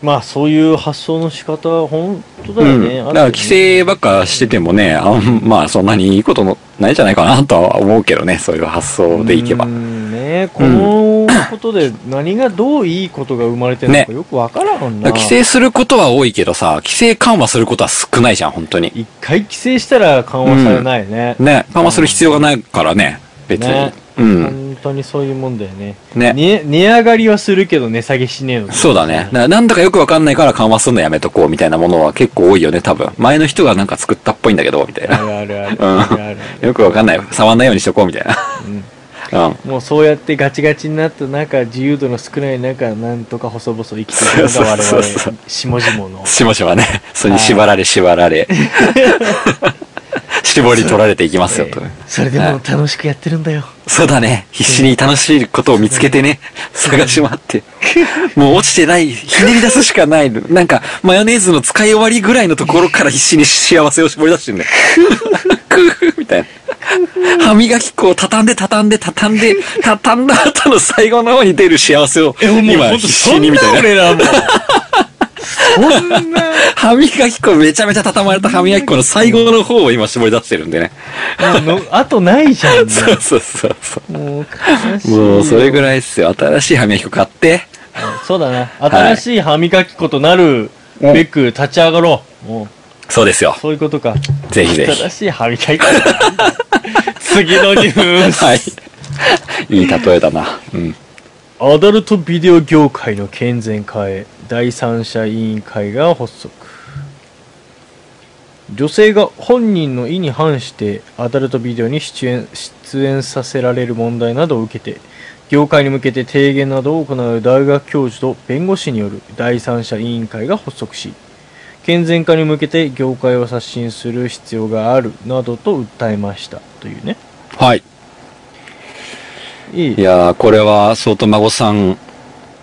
Speaker 1: まあ、そういう発想の仕方は本当だよね。
Speaker 5: うん。
Speaker 1: あ
Speaker 5: だ
Speaker 1: るよね
Speaker 5: から規制ばっかしててもね、あんまあそんなにいいことのないんじゃないかなとは思うけどね、そういう発想でいけば。
Speaker 1: うーんねこのことで何がどういいことが生まれてるのか
Speaker 5: ね
Speaker 1: よくわからんもんな。
Speaker 5: だから規制することは多いけどさ、規制緩和することは少ないじゃん、本当に。
Speaker 1: 一回規制したら緩和されないね。
Speaker 5: ね、緩和する必要がないからね、別に。
Speaker 1: ね
Speaker 5: うん。
Speaker 1: 本当にそういうもんだよね。
Speaker 5: ね。
Speaker 1: ね値上がりはするけど値下げしねえの。
Speaker 5: そうだね。だからなんだかよくわかんないから緩和するのやめとこうみたいなものは結構多いよね、多分。前の人がなんか作ったっぽいんだけど、みたい
Speaker 1: あ
Speaker 5: な。
Speaker 1: るあるあるあるある。
Speaker 5: よくわかんない。触んないようにしとこうみたいな。うん。
Speaker 1: もうそうやってガチガチになった中、自由度の少ない中、なんとか細々生きているのが我
Speaker 5: そうそうそう
Speaker 1: 々、下々の。
Speaker 5: しもしもね、それに縛られ縛ら れ、絞り取られていきますよ、と。
Speaker 1: それでも楽しくやってるんだよ。
Speaker 5: そうだね。必死に楽しいことを見つけてね、探し回って。もう落ちてない、ひねり出すしかない。なんか、マヨネーズの使い終わりぐらいのところから必死に幸せを絞り出してんだよ。クフみたいな。歯磨き粉を畳んで畳んで畳んで、畳んだ後の最後の方に出る幸せを、今必死にみたいな。
Speaker 10: らもう。
Speaker 5: 歯磨き粉、めちゃめちゃ畳まれた歯磨き粉の最後の方を今絞り出してるん でね。
Speaker 1: あのあとないじゃん。
Speaker 5: そうそうそうそ
Speaker 1: もう悲し
Speaker 5: う。
Speaker 1: いよ。
Speaker 5: もうそれぐらいっすよ。新しい歯磨き粉買って。
Speaker 1: そうだな。新しい歯磨き粉となるべく立ち上がろう。もう、
Speaker 5: そうですよ。
Speaker 1: そういうことか。
Speaker 5: ぜひぜひ。
Speaker 1: 新しい歯磨き粉。 次のニュース。
Speaker 5: はい。いい例えだな。うん。
Speaker 1: アダルトビデオ業界の健全化へ第三者委員会が発足女性が本人の意に反してアダルトビデオに出演出演させられる問題などを受けて業界に向けて提言などを行う大学教授と弁護士による第三者委員会が発足し健全化に向けて業界を刷新する必要があるなどと訴えましたというね
Speaker 5: はい。
Speaker 1: いい
Speaker 5: いやー、これは、相当孫さん、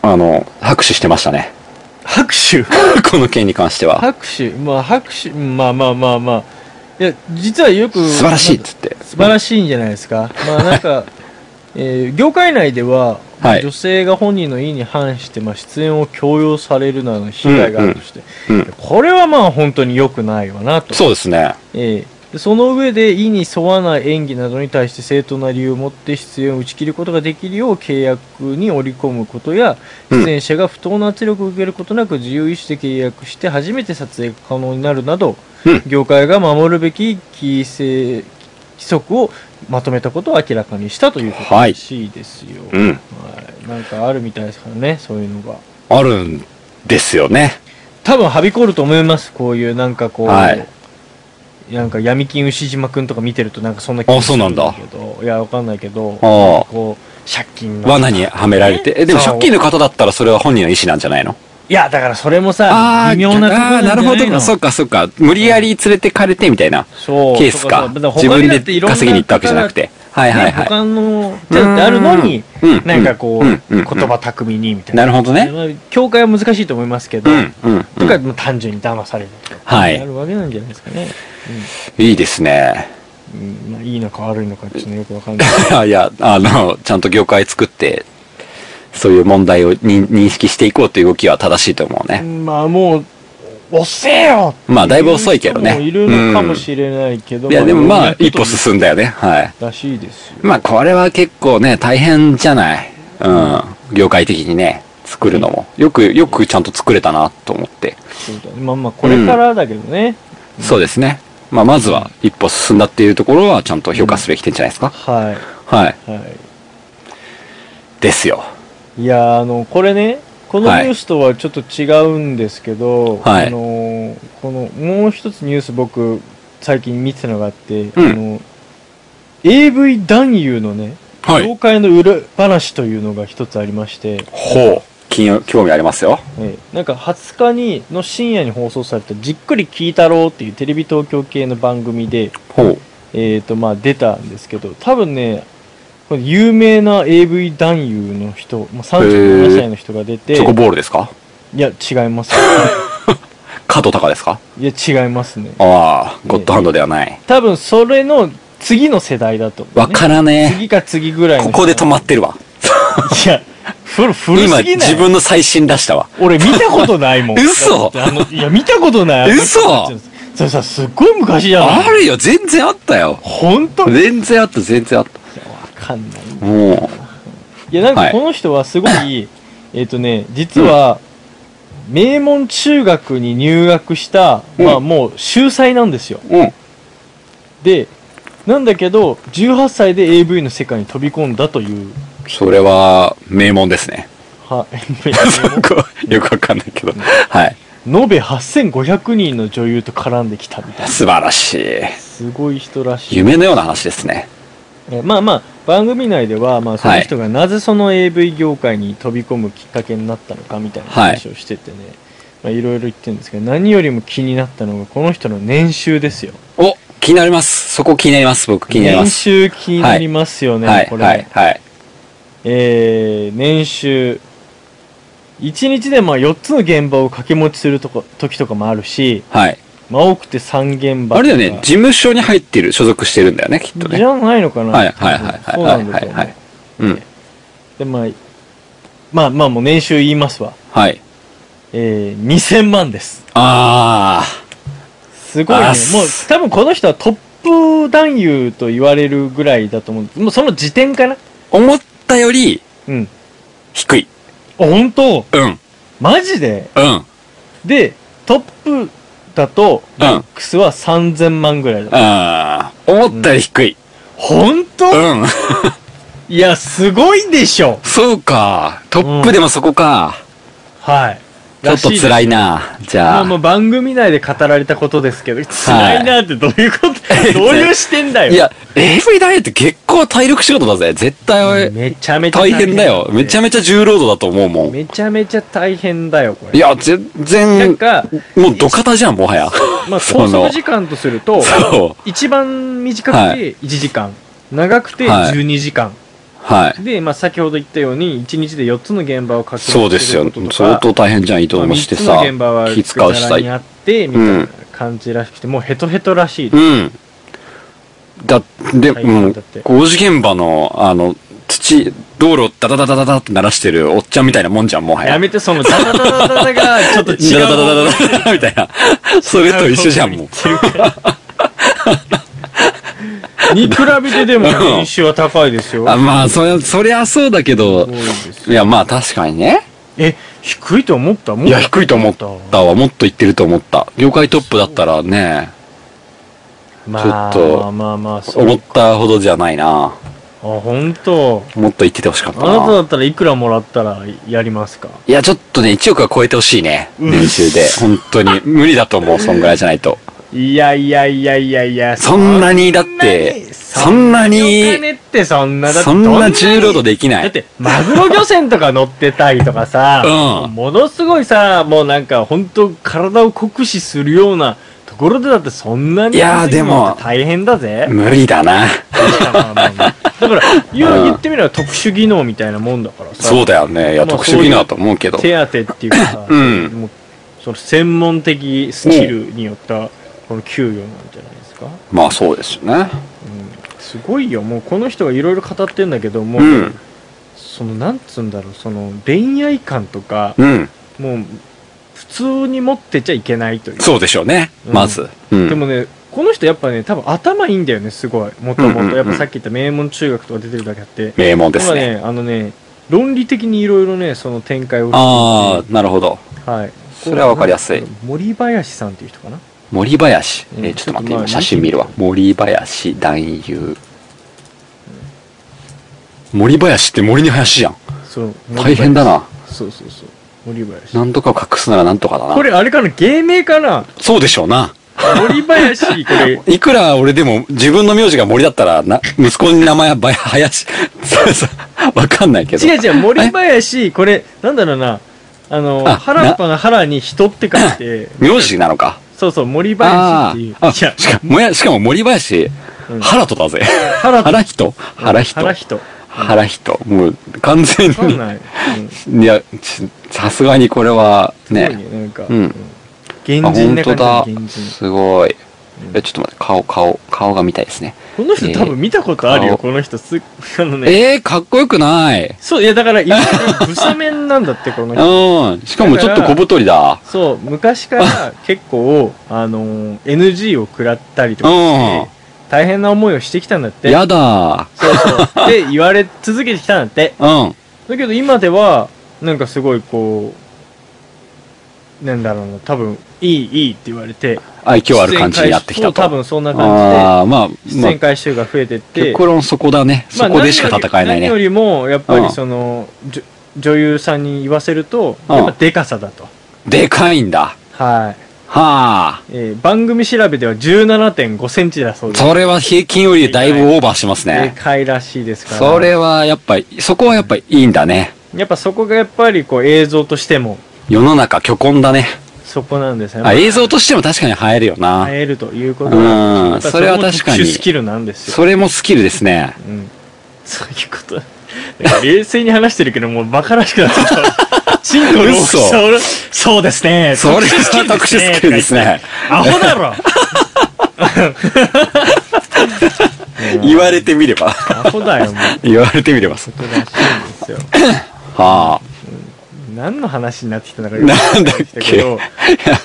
Speaker 5: あの、拍手してましたね。
Speaker 1: 拍手
Speaker 5: この件に関しては。
Speaker 1: 拍手まあ拍手まあまあまあまあいや実はよく
Speaker 5: 素晴らしいっ
Speaker 1: なんか
Speaker 5: つって。
Speaker 1: 素晴らしいんじゃないですかまあなんか、えー業界内では、
Speaker 5: はい
Speaker 1: 女性が本人の意に反して、まあ、出演を強要されるなどの被害があるとして、
Speaker 5: うんうん
Speaker 1: これはまあ本当に良くないわなと
Speaker 5: そうですね。
Speaker 1: ええでその上で意に沿わない演技などに対して正当な理由を持って出演を打ち切ることができるよう契約に織り込むことや
Speaker 5: うん
Speaker 1: 出演者が不当な圧力を受けることなく自由意思で契約して初めて撮影が可能になるなど、
Speaker 5: うん
Speaker 1: 業界が守るべき規制規則をまとめたことを明らかにしたということらしいですよ、は
Speaker 5: う
Speaker 1: い
Speaker 5: ん。
Speaker 1: なんかあるみたいですからねそういうのが
Speaker 5: あるんですよね。
Speaker 1: 多分はびこると思いますこういうなんかこう、
Speaker 5: はい
Speaker 1: なんか闇金牛島くんとか見てるとなんかそんな
Speaker 5: あそうなんだ
Speaker 1: するけどいやわかんないけど
Speaker 5: ああ。
Speaker 1: こう借金の
Speaker 5: 罠にはめられて。え、でも
Speaker 1: そう
Speaker 5: 借金の方だったらそれは本人の意思なんじゃないの
Speaker 1: いやだからそれも
Speaker 5: あ
Speaker 1: さ
Speaker 5: ー
Speaker 1: 微妙なとこ
Speaker 5: あ
Speaker 1: ろ
Speaker 5: ー、なるほ
Speaker 1: じゃいの
Speaker 5: ど。そっかそっか。無理やり連れてかれてみたいな
Speaker 1: そう
Speaker 5: ケースか。
Speaker 1: そうそう
Speaker 5: 自分で稼ぎに行ったわけじゃなくて。はい
Speaker 1: だから
Speaker 5: はい
Speaker 1: 他
Speaker 5: は
Speaker 1: の手だってあるのに
Speaker 5: い。うん
Speaker 1: なんかこう、
Speaker 5: んん
Speaker 1: 言
Speaker 5: ん
Speaker 1: 葉巧みにみたいな
Speaker 5: なるほどね。
Speaker 1: 教会は難しいと思いますけど、
Speaker 5: うんうんう
Speaker 1: と
Speaker 5: ん
Speaker 1: かもう単純に騙されるとか、
Speaker 5: は
Speaker 1: あ
Speaker 5: い。
Speaker 1: るわけなんじゃないですかね、
Speaker 5: いいですね。
Speaker 1: うんまあ、いいのか悪いのかちょっとよくわかんない
Speaker 5: いや、あの、ちゃんと業界作って、そういう問題をに認識していこうという動きは正しいと思う ね。
Speaker 1: まあもう、遅えよ
Speaker 5: まあ、だいぶ遅いけどね。
Speaker 1: もういるのかもしれないけど、
Speaker 5: うんいや、でもまあ、一歩
Speaker 1: す
Speaker 5: 進んだよね。はい。
Speaker 1: らしいですよ。
Speaker 5: まあ、これは結構ね、大変じゃない。うん。業界的にね、作るのも。よく、よくちゃんと作れたなと思って。
Speaker 1: そうだねまあまあ、これからだけどね。
Speaker 5: そうですね。まあ、まずは一歩進んだっていうところはちゃんと評価すべき点じゃないですか。
Speaker 1: は
Speaker 5: はい。
Speaker 1: い。は
Speaker 5: ですよ。
Speaker 1: い。いや、あの、これね、このニ
Speaker 5: はい
Speaker 1: ュースとはちょっと違うんですけど、
Speaker 5: はい
Speaker 1: あのー、この、もう一つニュース僕、最近見てたのがあって、
Speaker 5: ん
Speaker 1: あの、AV 男優のね、
Speaker 5: は。
Speaker 1: 業界の裏話というのが一つありまして、
Speaker 5: ほう。気興味ありますよ
Speaker 1: ええなんか20日にの深夜に放送された「じっくり聞いたろう」っていうテレビ東京系の番組で、
Speaker 5: ほう
Speaker 1: えーとまあ、出たんですけど多分ねこれ有名な AV 男優の人、まあ、37歳の人が出て
Speaker 5: チョコボールですか
Speaker 1: いや違います
Speaker 5: 加藤隆ですか
Speaker 1: いや違いますね
Speaker 5: ああゴッドハンドではない
Speaker 1: 多分それの次の世代だと思うね、
Speaker 5: わからね
Speaker 1: 次か次ぐらい
Speaker 5: え
Speaker 1: の
Speaker 5: ここで止まってるわ
Speaker 1: いや古古
Speaker 5: 今
Speaker 1: すぎない
Speaker 5: 自分の最新出したわ
Speaker 1: 俺見たことないもん
Speaker 5: 嘘
Speaker 1: だってあのいや見たことない
Speaker 5: 嘘
Speaker 1: それさすっごい昔じゃない
Speaker 5: あるよ全然あったよ
Speaker 1: 本当に
Speaker 5: 全然あった全然あっ
Speaker 1: わかんない
Speaker 5: たも
Speaker 1: いやなん
Speaker 5: は
Speaker 1: か
Speaker 5: い
Speaker 1: この人はすごい、 えっとね実は、名門中学に入学した、まあ
Speaker 5: うん
Speaker 1: もう秀才なんですよ
Speaker 5: ううん
Speaker 1: でなんだけど18歳で AV の世界に飛び込んだという
Speaker 5: それは名門ですね
Speaker 1: は
Speaker 5: そこよくわかんないけどはい
Speaker 1: 延べ8500人の女優と絡んできたみたいな
Speaker 5: 素晴らしい
Speaker 1: すごい人らしい
Speaker 5: 夢のような話ですね
Speaker 1: えーまあまあ番組内では、まあ、その人がなぜその AV 業界に飛び込むきっかけになったのかみたいな話をしててね、まあいろいろ言ってるんですけど何よりも気になったのがこの人の年収ですよ
Speaker 5: お気になりますそこ気になります僕気になりま
Speaker 1: 年
Speaker 5: す
Speaker 1: 収気になりますよね、
Speaker 5: はい
Speaker 1: これ、
Speaker 5: はいはい
Speaker 1: えー年収1日でまあ4つの現場を掛け持ちするとこ時とかもあるし、
Speaker 5: はい
Speaker 1: まあ、多くて3現場
Speaker 5: あれだよ
Speaker 1: と
Speaker 5: ね
Speaker 1: か
Speaker 5: 事務所に入ってる所属してるんだよねきっと
Speaker 1: じ
Speaker 5: ね
Speaker 1: ゃないのかな、
Speaker 5: はいはいはいはい
Speaker 1: そうなんだと思う、
Speaker 5: はいはいはいうん
Speaker 1: でまあまあまあもう年収言いますわ
Speaker 5: はい
Speaker 1: えー、2000万です。
Speaker 5: あ
Speaker 1: すごいね
Speaker 5: あっす。
Speaker 1: もう、多分この人はトップ男優と言われるぐらいだと思う。もうその時点かな
Speaker 5: あ思ったより
Speaker 1: うん。
Speaker 5: 低い
Speaker 1: あ、本当
Speaker 5: うん
Speaker 1: マジで
Speaker 5: うん
Speaker 1: で、トップだと、
Speaker 5: うん
Speaker 1: ックスは3000万ぐらいだ。
Speaker 5: ああ思ったより低い
Speaker 1: 本当
Speaker 5: うん
Speaker 1: いや、すごいでしょ。
Speaker 5: そうかトップでもそこか
Speaker 1: はい。
Speaker 5: ちょっと辛
Speaker 1: い。
Speaker 5: いなじゃ
Speaker 1: まあ
Speaker 5: あ
Speaker 1: まあ番組内で語られたことですけど、辛いなってどういう こと、どういう視点だよ。
Speaker 5: いや AV ダイエット結構体力仕事だぜ絶対
Speaker 1: めちゃめちゃ
Speaker 5: 大変だよめちゃめちゃ重労働だと思うもん
Speaker 1: めちゃめちゃ大変だよ、これ。
Speaker 5: いや全
Speaker 1: なん
Speaker 5: 然
Speaker 1: か、
Speaker 5: もう土方じゃんもはや
Speaker 1: まあ、
Speaker 5: その
Speaker 1: 拘束時間とすると、
Speaker 5: そう
Speaker 1: 一番短くて1時間、長くて
Speaker 5: はい
Speaker 1: 12時間。
Speaker 5: はい
Speaker 1: で、まあ、先ほど言ったように、1日で4つの現場を確認
Speaker 5: そうですよ相当大変じゃん移動もして
Speaker 1: ま
Speaker 5: さ
Speaker 1: あ、3つの現場は
Speaker 5: 気使うしさ
Speaker 1: ざらにあって、みたいな感じらしくて、もうヘトヘトらしい。
Speaker 5: うん。だ、で、
Speaker 1: はい
Speaker 5: もう
Speaker 1: だって、
Speaker 5: 工事現場の、あの、土、道路をダダダダダダって鳴らしてるおっちゃんみたいなもんじゃん、もはや。
Speaker 1: やめて、その、ダダダダダダが、ちょっと違う。
Speaker 5: ダダダダダダダダみたいな。それと一緒じゃん、もう。
Speaker 1: に比べてでも、年収は高いですよ。
Speaker 5: あまあ、そりゃ、そりゃそうだけ
Speaker 1: す
Speaker 5: ど
Speaker 1: ごい、です
Speaker 5: いや、まあ確かにね。
Speaker 1: え、低いと思ったもっ
Speaker 5: いや、低いと思ったわ。もっといってると思った。業界トップだったらね、
Speaker 1: まあ、
Speaker 5: ちょっと
Speaker 1: まあまあまあ、そう。
Speaker 5: 思ったほどじゃない
Speaker 1: あ、
Speaker 5: な。
Speaker 1: 本当。
Speaker 5: もっといっててほしかった
Speaker 1: あなただ
Speaker 5: な。
Speaker 1: ったらいくらもらったらやりますか
Speaker 5: いや、ちょっとね、1億は超えてほしいね。
Speaker 1: うん
Speaker 5: 練習で。本当に。無理だと思う、そんぐらいじゃないと。
Speaker 1: いやいやいやいやいや、
Speaker 5: そんなにだって、そんな
Speaker 1: お
Speaker 5: に、
Speaker 1: 金ってそんなだって
Speaker 5: そん
Speaker 1: ど
Speaker 5: な重労働できな
Speaker 1: だっ
Speaker 5: い。
Speaker 1: て、マグロ漁船とか乗ってたりとかさ、
Speaker 5: うん
Speaker 1: ものすごいさ、もうなんか本当体を酷使するようなところでだってそんなに
Speaker 5: いやー
Speaker 1: 稼ぐのって
Speaker 5: でも
Speaker 1: 大変だぜ。
Speaker 5: 無理だな。
Speaker 1: まあまあまあだから、言う言ってみれば特殊技能みたいなもんだからさ。
Speaker 5: そうだよね。いや、
Speaker 1: まあ
Speaker 5: 特殊技能だと思うけど。
Speaker 1: 手当てっていうかさ、
Speaker 5: うん
Speaker 1: もうその専門的スキルによったこの給与なんじゃないですか、うん、
Speaker 5: まあそうですよね。
Speaker 1: すごいよもうこの人がいろいろ語ってんだけども、
Speaker 5: うん。
Speaker 1: そのなんつうんだろうその恋愛感とか、
Speaker 5: うん。
Speaker 1: もう普通に持ってちゃいけないという
Speaker 5: そうでしょうね。
Speaker 1: うん
Speaker 5: まず。う
Speaker 1: で
Speaker 5: ん。
Speaker 1: もねこの人やっぱね多分頭いいんだよねすごいもともと、
Speaker 5: うんうんうん
Speaker 1: やっぱさっき言った名門中学とか出てるだけあって
Speaker 5: 名門で
Speaker 1: 今
Speaker 5: すね。
Speaker 1: ねあのね論理的にいろいろねその展開をしていて
Speaker 5: ああ、なるほど。
Speaker 1: はい
Speaker 5: それはわかりやすい
Speaker 1: 森林さんっていう人かな
Speaker 5: 森林。
Speaker 1: うん
Speaker 5: えー、ちょっと待っ
Speaker 1: ち
Speaker 5: て、
Speaker 1: ょっとまあ
Speaker 5: 今写真見るわ。森林男優。森林って森に林じゃん。
Speaker 1: そう
Speaker 5: 大変だな。
Speaker 1: そうそうそう森林
Speaker 5: なんとかを隠すならなんとかだ
Speaker 1: こ
Speaker 5: な。
Speaker 1: れあれかな芸名かな
Speaker 5: そうでしょうな。
Speaker 1: 森林これ
Speaker 5: い くら俺でも自分の名字が森だったら、な、息子に名前はばや、林、そうそうわかんないけど。
Speaker 1: 違う違う、森林、これ、なんだろうな、あの、
Speaker 5: あ
Speaker 1: 原っぱの原に人って書いて、
Speaker 5: 名字なの か。
Speaker 1: そうそう、森
Speaker 5: あ
Speaker 1: 林ってい
Speaker 5: あ、あ
Speaker 1: う。い
Speaker 5: し
Speaker 1: や、
Speaker 5: かもや、しかも森林、
Speaker 1: うん
Speaker 5: 原とだぜ。
Speaker 1: 原と
Speaker 5: 原人原人
Speaker 1: 原人。わ
Speaker 5: 原人。もう完全
Speaker 1: かん
Speaker 5: に。
Speaker 1: ない。うんす
Speaker 5: いや、ちさすがにこれは
Speaker 1: ごいね、
Speaker 5: ね。
Speaker 1: なんか。
Speaker 5: うん
Speaker 1: うん原
Speaker 5: あ、
Speaker 1: 人
Speaker 5: 本
Speaker 1: な
Speaker 5: 当だ
Speaker 1: 感じの原。人。
Speaker 5: すごい。
Speaker 1: うん
Speaker 5: え、ちょっと待って、顔、顔、顔が見たいですね。
Speaker 1: この人多分見たことある
Speaker 5: えー
Speaker 1: よ、この人。す、 あのね。
Speaker 5: えー、かっこよくない。
Speaker 1: そう、いや、だから、 今、ブサメンなんだって、この人。
Speaker 5: うん。しかもちょっと小太りだ。
Speaker 1: そう、昔から結構、あのー NG を食らったりとかして、大変な思いをしてきたんだって。
Speaker 5: やだ。
Speaker 1: そう そう。で、言われ続けてきたんだって。
Speaker 5: うん。
Speaker 1: だけど今では、なんかすごいこう、なんだろうな、多分、いい、いいって言われて、
Speaker 5: 愛嬌ある感じになってきた
Speaker 1: そう
Speaker 5: と。
Speaker 1: 多分そんな感
Speaker 5: ああ、まあ、
Speaker 1: じで、出
Speaker 5: まあ
Speaker 1: 演、回数が増えてって、
Speaker 5: 結論そこだね。そこでしか戦えない
Speaker 1: まあ何よ
Speaker 5: ね。
Speaker 1: り何よりも、やっぱ
Speaker 5: う
Speaker 1: り
Speaker 5: ん
Speaker 1: その、じょ女優さんに言わせると、
Speaker 5: うん
Speaker 1: やっぱデカさだと。
Speaker 5: でかいんだ。
Speaker 1: はい。
Speaker 5: はあ。
Speaker 1: えー番組調べでは17.5センチだそうです。
Speaker 5: それは平均よりだいぶオーバーします
Speaker 1: で
Speaker 5: ね。
Speaker 1: かいらしいですから。
Speaker 5: それはやっぱ、そこはやっぱいいんだね。
Speaker 1: やっぱそこがやっぱりこう映像としても、
Speaker 5: 世の中虚婚だね。
Speaker 1: そこなんですね。
Speaker 5: あ、映像としても確かに映えるよな。
Speaker 1: 会えるということ
Speaker 5: うん
Speaker 1: なんですやっぱり
Speaker 5: それは
Speaker 1: も
Speaker 5: 確かに
Speaker 1: 特殊スキルなんですよ。
Speaker 5: それもスキルですね。
Speaker 1: うん。そういうこと。なんか冷静に話してるけど、もうバカらしくなっちゃ った。チンコの大きさをそうですね。
Speaker 5: それは特殊スキルですね。
Speaker 1: アホだろ
Speaker 5: 言われてみれば。
Speaker 1: アホだよ、もう。
Speaker 5: 言われてみればそう。
Speaker 1: そうらしいんですよ。
Speaker 5: はあ。
Speaker 1: 何の話になってきたのかよくわか
Speaker 5: なんんだ
Speaker 1: な
Speaker 5: っ
Speaker 1: いです
Speaker 5: け。
Speaker 1: ど、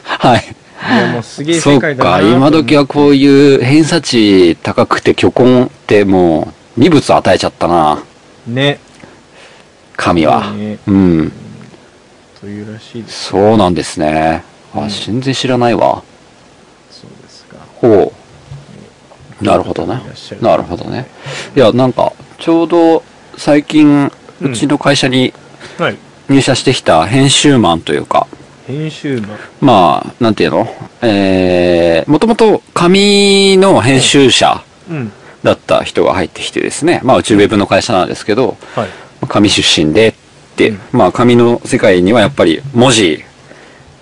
Speaker 5: はい。
Speaker 1: いやもうすげえ
Speaker 5: そ
Speaker 1: 世
Speaker 5: う
Speaker 1: 界だな
Speaker 5: か、
Speaker 1: と思
Speaker 5: 今時はこういう偏差値高くて虚婚ってもう、二物与えちゃったな。
Speaker 1: ね。
Speaker 5: 神は。
Speaker 1: ね
Speaker 5: うん。
Speaker 1: というらしいです。
Speaker 5: そうなんですね。
Speaker 1: う
Speaker 5: あ、
Speaker 1: ん
Speaker 5: 全然知らないわ。
Speaker 1: そうですか。
Speaker 5: ほう。なるほどね
Speaker 1: いらっしゃ。る
Speaker 5: なるほどね。いや、なんか、ちょうど最近、
Speaker 1: う
Speaker 5: うんちの会社に
Speaker 1: はい。
Speaker 5: 入社してきた編集マンというか、
Speaker 1: 編集マン。
Speaker 5: まあ、なんていうのえー、もともと紙の編集者
Speaker 1: うん。
Speaker 5: だった人が入ってきてですね、まあ、うちウェブの会社なんですけど、
Speaker 1: はい。
Speaker 5: 紙出身でって、
Speaker 1: うん
Speaker 5: まあ、紙の世界にはやっぱり文字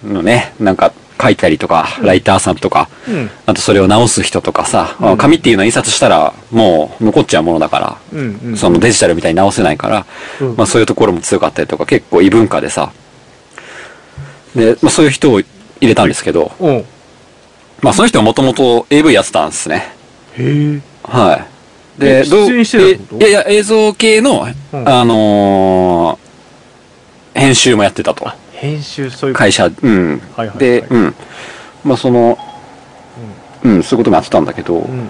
Speaker 5: のね、なんか書いたりとか、ライターさんとか、
Speaker 1: うん。
Speaker 5: あとそれを直す人とかさ、
Speaker 1: うん
Speaker 5: 紙っていうのは印刷したらもう残っちゃうものだから、
Speaker 1: うん。うん。
Speaker 5: そのデジタルみたいに直せないから、
Speaker 1: うん
Speaker 5: まあそういうところも強かったりとか、結構異文化でさ、で、まあそういう人を入れたんですけど、
Speaker 1: おう。
Speaker 5: まあその人はもともと AV やってたんですね。
Speaker 1: へえ。
Speaker 5: はい。
Speaker 1: え
Speaker 5: で、どう
Speaker 1: 出演してたってこと
Speaker 5: えいやいや、映像系の、
Speaker 1: うん
Speaker 5: あのー編集もやってたと。
Speaker 1: 編集、そういうこと
Speaker 5: 会社、うん。
Speaker 1: はいはいはい
Speaker 5: で、うん。まあその、うん、そういうこともやってたんだけど、
Speaker 1: うん。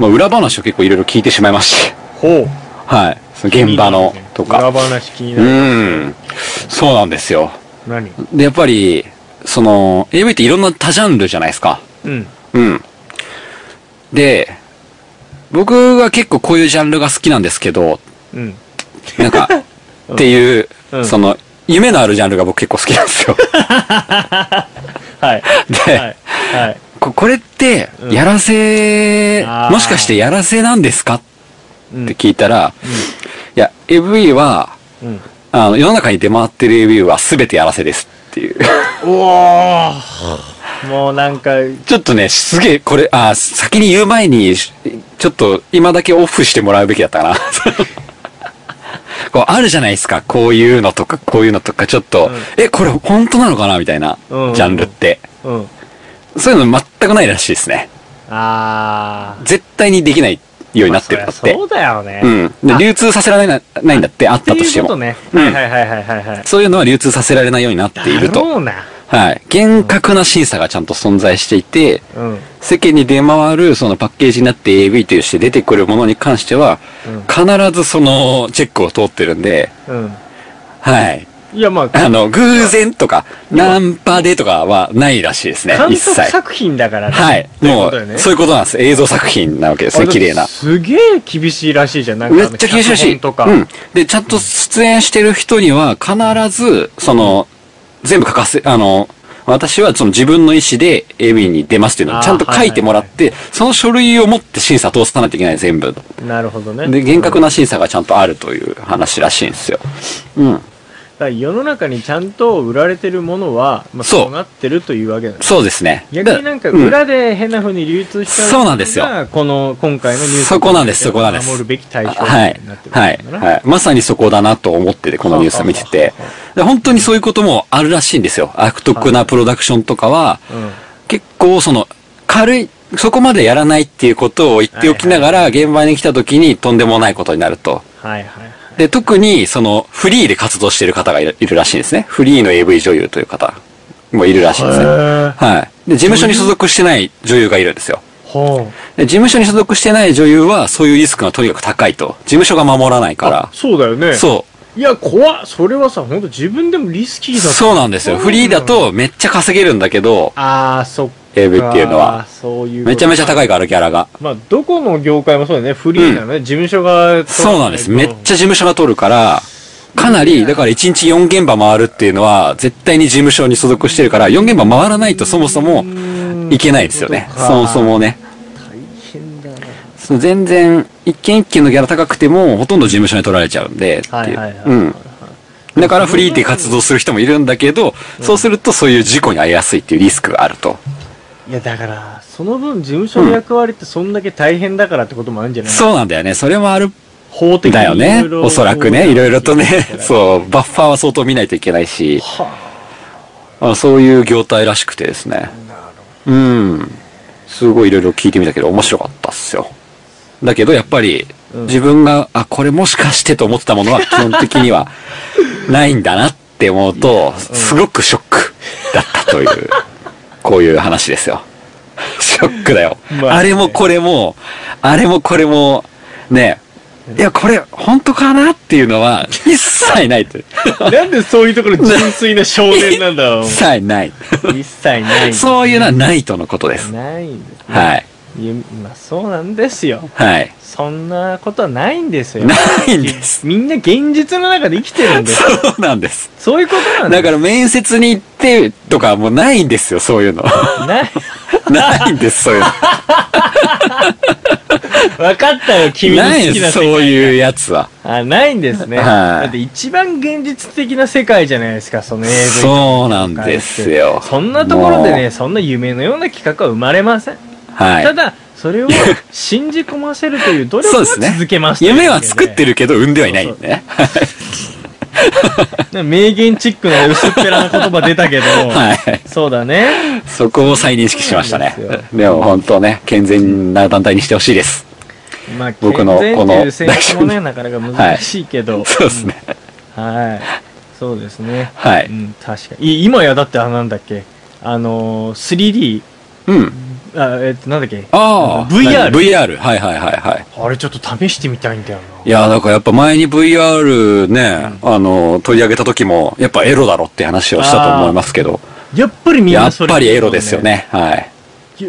Speaker 5: まあ、裏話を結構いろいろ聞いてしまいまして。
Speaker 1: ほう。
Speaker 5: はい。その現場のと
Speaker 1: 裏
Speaker 5: か。
Speaker 1: 話気に
Speaker 5: う
Speaker 1: なる。
Speaker 5: ん。そうなんですよ。
Speaker 1: 何
Speaker 5: で、やっぱり、その、AV っていろんな多ジャンルじゃないですか。
Speaker 1: うん。
Speaker 5: うん。で、僕は結構こういうジャンルが好きなんですけど、
Speaker 1: うん。
Speaker 5: なんか、っていう、
Speaker 1: うん
Speaker 5: その、夢のあるジャンルが僕結構好きな んですよ。
Speaker 1: はい。
Speaker 5: で、
Speaker 1: はい。はい。
Speaker 5: ここれって、
Speaker 1: うん
Speaker 5: やらせ、
Speaker 1: あー
Speaker 5: もしかしてやらせなんですかっ
Speaker 1: うん
Speaker 5: て聞いたら、いや、AV は、
Speaker 1: うん。
Speaker 5: あの、世の中に出回ってる AV は全てやらせですっていう。
Speaker 1: おおもうなんか、
Speaker 5: ちょっとね、すげえ、これ、あ、先に言う前に、しちょっと今だけオフしてもらうべきだったかな。 こう、あるじゃないですか。こういうのとか、こういうのとか、ちょっと、
Speaker 1: うん
Speaker 5: え、これ本当なのかなみたいな、ジ
Speaker 1: うんうんうん
Speaker 5: ャンルって。
Speaker 1: うん。
Speaker 5: そういうの全くないらしいですね。
Speaker 1: あ
Speaker 5: 絶対にできないようになってるんだ
Speaker 1: あ。
Speaker 5: っ
Speaker 1: そ
Speaker 5: て
Speaker 1: りゃ。そうだよね。
Speaker 5: う
Speaker 1: っ
Speaker 5: ん。で、流通させられなないんだって、あった
Speaker 1: て
Speaker 5: とし
Speaker 1: い
Speaker 5: て
Speaker 1: うこ
Speaker 5: も。
Speaker 1: とね。
Speaker 5: うん
Speaker 1: はいはいはいはいはいはい。
Speaker 5: そういうのは流通させられないようになっている
Speaker 1: だ
Speaker 5: と。
Speaker 1: ろうな。
Speaker 5: はい。厳格な審査がちゃんと存在していて、
Speaker 1: うん。うん。
Speaker 5: 世間に出回るそのパッケージになって AV として出てくるものに関しては、必ずそのチェックを通ってるんで、
Speaker 1: うん。
Speaker 5: はい。
Speaker 1: いやまあ、
Speaker 5: あの、偶然とか、ナンパでとかはないらしいですね、
Speaker 1: 監
Speaker 5: 一
Speaker 1: 督
Speaker 5: 切。
Speaker 1: 作品だからね。
Speaker 5: はい。
Speaker 1: という
Speaker 5: も
Speaker 1: ことだよね
Speaker 5: う、そういうことなんです。映像作品なわけです
Speaker 1: あ
Speaker 5: ね、
Speaker 1: でも
Speaker 5: 綺麗な。
Speaker 1: すげえ厳しいらしいじゃん。なんかあ
Speaker 5: め
Speaker 1: の
Speaker 5: っちゃ厳しい
Speaker 1: 脚
Speaker 5: し
Speaker 1: 本、とか。
Speaker 5: うん。で、ちゃんと出演してる人には必ず、その、全部書かせ、あの、私はその自分の意思で AB に出ますっていうのをちゃんと書いてもらって、その書類を持って審査通さなきゃいけない、全部。
Speaker 1: なるほどね。
Speaker 5: で、厳格な審査がちゃんとあるという話らしいんですよ。うん。
Speaker 1: だから世の中にちゃんと売られてるものは、まあ、
Speaker 5: そう
Speaker 1: そうなってるというわけなんです。
Speaker 5: そうですね。
Speaker 1: 逆になんか
Speaker 5: だう
Speaker 1: 裏で変な風に流通した
Speaker 5: そうなんですよ
Speaker 1: のがこの今回のニュース
Speaker 5: そこなんですそこなんです
Speaker 1: 守るべき対象み
Speaker 5: は
Speaker 1: たい
Speaker 5: い
Speaker 1: になって。るわ
Speaker 5: は
Speaker 1: け
Speaker 5: い
Speaker 1: なんだ。な
Speaker 5: はい。まさにそこだなと思ってて、このニュース見てて。で本当にそういうこともあるらしいんですよ。悪徳なプロダクションとかは、
Speaker 1: うん
Speaker 5: 結構その、軽い、そこまでやらないっていうことを言っておきながら、現場に来た時にとんでもないことになると。
Speaker 1: はいはいはい。
Speaker 5: で、特にその、フリーで活動してる方がいるいるらしいんですね。フリーの AV 女優という方もいるらしいですね。はい。で、事務所に所属してない女優がいるんですよ。
Speaker 1: ほ
Speaker 5: で事務所に所属してない女優は、そういうリスクがとにかく高いと。事務所が守らないから
Speaker 1: う。。そうだよね。
Speaker 5: そう。
Speaker 1: いや、怖っ。それはさ、本当自分でもリスキーだと
Speaker 5: そうなんですよ。フリーだとめっちゃ稼げるんだけど、
Speaker 1: ああ、そっか。
Speaker 5: AV っていうのは。
Speaker 1: そういう。
Speaker 5: めちゃめちゃ
Speaker 1: い。
Speaker 5: 高いから、ギャラが。
Speaker 1: まあ、どこの業界もそうだよね。フリーなのね。事務所が。
Speaker 5: そうなんです。めっち
Speaker 1: ゃ。
Speaker 5: ゃ事務所が取るから、かなり、だから1日4現場回るっていうのは、絶対に事務所に所属してるから、4現場回らないとそもそもいけないですよね。そもそもね。その全然、一件一件のギャラ高くても、ほとんど事務所に取られちゃうんで、って
Speaker 1: はいいうはいはい。
Speaker 5: うん。だからフリーで活動する人もいるんだけど、そうするとそういう事故に遭いやすいっていうリスクがあると。
Speaker 1: いや、だから、その分、事務所の役割ってそんだけ大変だからってこともあるんじゃない、
Speaker 5: そうなんだよね。それもある
Speaker 1: 法的に
Speaker 5: だよ
Speaker 1: い
Speaker 5: ね
Speaker 1: ろい。ろ
Speaker 5: おそらくね、いろいろとね、
Speaker 1: う。
Speaker 5: そう、バッファーは相当見ないといけないし、あそういう業態らしくてですね。うん。すごいいろいろ聞いてみたけど、面白かったっすよ。だけど、やっぱり、自分が、あ、これもしかしてと思ってたものは基本的 にはないんだなって思うと、すごくショックだったという、こういう話ですよ。 ショックだよ。
Speaker 1: まあね
Speaker 5: あれもこれも、あれもこれも、ね、いや、これ、本当かなっていう のは、一切ないと。
Speaker 1: なんでそういうところ純粋な少年なんだろう
Speaker 5: 一切ない。
Speaker 1: 一切ない。
Speaker 5: そういうのはないとのことです。
Speaker 1: ないんです。
Speaker 5: はい。
Speaker 1: ゆまあ、そうなんですよ。
Speaker 5: はい。
Speaker 1: そんなことはないんですよ。
Speaker 5: ないんです。
Speaker 1: みんな現実の中で生きてるんです。
Speaker 5: そうなんです。
Speaker 1: そういうことなん
Speaker 5: だ
Speaker 1: だ
Speaker 5: か
Speaker 1: よ。
Speaker 5: ら面接に行ってとかもうないんですよ、そういうの。
Speaker 1: ない。
Speaker 5: ないんです、そういうの。
Speaker 1: わかったよ、君の
Speaker 5: ない
Speaker 1: 好
Speaker 5: ん
Speaker 1: き
Speaker 5: で
Speaker 1: な
Speaker 5: す、そう
Speaker 1: 世界。
Speaker 5: いうやつは。
Speaker 1: あ、ないんですね。
Speaker 5: はい
Speaker 1: だって一番現実的な世界じゃないですか、その AV
Speaker 5: そうなんですよ。
Speaker 1: そんなところで
Speaker 5: も
Speaker 1: ね、そんな夢のような企画は生まれません。
Speaker 5: う。はい
Speaker 1: た。だ、それを信じ込ませるという努力
Speaker 5: そう
Speaker 1: は
Speaker 5: ですね
Speaker 1: 続けますという
Speaker 5: 夢は作って
Speaker 1: る。
Speaker 5: るけど、産んではいないんでね。
Speaker 1: 名言チックな薄っぺらな言葉出たけど、
Speaker 5: はい。
Speaker 1: そうだね。
Speaker 5: そこを再認識しましたね
Speaker 1: そうなんで。
Speaker 5: でも本当ね、健全な団体にしてほしいです。
Speaker 1: まあ、
Speaker 5: 僕の
Speaker 1: 健全っていう選択も
Speaker 5: こ
Speaker 1: ね、なかなか難しいけど、
Speaker 5: そうですね。
Speaker 1: はい。そうですね。
Speaker 5: は
Speaker 1: う
Speaker 5: い。
Speaker 1: ん、確かに。い今やだって、あ、なんだっけ。あのー、
Speaker 5: うん。
Speaker 1: 3D、あ、えっと、なんだっけ。
Speaker 5: ああ。
Speaker 1: VR
Speaker 5: VR。はいはいはいはい。
Speaker 1: あれちょっと試してみたいんだよ
Speaker 5: いや、だからやっぱ前に VR ね、あの、取り上げた時も、やっぱエロだろって話をしたと思いますけど、
Speaker 1: な。やっぱりみん
Speaker 5: や
Speaker 1: な
Speaker 5: っ
Speaker 1: それ、
Speaker 5: ぱりエロですよ。ね。はい。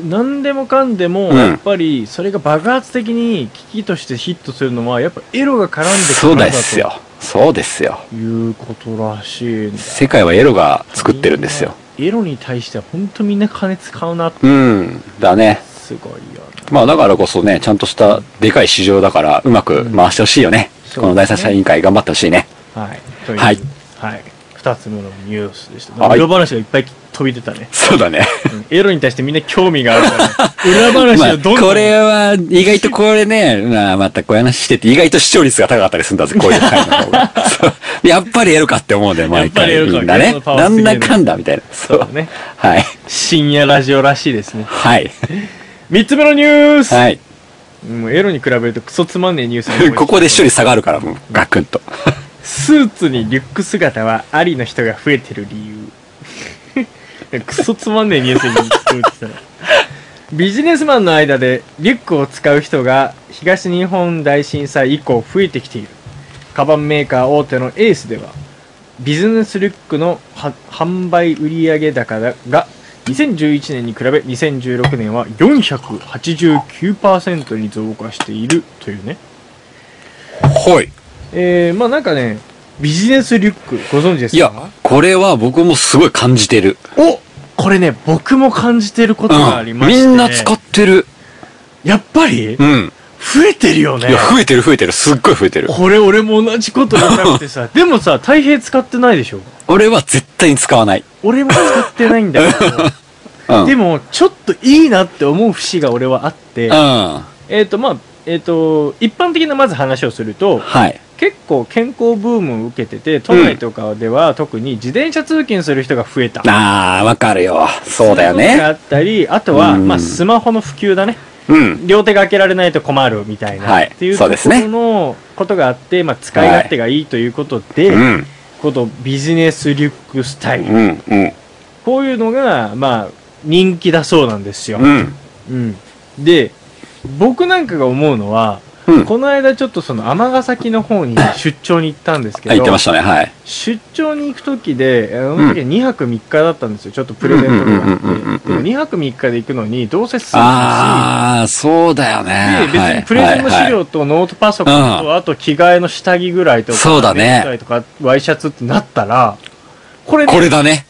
Speaker 1: 何でもかんでも、
Speaker 5: うん
Speaker 1: やっぱりそれが爆発的に機器としてヒットするのは、やっぱエロが絡んでく
Speaker 5: そ
Speaker 1: る
Speaker 5: う
Speaker 1: から
Speaker 5: で
Speaker 1: だ
Speaker 5: すよ。そうですよ。
Speaker 1: ということらしいんだ。
Speaker 5: 世界はエロが作ってるんですよ。
Speaker 1: エロに対しては本当みんな金使うな。
Speaker 5: うん。だね。
Speaker 1: すごいよな。
Speaker 5: まあだからこそね、ちゃんとしたでかい市場だから、うまく回してほしいよね。
Speaker 1: そうですね
Speaker 5: この第三者委員会頑張ってほしいね。
Speaker 1: はい。という、
Speaker 5: はい
Speaker 1: はい。二つ目のニュースでした。
Speaker 5: はい
Speaker 1: 裏話がいっぱい飛び出たね。
Speaker 5: そうだね。
Speaker 1: うんエロに対してみんな興味があるから、裏話
Speaker 5: ま
Speaker 1: をど
Speaker 5: あ、
Speaker 1: んどん。
Speaker 5: これは、意外とこれね、まあ、またこういう話してて、意外と視聴率が高かったりするんだぜ、こういう回の方が。 そうやっぱりやるかって思うんだよ、毎回。
Speaker 1: やっぱりやるか
Speaker 5: みんな
Speaker 1: やる
Speaker 5: ね
Speaker 1: の。パワ
Speaker 5: な
Speaker 1: ーすげ
Speaker 5: ん
Speaker 1: えね
Speaker 5: だかんだ、みたいな。そ
Speaker 1: そう
Speaker 5: う
Speaker 1: だ。ね。
Speaker 5: はい。
Speaker 1: 深夜ラジオらしいですね。
Speaker 5: はい。
Speaker 1: 三つ目のニュース、
Speaker 5: はい。
Speaker 1: もうエロに比べるとクソつまんねえニュースが多い
Speaker 5: こ こで視聴率下がるから、もう、ガクンと。
Speaker 1: スーツにリュック姿はありの人が増えてる理由 クソつまんねえニュースに聞こえてたなビジネスマンの間でリュックを使う人が東日本大震災以降増えてきているカバンメーカー大手のエースではビジネスリュックのは販売売上高が2011年に比べ2016年は489%に増加しているというね
Speaker 5: はい。
Speaker 1: えー、まあなんかね、ビジネスリュック、ご存知ですか
Speaker 5: いや、これは僕もすごい感じてる。
Speaker 1: おこれね、僕も感じてることがあり
Speaker 5: うん、
Speaker 1: まして、
Speaker 5: みんな使ってる。
Speaker 1: やっぱり
Speaker 5: うん。
Speaker 1: 増えてるよね
Speaker 5: いや、増えてる増えてる。すっごい増えてる。
Speaker 1: これ俺も同じこと言いたくて さでもさたい平使ってないでしょ
Speaker 5: 俺は絶対に使わない。
Speaker 1: 俺も使ってないんだけ
Speaker 5: うん。
Speaker 1: ど でもちょっといいなって思う節が俺はあって
Speaker 5: うん。は
Speaker 1: えっ、とまあえっ、と一般的なまず話をすると
Speaker 5: い。
Speaker 1: 結構健康ブームを受けてて都内とかでは特に自転車通勤する人が増えた、
Speaker 5: あー、わかるよ。そうだよ
Speaker 1: そういうのがあ
Speaker 5: ね。
Speaker 1: ったりあとは、
Speaker 5: うん
Speaker 1: まあ、スマホの普及だね
Speaker 5: うん。
Speaker 1: 両手が開けられないと困るみたいな、
Speaker 5: はい
Speaker 1: っていう
Speaker 5: そ
Speaker 1: と
Speaker 5: う
Speaker 1: こ
Speaker 5: ですね
Speaker 1: ろのことがあって、まあ、使い勝手がいいということで、
Speaker 5: うん。
Speaker 1: このビジネスリュックスタイル、
Speaker 5: うん。うん。
Speaker 1: こういうのが、まあ、人気だそうなんですよ
Speaker 5: う、ん。
Speaker 1: うんで僕なんかが思うのは、
Speaker 5: うん。
Speaker 1: この間ちょっとその尼崎の方に出張に行ったんですけ
Speaker 5: あ言
Speaker 1: ど
Speaker 5: ってましたね。はい。
Speaker 1: 出張に行く時であの時は2泊3日だったんですよちょっとプレゼントがあって
Speaker 5: うんうんうんうんうん
Speaker 1: でも2泊3日で行くのにどうせするし
Speaker 5: あー、そうだよね。
Speaker 1: で別
Speaker 5: は
Speaker 1: に
Speaker 5: い
Speaker 1: プレゼンの資料とノートパソコン
Speaker 5: はいは
Speaker 1: とあと着替えの下着ぐらいとか
Speaker 5: そうだね
Speaker 1: ネクタイとかワイシャツってなったらこれね
Speaker 5: これだね。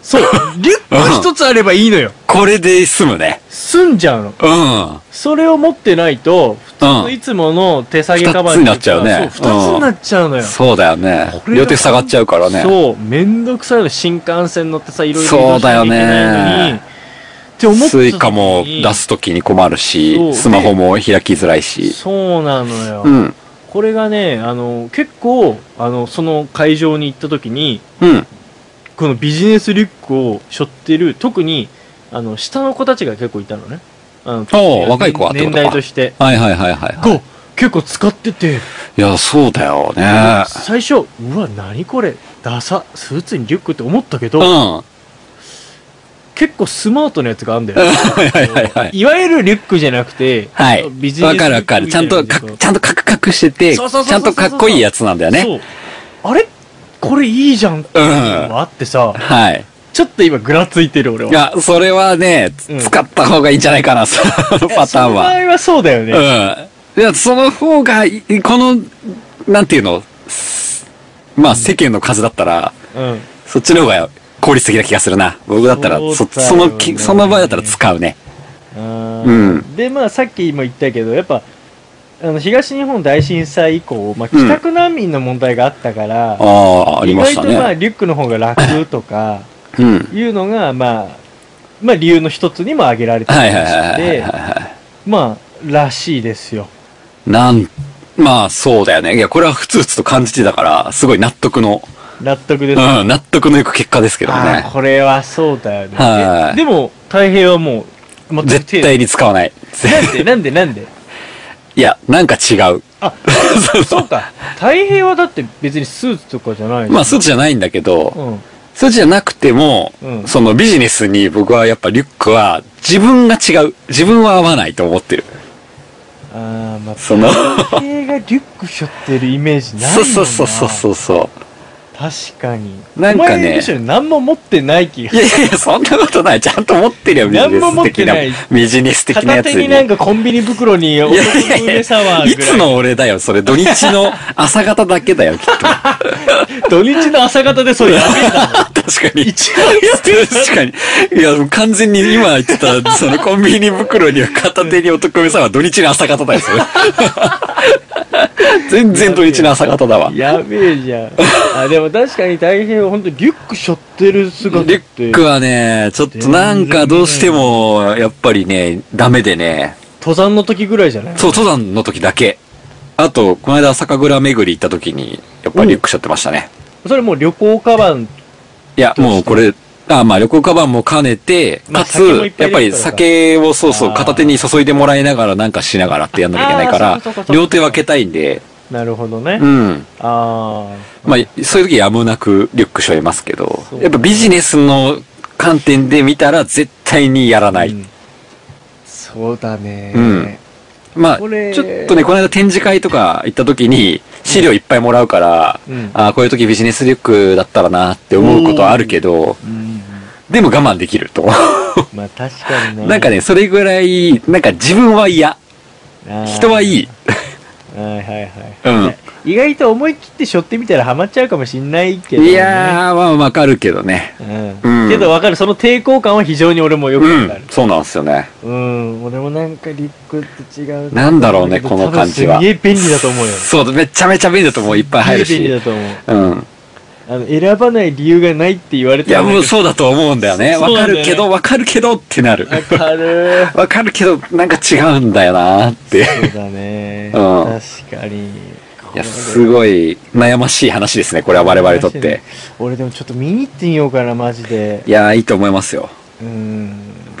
Speaker 1: そうリュック一つあればいいのよ
Speaker 5: これで済むね。
Speaker 1: 済んじゃうの
Speaker 5: うん。
Speaker 1: それを持ってないと普通
Speaker 5: う
Speaker 1: の
Speaker 5: ん
Speaker 1: いつもの手提げカバン
Speaker 5: 二つになっちゃうね
Speaker 1: そう2つになっちゃうのよ
Speaker 5: そうだよね
Speaker 1: こ。れが
Speaker 5: 両手塞がっちゃうからね。
Speaker 1: そうめんどくさいの新幹線乗ってさいろいろ移
Speaker 5: そ
Speaker 1: 動
Speaker 5: う
Speaker 1: しな
Speaker 5: だ
Speaker 1: きゃ
Speaker 5: よ
Speaker 1: いけ
Speaker 5: ね
Speaker 1: ないのにって思ってた時
Speaker 5: ス
Speaker 1: に
Speaker 5: イカも出すときに困る
Speaker 1: そ
Speaker 5: し、
Speaker 1: う
Speaker 5: スマホも開きづらいし。
Speaker 1: そうなのよ、
Speaker 5: うん。
Speaker 1: これがねあの結構あのその会場に行った時に
Speaker 5: うん。
Speaker 1: このビジネスリュックを背負ってる特にあの下の子たちが結構いたのねあの
Speaker 5: おう若い子はってこ
Speaker 1: 年
Speaker 5: とか
Speaker 1: 代として
Speaker 5: はいはいはいはいはい。
Speaker 1: が結構使ってて、
Speaker 5: いや、そうだよね。
Speaker 1: 最初うわ何これダサスーツにリュックって思ったけ
Speaker 5: う
Speaker 1: ど、
Speaker 5: ん。 は
Speaker 1: 結構スマートなやつがあるんだよ、ね、
Speaker 5: いはいはいはい。
Speaker 1: いわゆるリュックじゃなくて、
Speaker 5: はい。
Speaker 1: ビジネス
Speaker 5: わかるわかる。ちゃんとか、
Speaker 1: リュックみ
Speaker 5: ちゃんとカクカクしてて、ち
Speaker 1: そうそうそうそ
Speaker 5: ゃ
Speaker 1: うんそう
Speaker 5: とかっこいいやつなんだよ
Speaker 1: たいな
Speaker 5: ね。
Speaker 1: そうあれこれいいじゃんっていうのがあってさ、
Speaker 5: はい。
Speaker 1: ちょっと今ぐらついてる俺はい
Speaker 5: や、それはね、
Speaker 1: うん
Speaker 5: 使った方がいいんじゃないかな、そのパターンは。
Speaker 1: その場合はそうだよね、
Speaker 5: うん。いや、その方がい、この、なんていうの、まあ、世間の数だったら、
Speaker 1: うん、
Speaker 5: そっちの方が効率的な気がするな。僕だったら、そ
Speaker 1: そうだよね
Speaker 5: そのき、その場合だったら使うね。
Speaker 1: あ
Speaker 5: う
Speaker 1: ーでまあさっきも言ったけどやっぱあの東日本大震災以降、まあ、帰宅難民の問題があったから、
Speaker 5: ああ、あり
Speaker 1: 意
Speaker 5: まし
Speaker 1: 外
Speaker 5: た
Speaker 1: とまあ
Speaker 5: ね。
Speaker 1: リュックの方が楽とか
Speaker 5: うん。
Speaker 1: いうのがまあまあ理由の一つにも挙げられてる
Speaker 5: はいはい
Speaker 1: らし
Speaker 5: はいいはい
Speaker 1: で
Speaker 5: は
Speaker 1: まあらしいですよ
Speaker 5: い。なん、まあ、そうだよね。いや、これはふつふつと感じてたから、すごい納得の、
Speaker 1: 納得
Speaker 5: う
Speaker 1: です、あ
Speaker 5: ん、納得のいく結果ですけど
Speaker 1: あ
Speaker 5: ね
Speaker 1: ー。これはそうだよね
Speaker 5: はい
Speaker 1: ででも太平はもう全く
Speaker 5: 絶対に使わない。
Speaker 1: 手なんでなんでなんで
Speaker 5: いや、なんか違 う。
Speaker 1: あそうか太平はだって別にスーツとかじゃない
Speaker 5: まあ、スーツじゃないんだけど、
Speaker 1: うん
Speaker 5: それじゃなくても、
Speaker 1: うん
Speaker 5: そのビジネスに僕はやっぱリュックは自分が違う。自分は合わないと思ってる。
Speaker 1: ああまあ
Speaker 5: その、
Speaker 1: 女性がリュック背負ってるイメージないもん
Speaker 5: そう
Speaker 1: な
Speaker 5: そうそうそうそうそ
Speaker 1: 確かに
Speaker 5: なんかね
Speaker 1: お前むしろ何も持ってない気
Speaker 5: う。い
Speaker 1: が
Speaker 5: やいやいや、そんなことない。ちゃんと持ってるよ、ビジネ
Speaker 1: 何も
Speaker 5: ス
Speaker 1: 持っ
Speaker 5: 的
Speaker 1: て
Speaker 5: な
Speaker 1: ない。
Speaker 5: ビジネス的なや
Speaker 1: 片
Speaker 5: つ
Speaker 1: 手に
Speaker 5: に。
Speaker 1: なんかコンビニ袋に男の梅サワー
Speaker 5: い
Speaker 1: ぐ
Speaker 5: つ
Speaker 1: らい
Speaker 5: の俺だよ、それ。土日の朝方だけだよ、きっと。
Speaker 1: 土日の朝方でそれやべえな
Speaker 5: 確かに。確かに。いや、完全に今言ってた、そのコンビニ袋には片手に男目さんは土日の朝方だよ、そ れ全然土日の朝方だわ。
Speaker 1: やべえじ ゃんあでも確かに大変本当リュック背負ってる姿って
Speaker 5: リュックはね、ちょっとなんかどうしても、やっぱりね、ダメでね。
Speaker 1: 登山の時ぐらいじゃない
Speaker 5: そう、登山の時だけ。あと、この間酒蔵巡り行った時に、やっぱりリュックしちゃってましたね。
Speaker 1: それもう旅行カバン
Speaker 5: いや、もうこれ、あまあ旅行カバンも兼ねて、
Speaker 1: まあ
Speaker 5: かつ
Speaker 1: 酒もいっ、ぱ
Speaker 5: や
Speaker 1: い
Speaker 5: っぱ
Speaker 1: 入れ
Speaker 5: り
Speaker 1: てたからか
Speaker 5: 酒をそうそう
Speaker 1: あー
Speaker 5: 片手に注いでもらいながらなんかしながらってやんなきゃいけないか
Speaker 1: あー
Speaker 5: ら
Speaker 1: そうかそうかそう、か
Speaker 5: 両手分けたいんで、
Speaker 1: なるほどね、
Speaker 5: うん。
Speaker 1: ああ
Speaker 5: まあ、そういう時やむなくリュックしょいますけど
Speaker 1: そ、う
Speaker 5: やっぱビジネスの観点で見たら絶対にやらない。
Speaker 1: うんそうだね、
Speaker 5: うんまあ、ちょ
Speaker 1: これ
Speaker 5: っとね、この間展示会とか行った時に、資料いっぱいもらうから、
Speaker 1: うん
Speaker 5: ああ、こういう時ビジネスリュックだったらなって思うことはあるけど、でも我慢できると。
Speaker 1: まあ確 かにね
Speaker 5: なんかね、それぐらい、なんか自分は嫌。
Speaker 1: あー
Speaker 5: 人はいい。
Speaker 1: はいはいはい。
Speaker 5: うん。
Speaker 1: 意外と思い切って背負ってみたらハマっちゃうかもしんないけど、ね。
Speaker 5: いやー、まあわかるけどね。
Speaker 1: うん。
Speaker 5: うん
Speaker 1: けどわかる、その抵抗感は非常に俺もよく
Speaker 5: う
Speaker 1: わ
Speaker 5: ん
Speaker 1: かる。。
Speaker 5: そうなんですよね。
Speaker 1: うん、俺もなんかリップって違う。
Speaker 5: なんだろうね、この感じは。
Speaker 1: 多分すげえ便利だと思うよ。
Speaker 5: そう、めちゃめちゃ便利だと思う。いっぱい入る
Speaker 1: すげえ便利
Speaker 5: し。
Speaker 1: だと思う。
Speaker 5: うん。
Speaker 1: あの、選ばない理由がないって言われ
Speaker 5: い
Speaker 1: て
Speaker 5: や、もう
Speaker 1: う。
Speaker 5: そうだと思うんだよね。
Speaker 1: そう
Speaker 5: わ
Speaker 1: な
Speaker 5: か
Speaker 1: んだよね
Speaker 5: るけど、わかるけどってなる。
Speaker 1: わかる。
Speaker 5: わかるけど、なんか違うんだよなーって。
Speaker 1: そうだね。
Speaker 5: うん
Speaker 1: 確かに。
Speaker 5: いや、すごい悩ましい話ですね。これは我々にとって。。
Speaker 1: 俺でもちょっと見に行ってみようかな、マジで
Speaker 5: い。やー、いいと思いますよ。
Speaker 1: うん。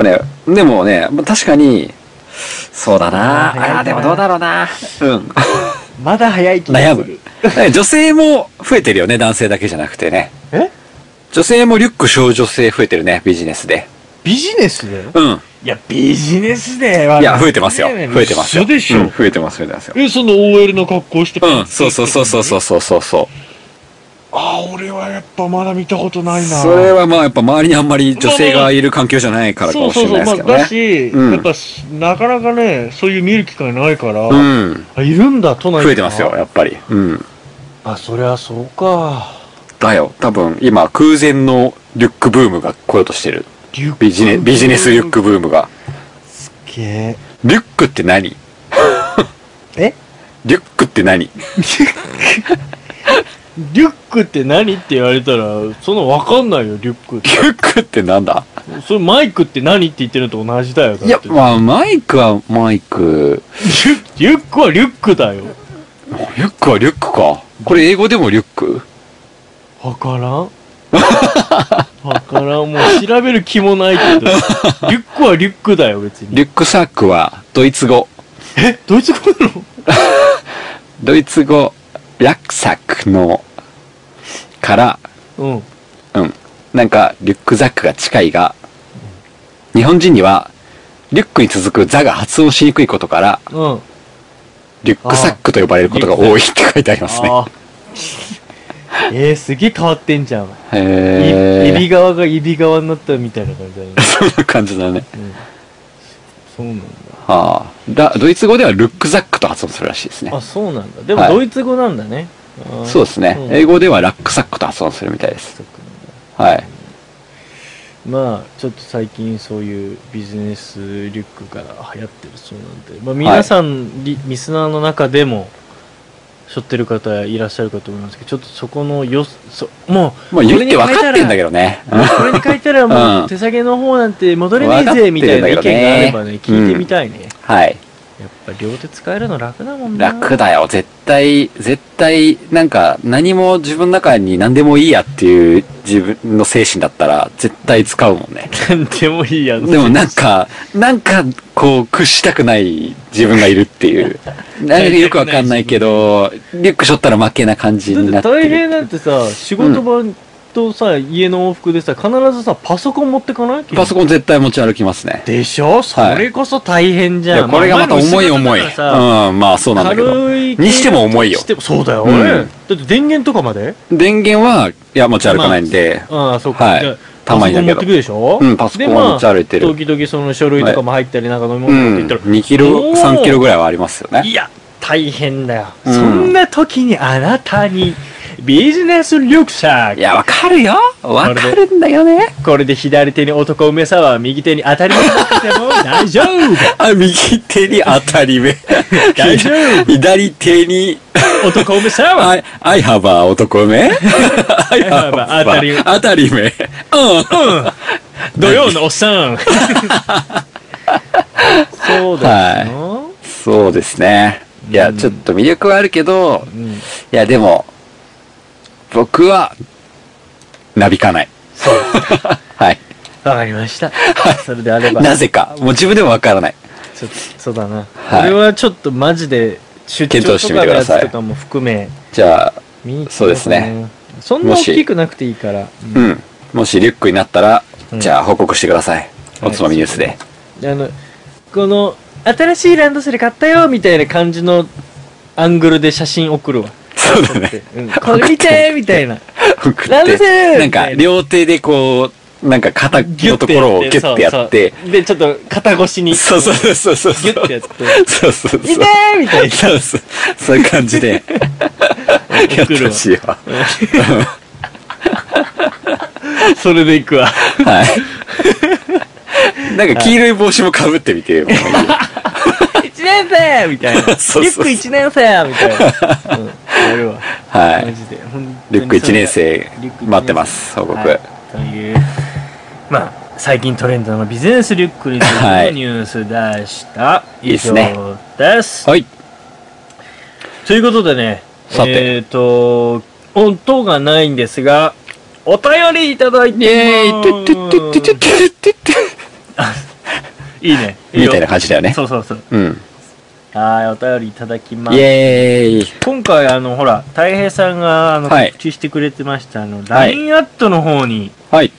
Speaker 5: やっぱね、でもね、まあ確かに、そうだな
Speaker 1: あー早い
Speaker 5: あ
Speaker 1: な
Speaker 5: あー、でもどうだろうなうん。
Speaker 1: まだ早い気が
Speaker 5: 悩
Speaker 1: す
Speaker 5: む
Speaker 1: る。。
Speaker 5: 女性も増えてるよね、男性だけじゃなくてね。
Speaker 1: え
Speaker 5: 女性もリュック少女性増えてるね、ビジネスで。
Speaker 1: ビジネスで
Speaker 5: うん。
Speaker 1: いや、ビジネスで
Speaker 5: いや、増えてますよ。増えてますよ。
Speaker 1: 嘘でしょ
Speaker 5: うん増えてます、増えてますよ。
Speaker 1: え、その OL の格好して
Speaker 5: うん、そうそうそうそうそうそうそうそう。
Speaker 1: ああ、俺はやっぱまだ見たことないな。
Speaker 5: それはまあやっぱ周りにあんまり女性がいる環境じゃないからか
Speaker 1: そ
Speaker 5: も
Speaker 1: うそ
Speaker 5: し
Speaker 1: う
Speaker 5: れない
Speaker 1: そう。
Speaker 5: で
Speaker 1: まあ、
Speaker 5: すけどね
Speaker 1: だ。し、
Speaker 5: うん
Speaker 1: やっぱし、なかなかね、そういう見る機会ないから、
Speaker 5: うん。
Speaker 1: あいるんだ、都内には
Speaker 5: 増えてますよ、。やっぱり。うん。
Speaker 1: あ、そりゃそうか。
Speaker 5: だよ。多分、今、空前のリュックブームが来ようとしてる。
Speaker 1: リュック
Speaker 5: ビジネビジネスリュックブームが。
Speaker 1: 系。
Speaker 5: リュックって何
Speaker 1: え
Speaker 5: リュックって何
Speaker 1: リュックって何って言われたら、そのわかんないよ、リュックって
Speaker 5: リ。ュックってなんだ
Speaker 1: それマイクって何って言ってるのと同じだよ、だって
Speaker 5: いや、まあ、マイクはマイク。
Speaker 1: リュリュックはリュックだよ。
Speaker 5: リュックはリュックか。これ英語でもリュック
Speaker 1: わからん わからん。もう調べる気もないけど。 リュックはリュックだよ、別に。
Speaker 5: リュックサックはドイツ語。
Speaker 1: えドイツ語なの
Speaker 5: ドイツ語、リャックサックの、から、
Speaker 1: うん。
Speaker 5: うん。なんか、リュックザックが近いが、日本人には、リュックに続くザが発音しにくいことから、
Speaker 1: うん。
Speaker 5: リュックサックと呼ばれることが多いって書いてありますね。
Speaker 1: ああ。えー、すげえ変わってんじゃん。い
Speaker 5: へ
Speaker 1: エ
Speaker 5: ー。。
Speaker 1: ビ側がエビ側になったみたいな感じだね
Speaker 5: そんな感じだね。
Speaker 1: そうなんだ。
Speaker 5: はあ。だ、ドイツ語ではルックザックと発音するらしいですね
Speaker 1: あ、。そうなんだ。でも
Speaker 5: はい
Speaker 1: ドイツ語なんだね。あー
Speaker 5: そうですね。
Speaker 1: ん
Speaker 5: 英語ではラックサックと発音するみたいです。はい。
Speaker 1: まあちょっと最近そういうビジネスリュックが流行ってるそうなんで、まあ、皆さん、リリスナーの中でも背負ってる方いらっしゃるかと思いますけどちょっとそこのよそもう
Speaker 5: まあ、言って分かってんだけ
Speaker 1: ど
Speaker 5: どね。
Speaker 1: これに書いたらも
Speaker 5: うん
Speaker 1: う手提げの方なんて戻れねえぜみたいな意見があればね
Speaker 5: 分かってるんだけどね
Speaker 1: 聞いてみたいね、
Speaker 5: はい。
Speaker 1: やっぱ両手使えるの楽だもんな
Speaker 5: 楽だよ。絶対、絶対、なんか、何も自分の中に何でもいいやっていう自分の精神だったら、絶対使うも んね。
Speaker 1: なんでもいいや
Speaker 5: でもなんか、なんか、こう、屈したくない自分がいるっ ていう。なんかよくわかんないけど、リュックしょったら負けな感じに
Speaker 1: だっ
Speaker 5: なってて
Speaker 1: 大
Speaker 5: る。
Speaker 1: 変なんてさ仕事場とさ、家の往復でさ必ずさパソコン持ってかない
Speaker 5: パソコン絶対持ち歩きますね。
Speaker 1: でしょそれこそ大変
Speaker 5: い
Speaker 1: じゃん。
Speaker 5: や、これがまた重い重い。うん、まあそうなんだけど。
Speaker 1: 軽い。
Speaker 5: にしても重いよ
Speaker 1: してもそうだよ。
Speaker 5: うん
Speaker 1: 俺だって電源とかまで
Speaker 5: 電源は、いや、持ち歩かないんで、
Speaker 1: ああ、そうか。
Speaker 5: はい
Speaker 1: じゃあ
Speaker 5: たまにだけど
Speaker 1: パソコン持ってくるでしょ
Speaker 5: うんパソコンは持ち歩いてる
Speaker 1: でまあ時々その書類とかも入ったり、なんか飲み
Speaker 5: う
Speaker 1: 物持
Speaker 5: ん、
Speaker 1: っていったら、
Speaker 5: 2キロ、
Speaker 1: おー
Speaker 5: 3キロぐらいはありますよね。
Speaker 1: いや、大変だよ。
Speaker 5: うん
Speaker 1: そんな時にあなたに、ビジネスリュックサ
Speaker 5: い
Speaker 1: ッ
Speaker 5: や、わかるよわかるんだよね。
Speaker 1: ク。これで左手に男梅沢、右手に当たり前なくても大丈夫。
Speaker 5: あ、右手に当たり目。
Speaker 1: 大丈夫
Speaker 5: 左手に、
Speaker 1: 男梅沢。
Speaker 5: アイ、アイハバー男目アイ
Speaker 1: ハバー当たり目
Speaker 5: 当たり目。うん。
Speaker 1: 土曜のおっさ ん。そうだよ、
Speaker 5: そうですね。いや、ちょっと魅力はあるけど、
Speaker 1: うん
Speaker 5: いや、でも、僕は、なびかない。 はい。
Speaker 1: わかりました。それであれば、
Speaker 5: なぜか。もう自分でもわからない。
Speaker 1: ちょっと、そうだな。
Speaker 5: は
Speaker 1: 俺
Speaker 5: い
Speaker 1: はちょっとマジで、出張とかのやつとかも含め、
Speaker 5: じゃあ、
Speaker 1: 見に行って
Speaker 5: そうですね。
Speaker 1: そんな大きくなくていいから。うん
Speaker 5: うん。もしリュックになったら、
Speaker 1: うん
Speaker 5: じゃあ報告してください。おつまみニュースで。
Speaker 1: あの、この、新しいランドセル買ったよみたいな感じのアングルで写真送るわ。
Speaker 5: そう だね。
Speaker 1: うん、これ見てみたいな。
Speaker 5: 送って
Speaker 1: ランドセル
Speaker 5: なんか、両手でこう、なんか肩のところをギュッてやって、
Speaker 1: そうそうでちょっと肩越しに
Speaker 5: そうそうそうそうそう。
Speaker 1: ギュッてやって
Speaker 5: そうそうそう。
Speaker 1: 痛ーみたいな
Speaker 5: そうそう。そういう感じ で、やってほ しいわ。
Speaker 1: それでいくわ
Speaker 5: はい。なんか黄色い帽子もかぶってみてよ。
Speaker 1: 1年生みたいなリ
Speaker 5: そうそう
Speaker 1: ュック1年生みたいな、うん、やるわ
Speaker 5: は
Speaker 1: マ
Speaker 5: い。
Speaker 1: ジでほんとに
Speaker 5: リュック1年生
Speaker 1: リュック一年生
Speaker 5: 待ってます、報告。
Speaker 1: はいというまあ最近トレンドのビジネスリュックについ
Speaker 5: は
Speaker 1: ての
Speaker 5: い
Speaker 1: ニュースでした、
Speaker 5: いいですね
Speaker 1: 以上です
Speaker 5: はい。
Speaker 1: ということでね
Speaker 5: さて
Speaker 1: えっ、と音がないんですがお便りいただいて
Speaker 5: イェ
Speaker 1: ま
Speaker 5: ー
Speaker 1: す
Speaker 5: イトゥットゥットゥットゥットゥットゥットゥッ
Speaker 1: いいね
Speaker 5: みたいな
Speaker 1: よ
Speaker 5: 感じだよね。
Speaker 1: そうそうそう
Speaker 5: うん。
Speaker 1: はいお便りいただきま
Speaker 5: イ
Speaker 1: す
Speaker 5: エーイ。
Speaker 1: 今回あのほらたい平さんがあの
Speaker 5: はい
Speaker 1: 告知してくれてましたあの
Speaker 5: はい
Speaker 1: LINE アットの方に、
Speaker 5: はい。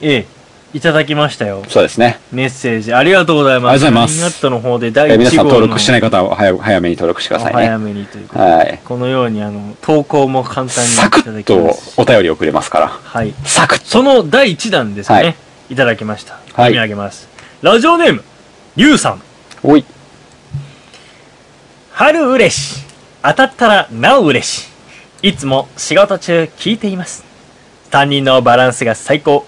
Speaker 1: ええいただきましたよ
Speaker 5: そうですね。
Speaker 1: メッセージありがとうございます
Speaker 5: ありがとうございます
Speaker 1: LINE アットの方で
Speaker 5: え
Speaker 1: 第1号
Speaker 5: ー
Speaker 1: の
Speaker 5: 皆さん登録してない方は早早めに登録してくださ
Speaker 1: お
Speaker 5: いね
Speaker 1: 早。めにということで
Speaker 5: はい。
Speaker 1: このようにあの投稿も簡単に
Speaker 5: サクッ
Speaker 1: いただきま
Speaker 5: と
Speaker 1: すし
Speaker 5: お便り送れますから。
Speaker 1: はい
Speaker 5: サクッ
Speaker 1: その第1弾ですね、
Speaker 5: はい
Speaker 1: い、ただきました、
Speaker 5: はい
Speaker 1: 読み上げますラジオネームゆうさん
Speaker 5: おい。
Speaker 1: 春嬉し当たったらなお嬉しいつも仕事中聞いています3人のバランスが最高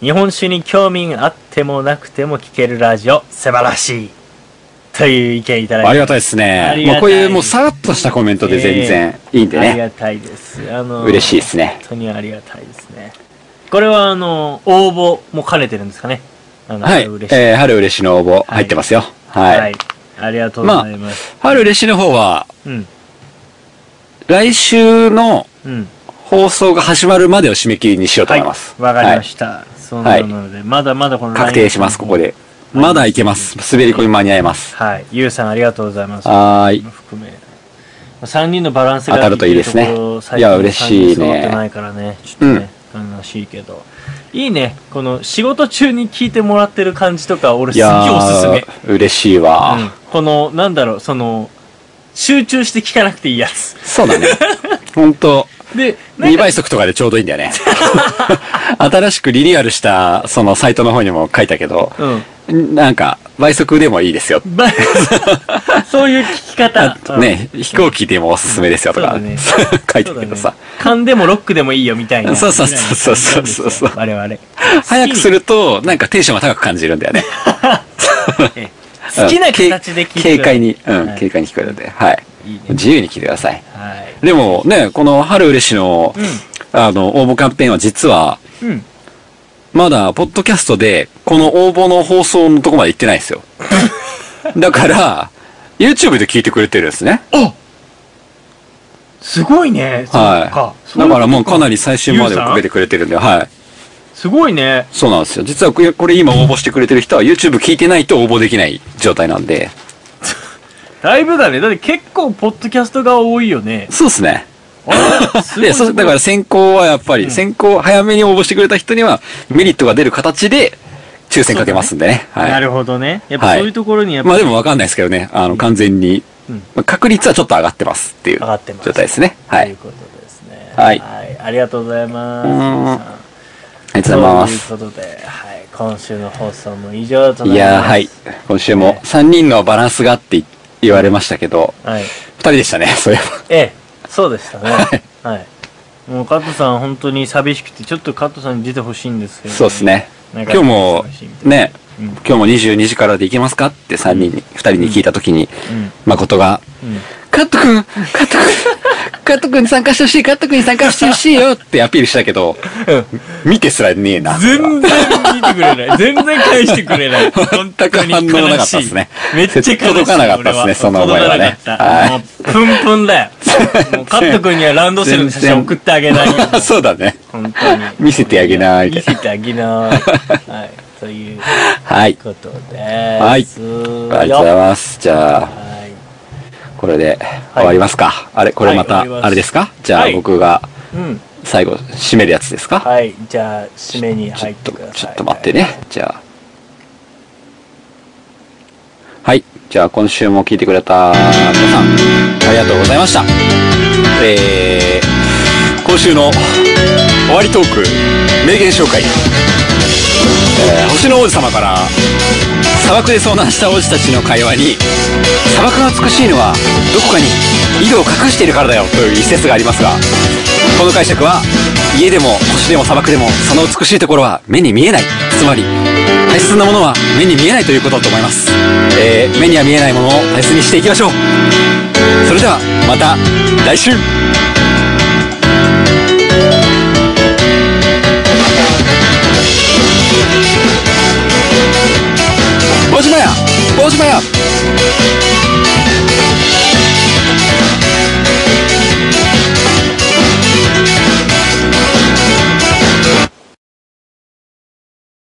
Speaker 1: 日本酒に興味があってもなくても聞けるラジオ素晴らしいという意見いただき
Speaker 5: ありがたいです
Speaker 1: ありがた
Speaker 5: ね。
Speaker 1: い
Speaker 5: もうこういうもうさらっとしたコメントで全然いいんで
Speaker 1: あり
Speaker 5: ね。
Speaker 1: がたいですあの
Speaker 5: 嬉しいですね。
Speaker 1: 本当にありがたいですねこれはあの応募も兼ねてるんですかねあの
Speaker 5: はい。
Speaker 1: 嬉しい、
Speaker 5: えー、春嬉しの応募入ってますよ。はい。
Speaker 1: はいありがとうございます、
Speaker 5: 春嬉しの方は、
Speaker 1: うん
Speaker 5: 来週の
Speaker 1: うん
Speaker 5: 放送が始まるまでを締め切りにしようと思います。
Speaker 1: わかりました、そんなので、まだまだこの
Speaker 5: はい確定します、ここで。まだいけます。滑り込み間に合います。
Speaker 1: はい、ゆうさんありがとうございます。
Speaker 5: はーい。
Speaker 1: 含め、3人のバランスが
Speaker 5: 当たるといいですね
Speaker 1: ところ最
Speaker 5: い
Speaker 1: 近
Speaker 5: や嬉しいね
Speaker 1: 三人揃ってないからね、ちょっとね、悲しいけど。いいね、この仕事中に聞いてもらってる感じとか、俺
Speaker 5: い
Speaker 1: すっげえ
Speaker 5: や
Speaker 1: おすすめ。
Speaker 5: ー、嬉しいわ。
Speaker 1: うんこの、なんだろう、その、集中して聞かなくていいやつ。
Speaker 5: そうだね。 ほんと。
Speaker 1: で、なん
Speaker 5: 2
Speaker 1: か
Speaker 5: 倍速とかでちょうどいいんだ よね。新しくリニューアルした、そのサイトの方にも書いたけど、
Speaker 1: うん。
Speaker 5: なんか、倍速でもいいですよ。
Speaker 1: ば そういう聞き
Speaker 5: あ
Speaker 1: 方。
Speaker 5: とね、飛行機でもおすすめですよとか、
Speaker 1: うんそう
Speaker 5: 書いて
Speaker 1: そう
Speaker 5: た
Speaker 1: だ
Speaker 5: け
Speaker 1: ね
Speaker 5: どさ、。
Speaker 1: 勘でもロックでもいいよみたいな。
Speaker 5: そうそうそうそうそうそう
Speaker 1: 我々。
Speaker 5: 早くすると、なんかテンションが高く感じるんだよね。
Speaker 1: ええ好きな形で聞いて
Speaker 5: 軽快に、うん、
Speaker 1: はい
Speaker 5: 軽快に聞こえるので、はい。
Speaker 1: いいね
Speaker 5: 自由に聞いてください。
Speaker 1: はい。
Speaker 5: でもね、この春嬉しの、あの、応募キャンペーンは実は、
Speaker 1: うん。
Speaker 5: まだ、ポッドキャストで、この応募の放送のとこまで行ってないんです よ。だから、YouTube で聞いてくれてるんですね。
Speaker 1: すごいね。そう
Speaker 5: は
Speaker 1: か
Speaker 5: い。だからもうかな
Speaker 1: り。
Speaker 5: り最新まで追っかけてくれてるんで、はい。
Speaker 1: すごいね。
Speaker 5: そうなんですよ。実はこれこれ今応募してくれてる人は YouTube 聞いてないと応募できない状態なんで。
Speaker 1: だいぶだね。だって結構、ポッドキャストが多いよね。
Speaker 5: そうですね。
Speaker 1: あれすごい
Speaker 5: で、そだから先行はやっぱり、先行早めに応募してくれた人にはメリットが出る形で抽選かけますんでね。はい。
Speaker 1: なるほどね。やっぱ
Speaker 5: はい
Speaker 1: そういうところにやっぱ、
Speaker 5: まあでもわかんないですけどね、あの、完全に、
Speaker 1: うん
Speaker 5: まあ確率はちょっと上がってますっていう
Speaker 1: 上がってます
Speaker 5: 状態ですね。は
Speaker 1: とい
Speaker 5: い。
Speaker 1: うことですね。
Speaker 5: はい
Speaker 1: ありがとうございます。
Speaker 5: うーん
Speaker 1: さあ
Speaker 5: ありがとうございま
Speaker 1: と
Speaker 5: す。
Speaker 1: いうことで、はい。今週の放送も以上となります。
Speaker 5: いやー、はい。今週も3人のバランスがって言われましたけど、
Speaker 1: はい。
Speaker 5: 2人でしたね、そういえ
Speaker 1: ええ、そうでしたね。はい。もう加藤さん本当に寂しくて、ちょっと加藤さんに出てほしいんですけ
Speaker 5: ば。
Speaker 1: ど、
Speaker 5: そうですね。
Speaker 1: なん
Speaker 5: 今
Speaker 1: か。
Speaker 5: 日も
Speaker 1: 忙しいみ、たい
Speaker 5: ね、
Speaker 1: うん
Speaker 5: 今日も22時からで行けますかって3人に、2人に聞いたときに、
Speaker 1: うん
Speaker 5: 誠が、
Speaker 1: うん
Speaker 5: カット君、カット君、カット君に参加してほしい、カット君に参加してほしいよってアピールしたけど、見てすらねえな。
Speaker 1: 全然見てくれない。全然返してくれない。本当
Speaker 5: 全く
Speaker 1: に
Speaker 5: 反応なか
Speaker 1: 悲
Speaker 5: っ
Speaker 1: したい
Speaker 5: ですね。
Speaker 1: めっちゃ悲しい。
Speaker 5: 届かなかったです
Speaker 1: 俺
Speaker 5: ね、その思いはね
Speaker 1: 届。かなかったもう、プンプンだよ。もうカット君にはランドセルの写真送ってあげないよ。
Speaker 5: い。 そうだね。
Speaker 1: 本当に。
Speaker 5: 見せてあげない
Speaker 1: 見せてあげない。はい。という
Speaker 5: はい。
Speaker 1: ことで
Speaker 5: はい
Speaker 1: すよ。
Speaker 5: ありがとうございます。じゃ
Speaker 1: は
Speaker 5: あ、
Speaker 1: い。
Speaker 5: これで終わりますか。あれ、これまた、
Speaker 1: はい終わります
Speaker 5: あれですかじゃ
Speaker 1: は
Speaker 5: あ
Speaker 1: い
Speaker 5: 僕が
Speaker 1: うん。
Speaker 5: 最後、締めるやつですか
Speaker 1: はい、じゃあ、締めに
Speaker 5: ちょ
Speaker 1: 入
Speaker 5: っ
Speaker 1: って
Speaker 5: と、
Speaker 1: ください。
Speaker 5: ちょっと待って。ね。じゃあ。はい。じゃあ、今週も聞いてくれた皆さん、ありがとうございました。えー、今週の終わりトーク、名言紹介。えー星の王子様から砂漠で遭難した王子たちの会話に砂漠が美しいのはどこかに井戸を隠しているからだよという一節がありますがこの解釈は家でも星でも砂漠でもその美しいところは目に見えないつまり大切なものは目に見えないということだと思います、えー目には見えないものを大切にしていきましょうそれではまた来週大島屋大島屋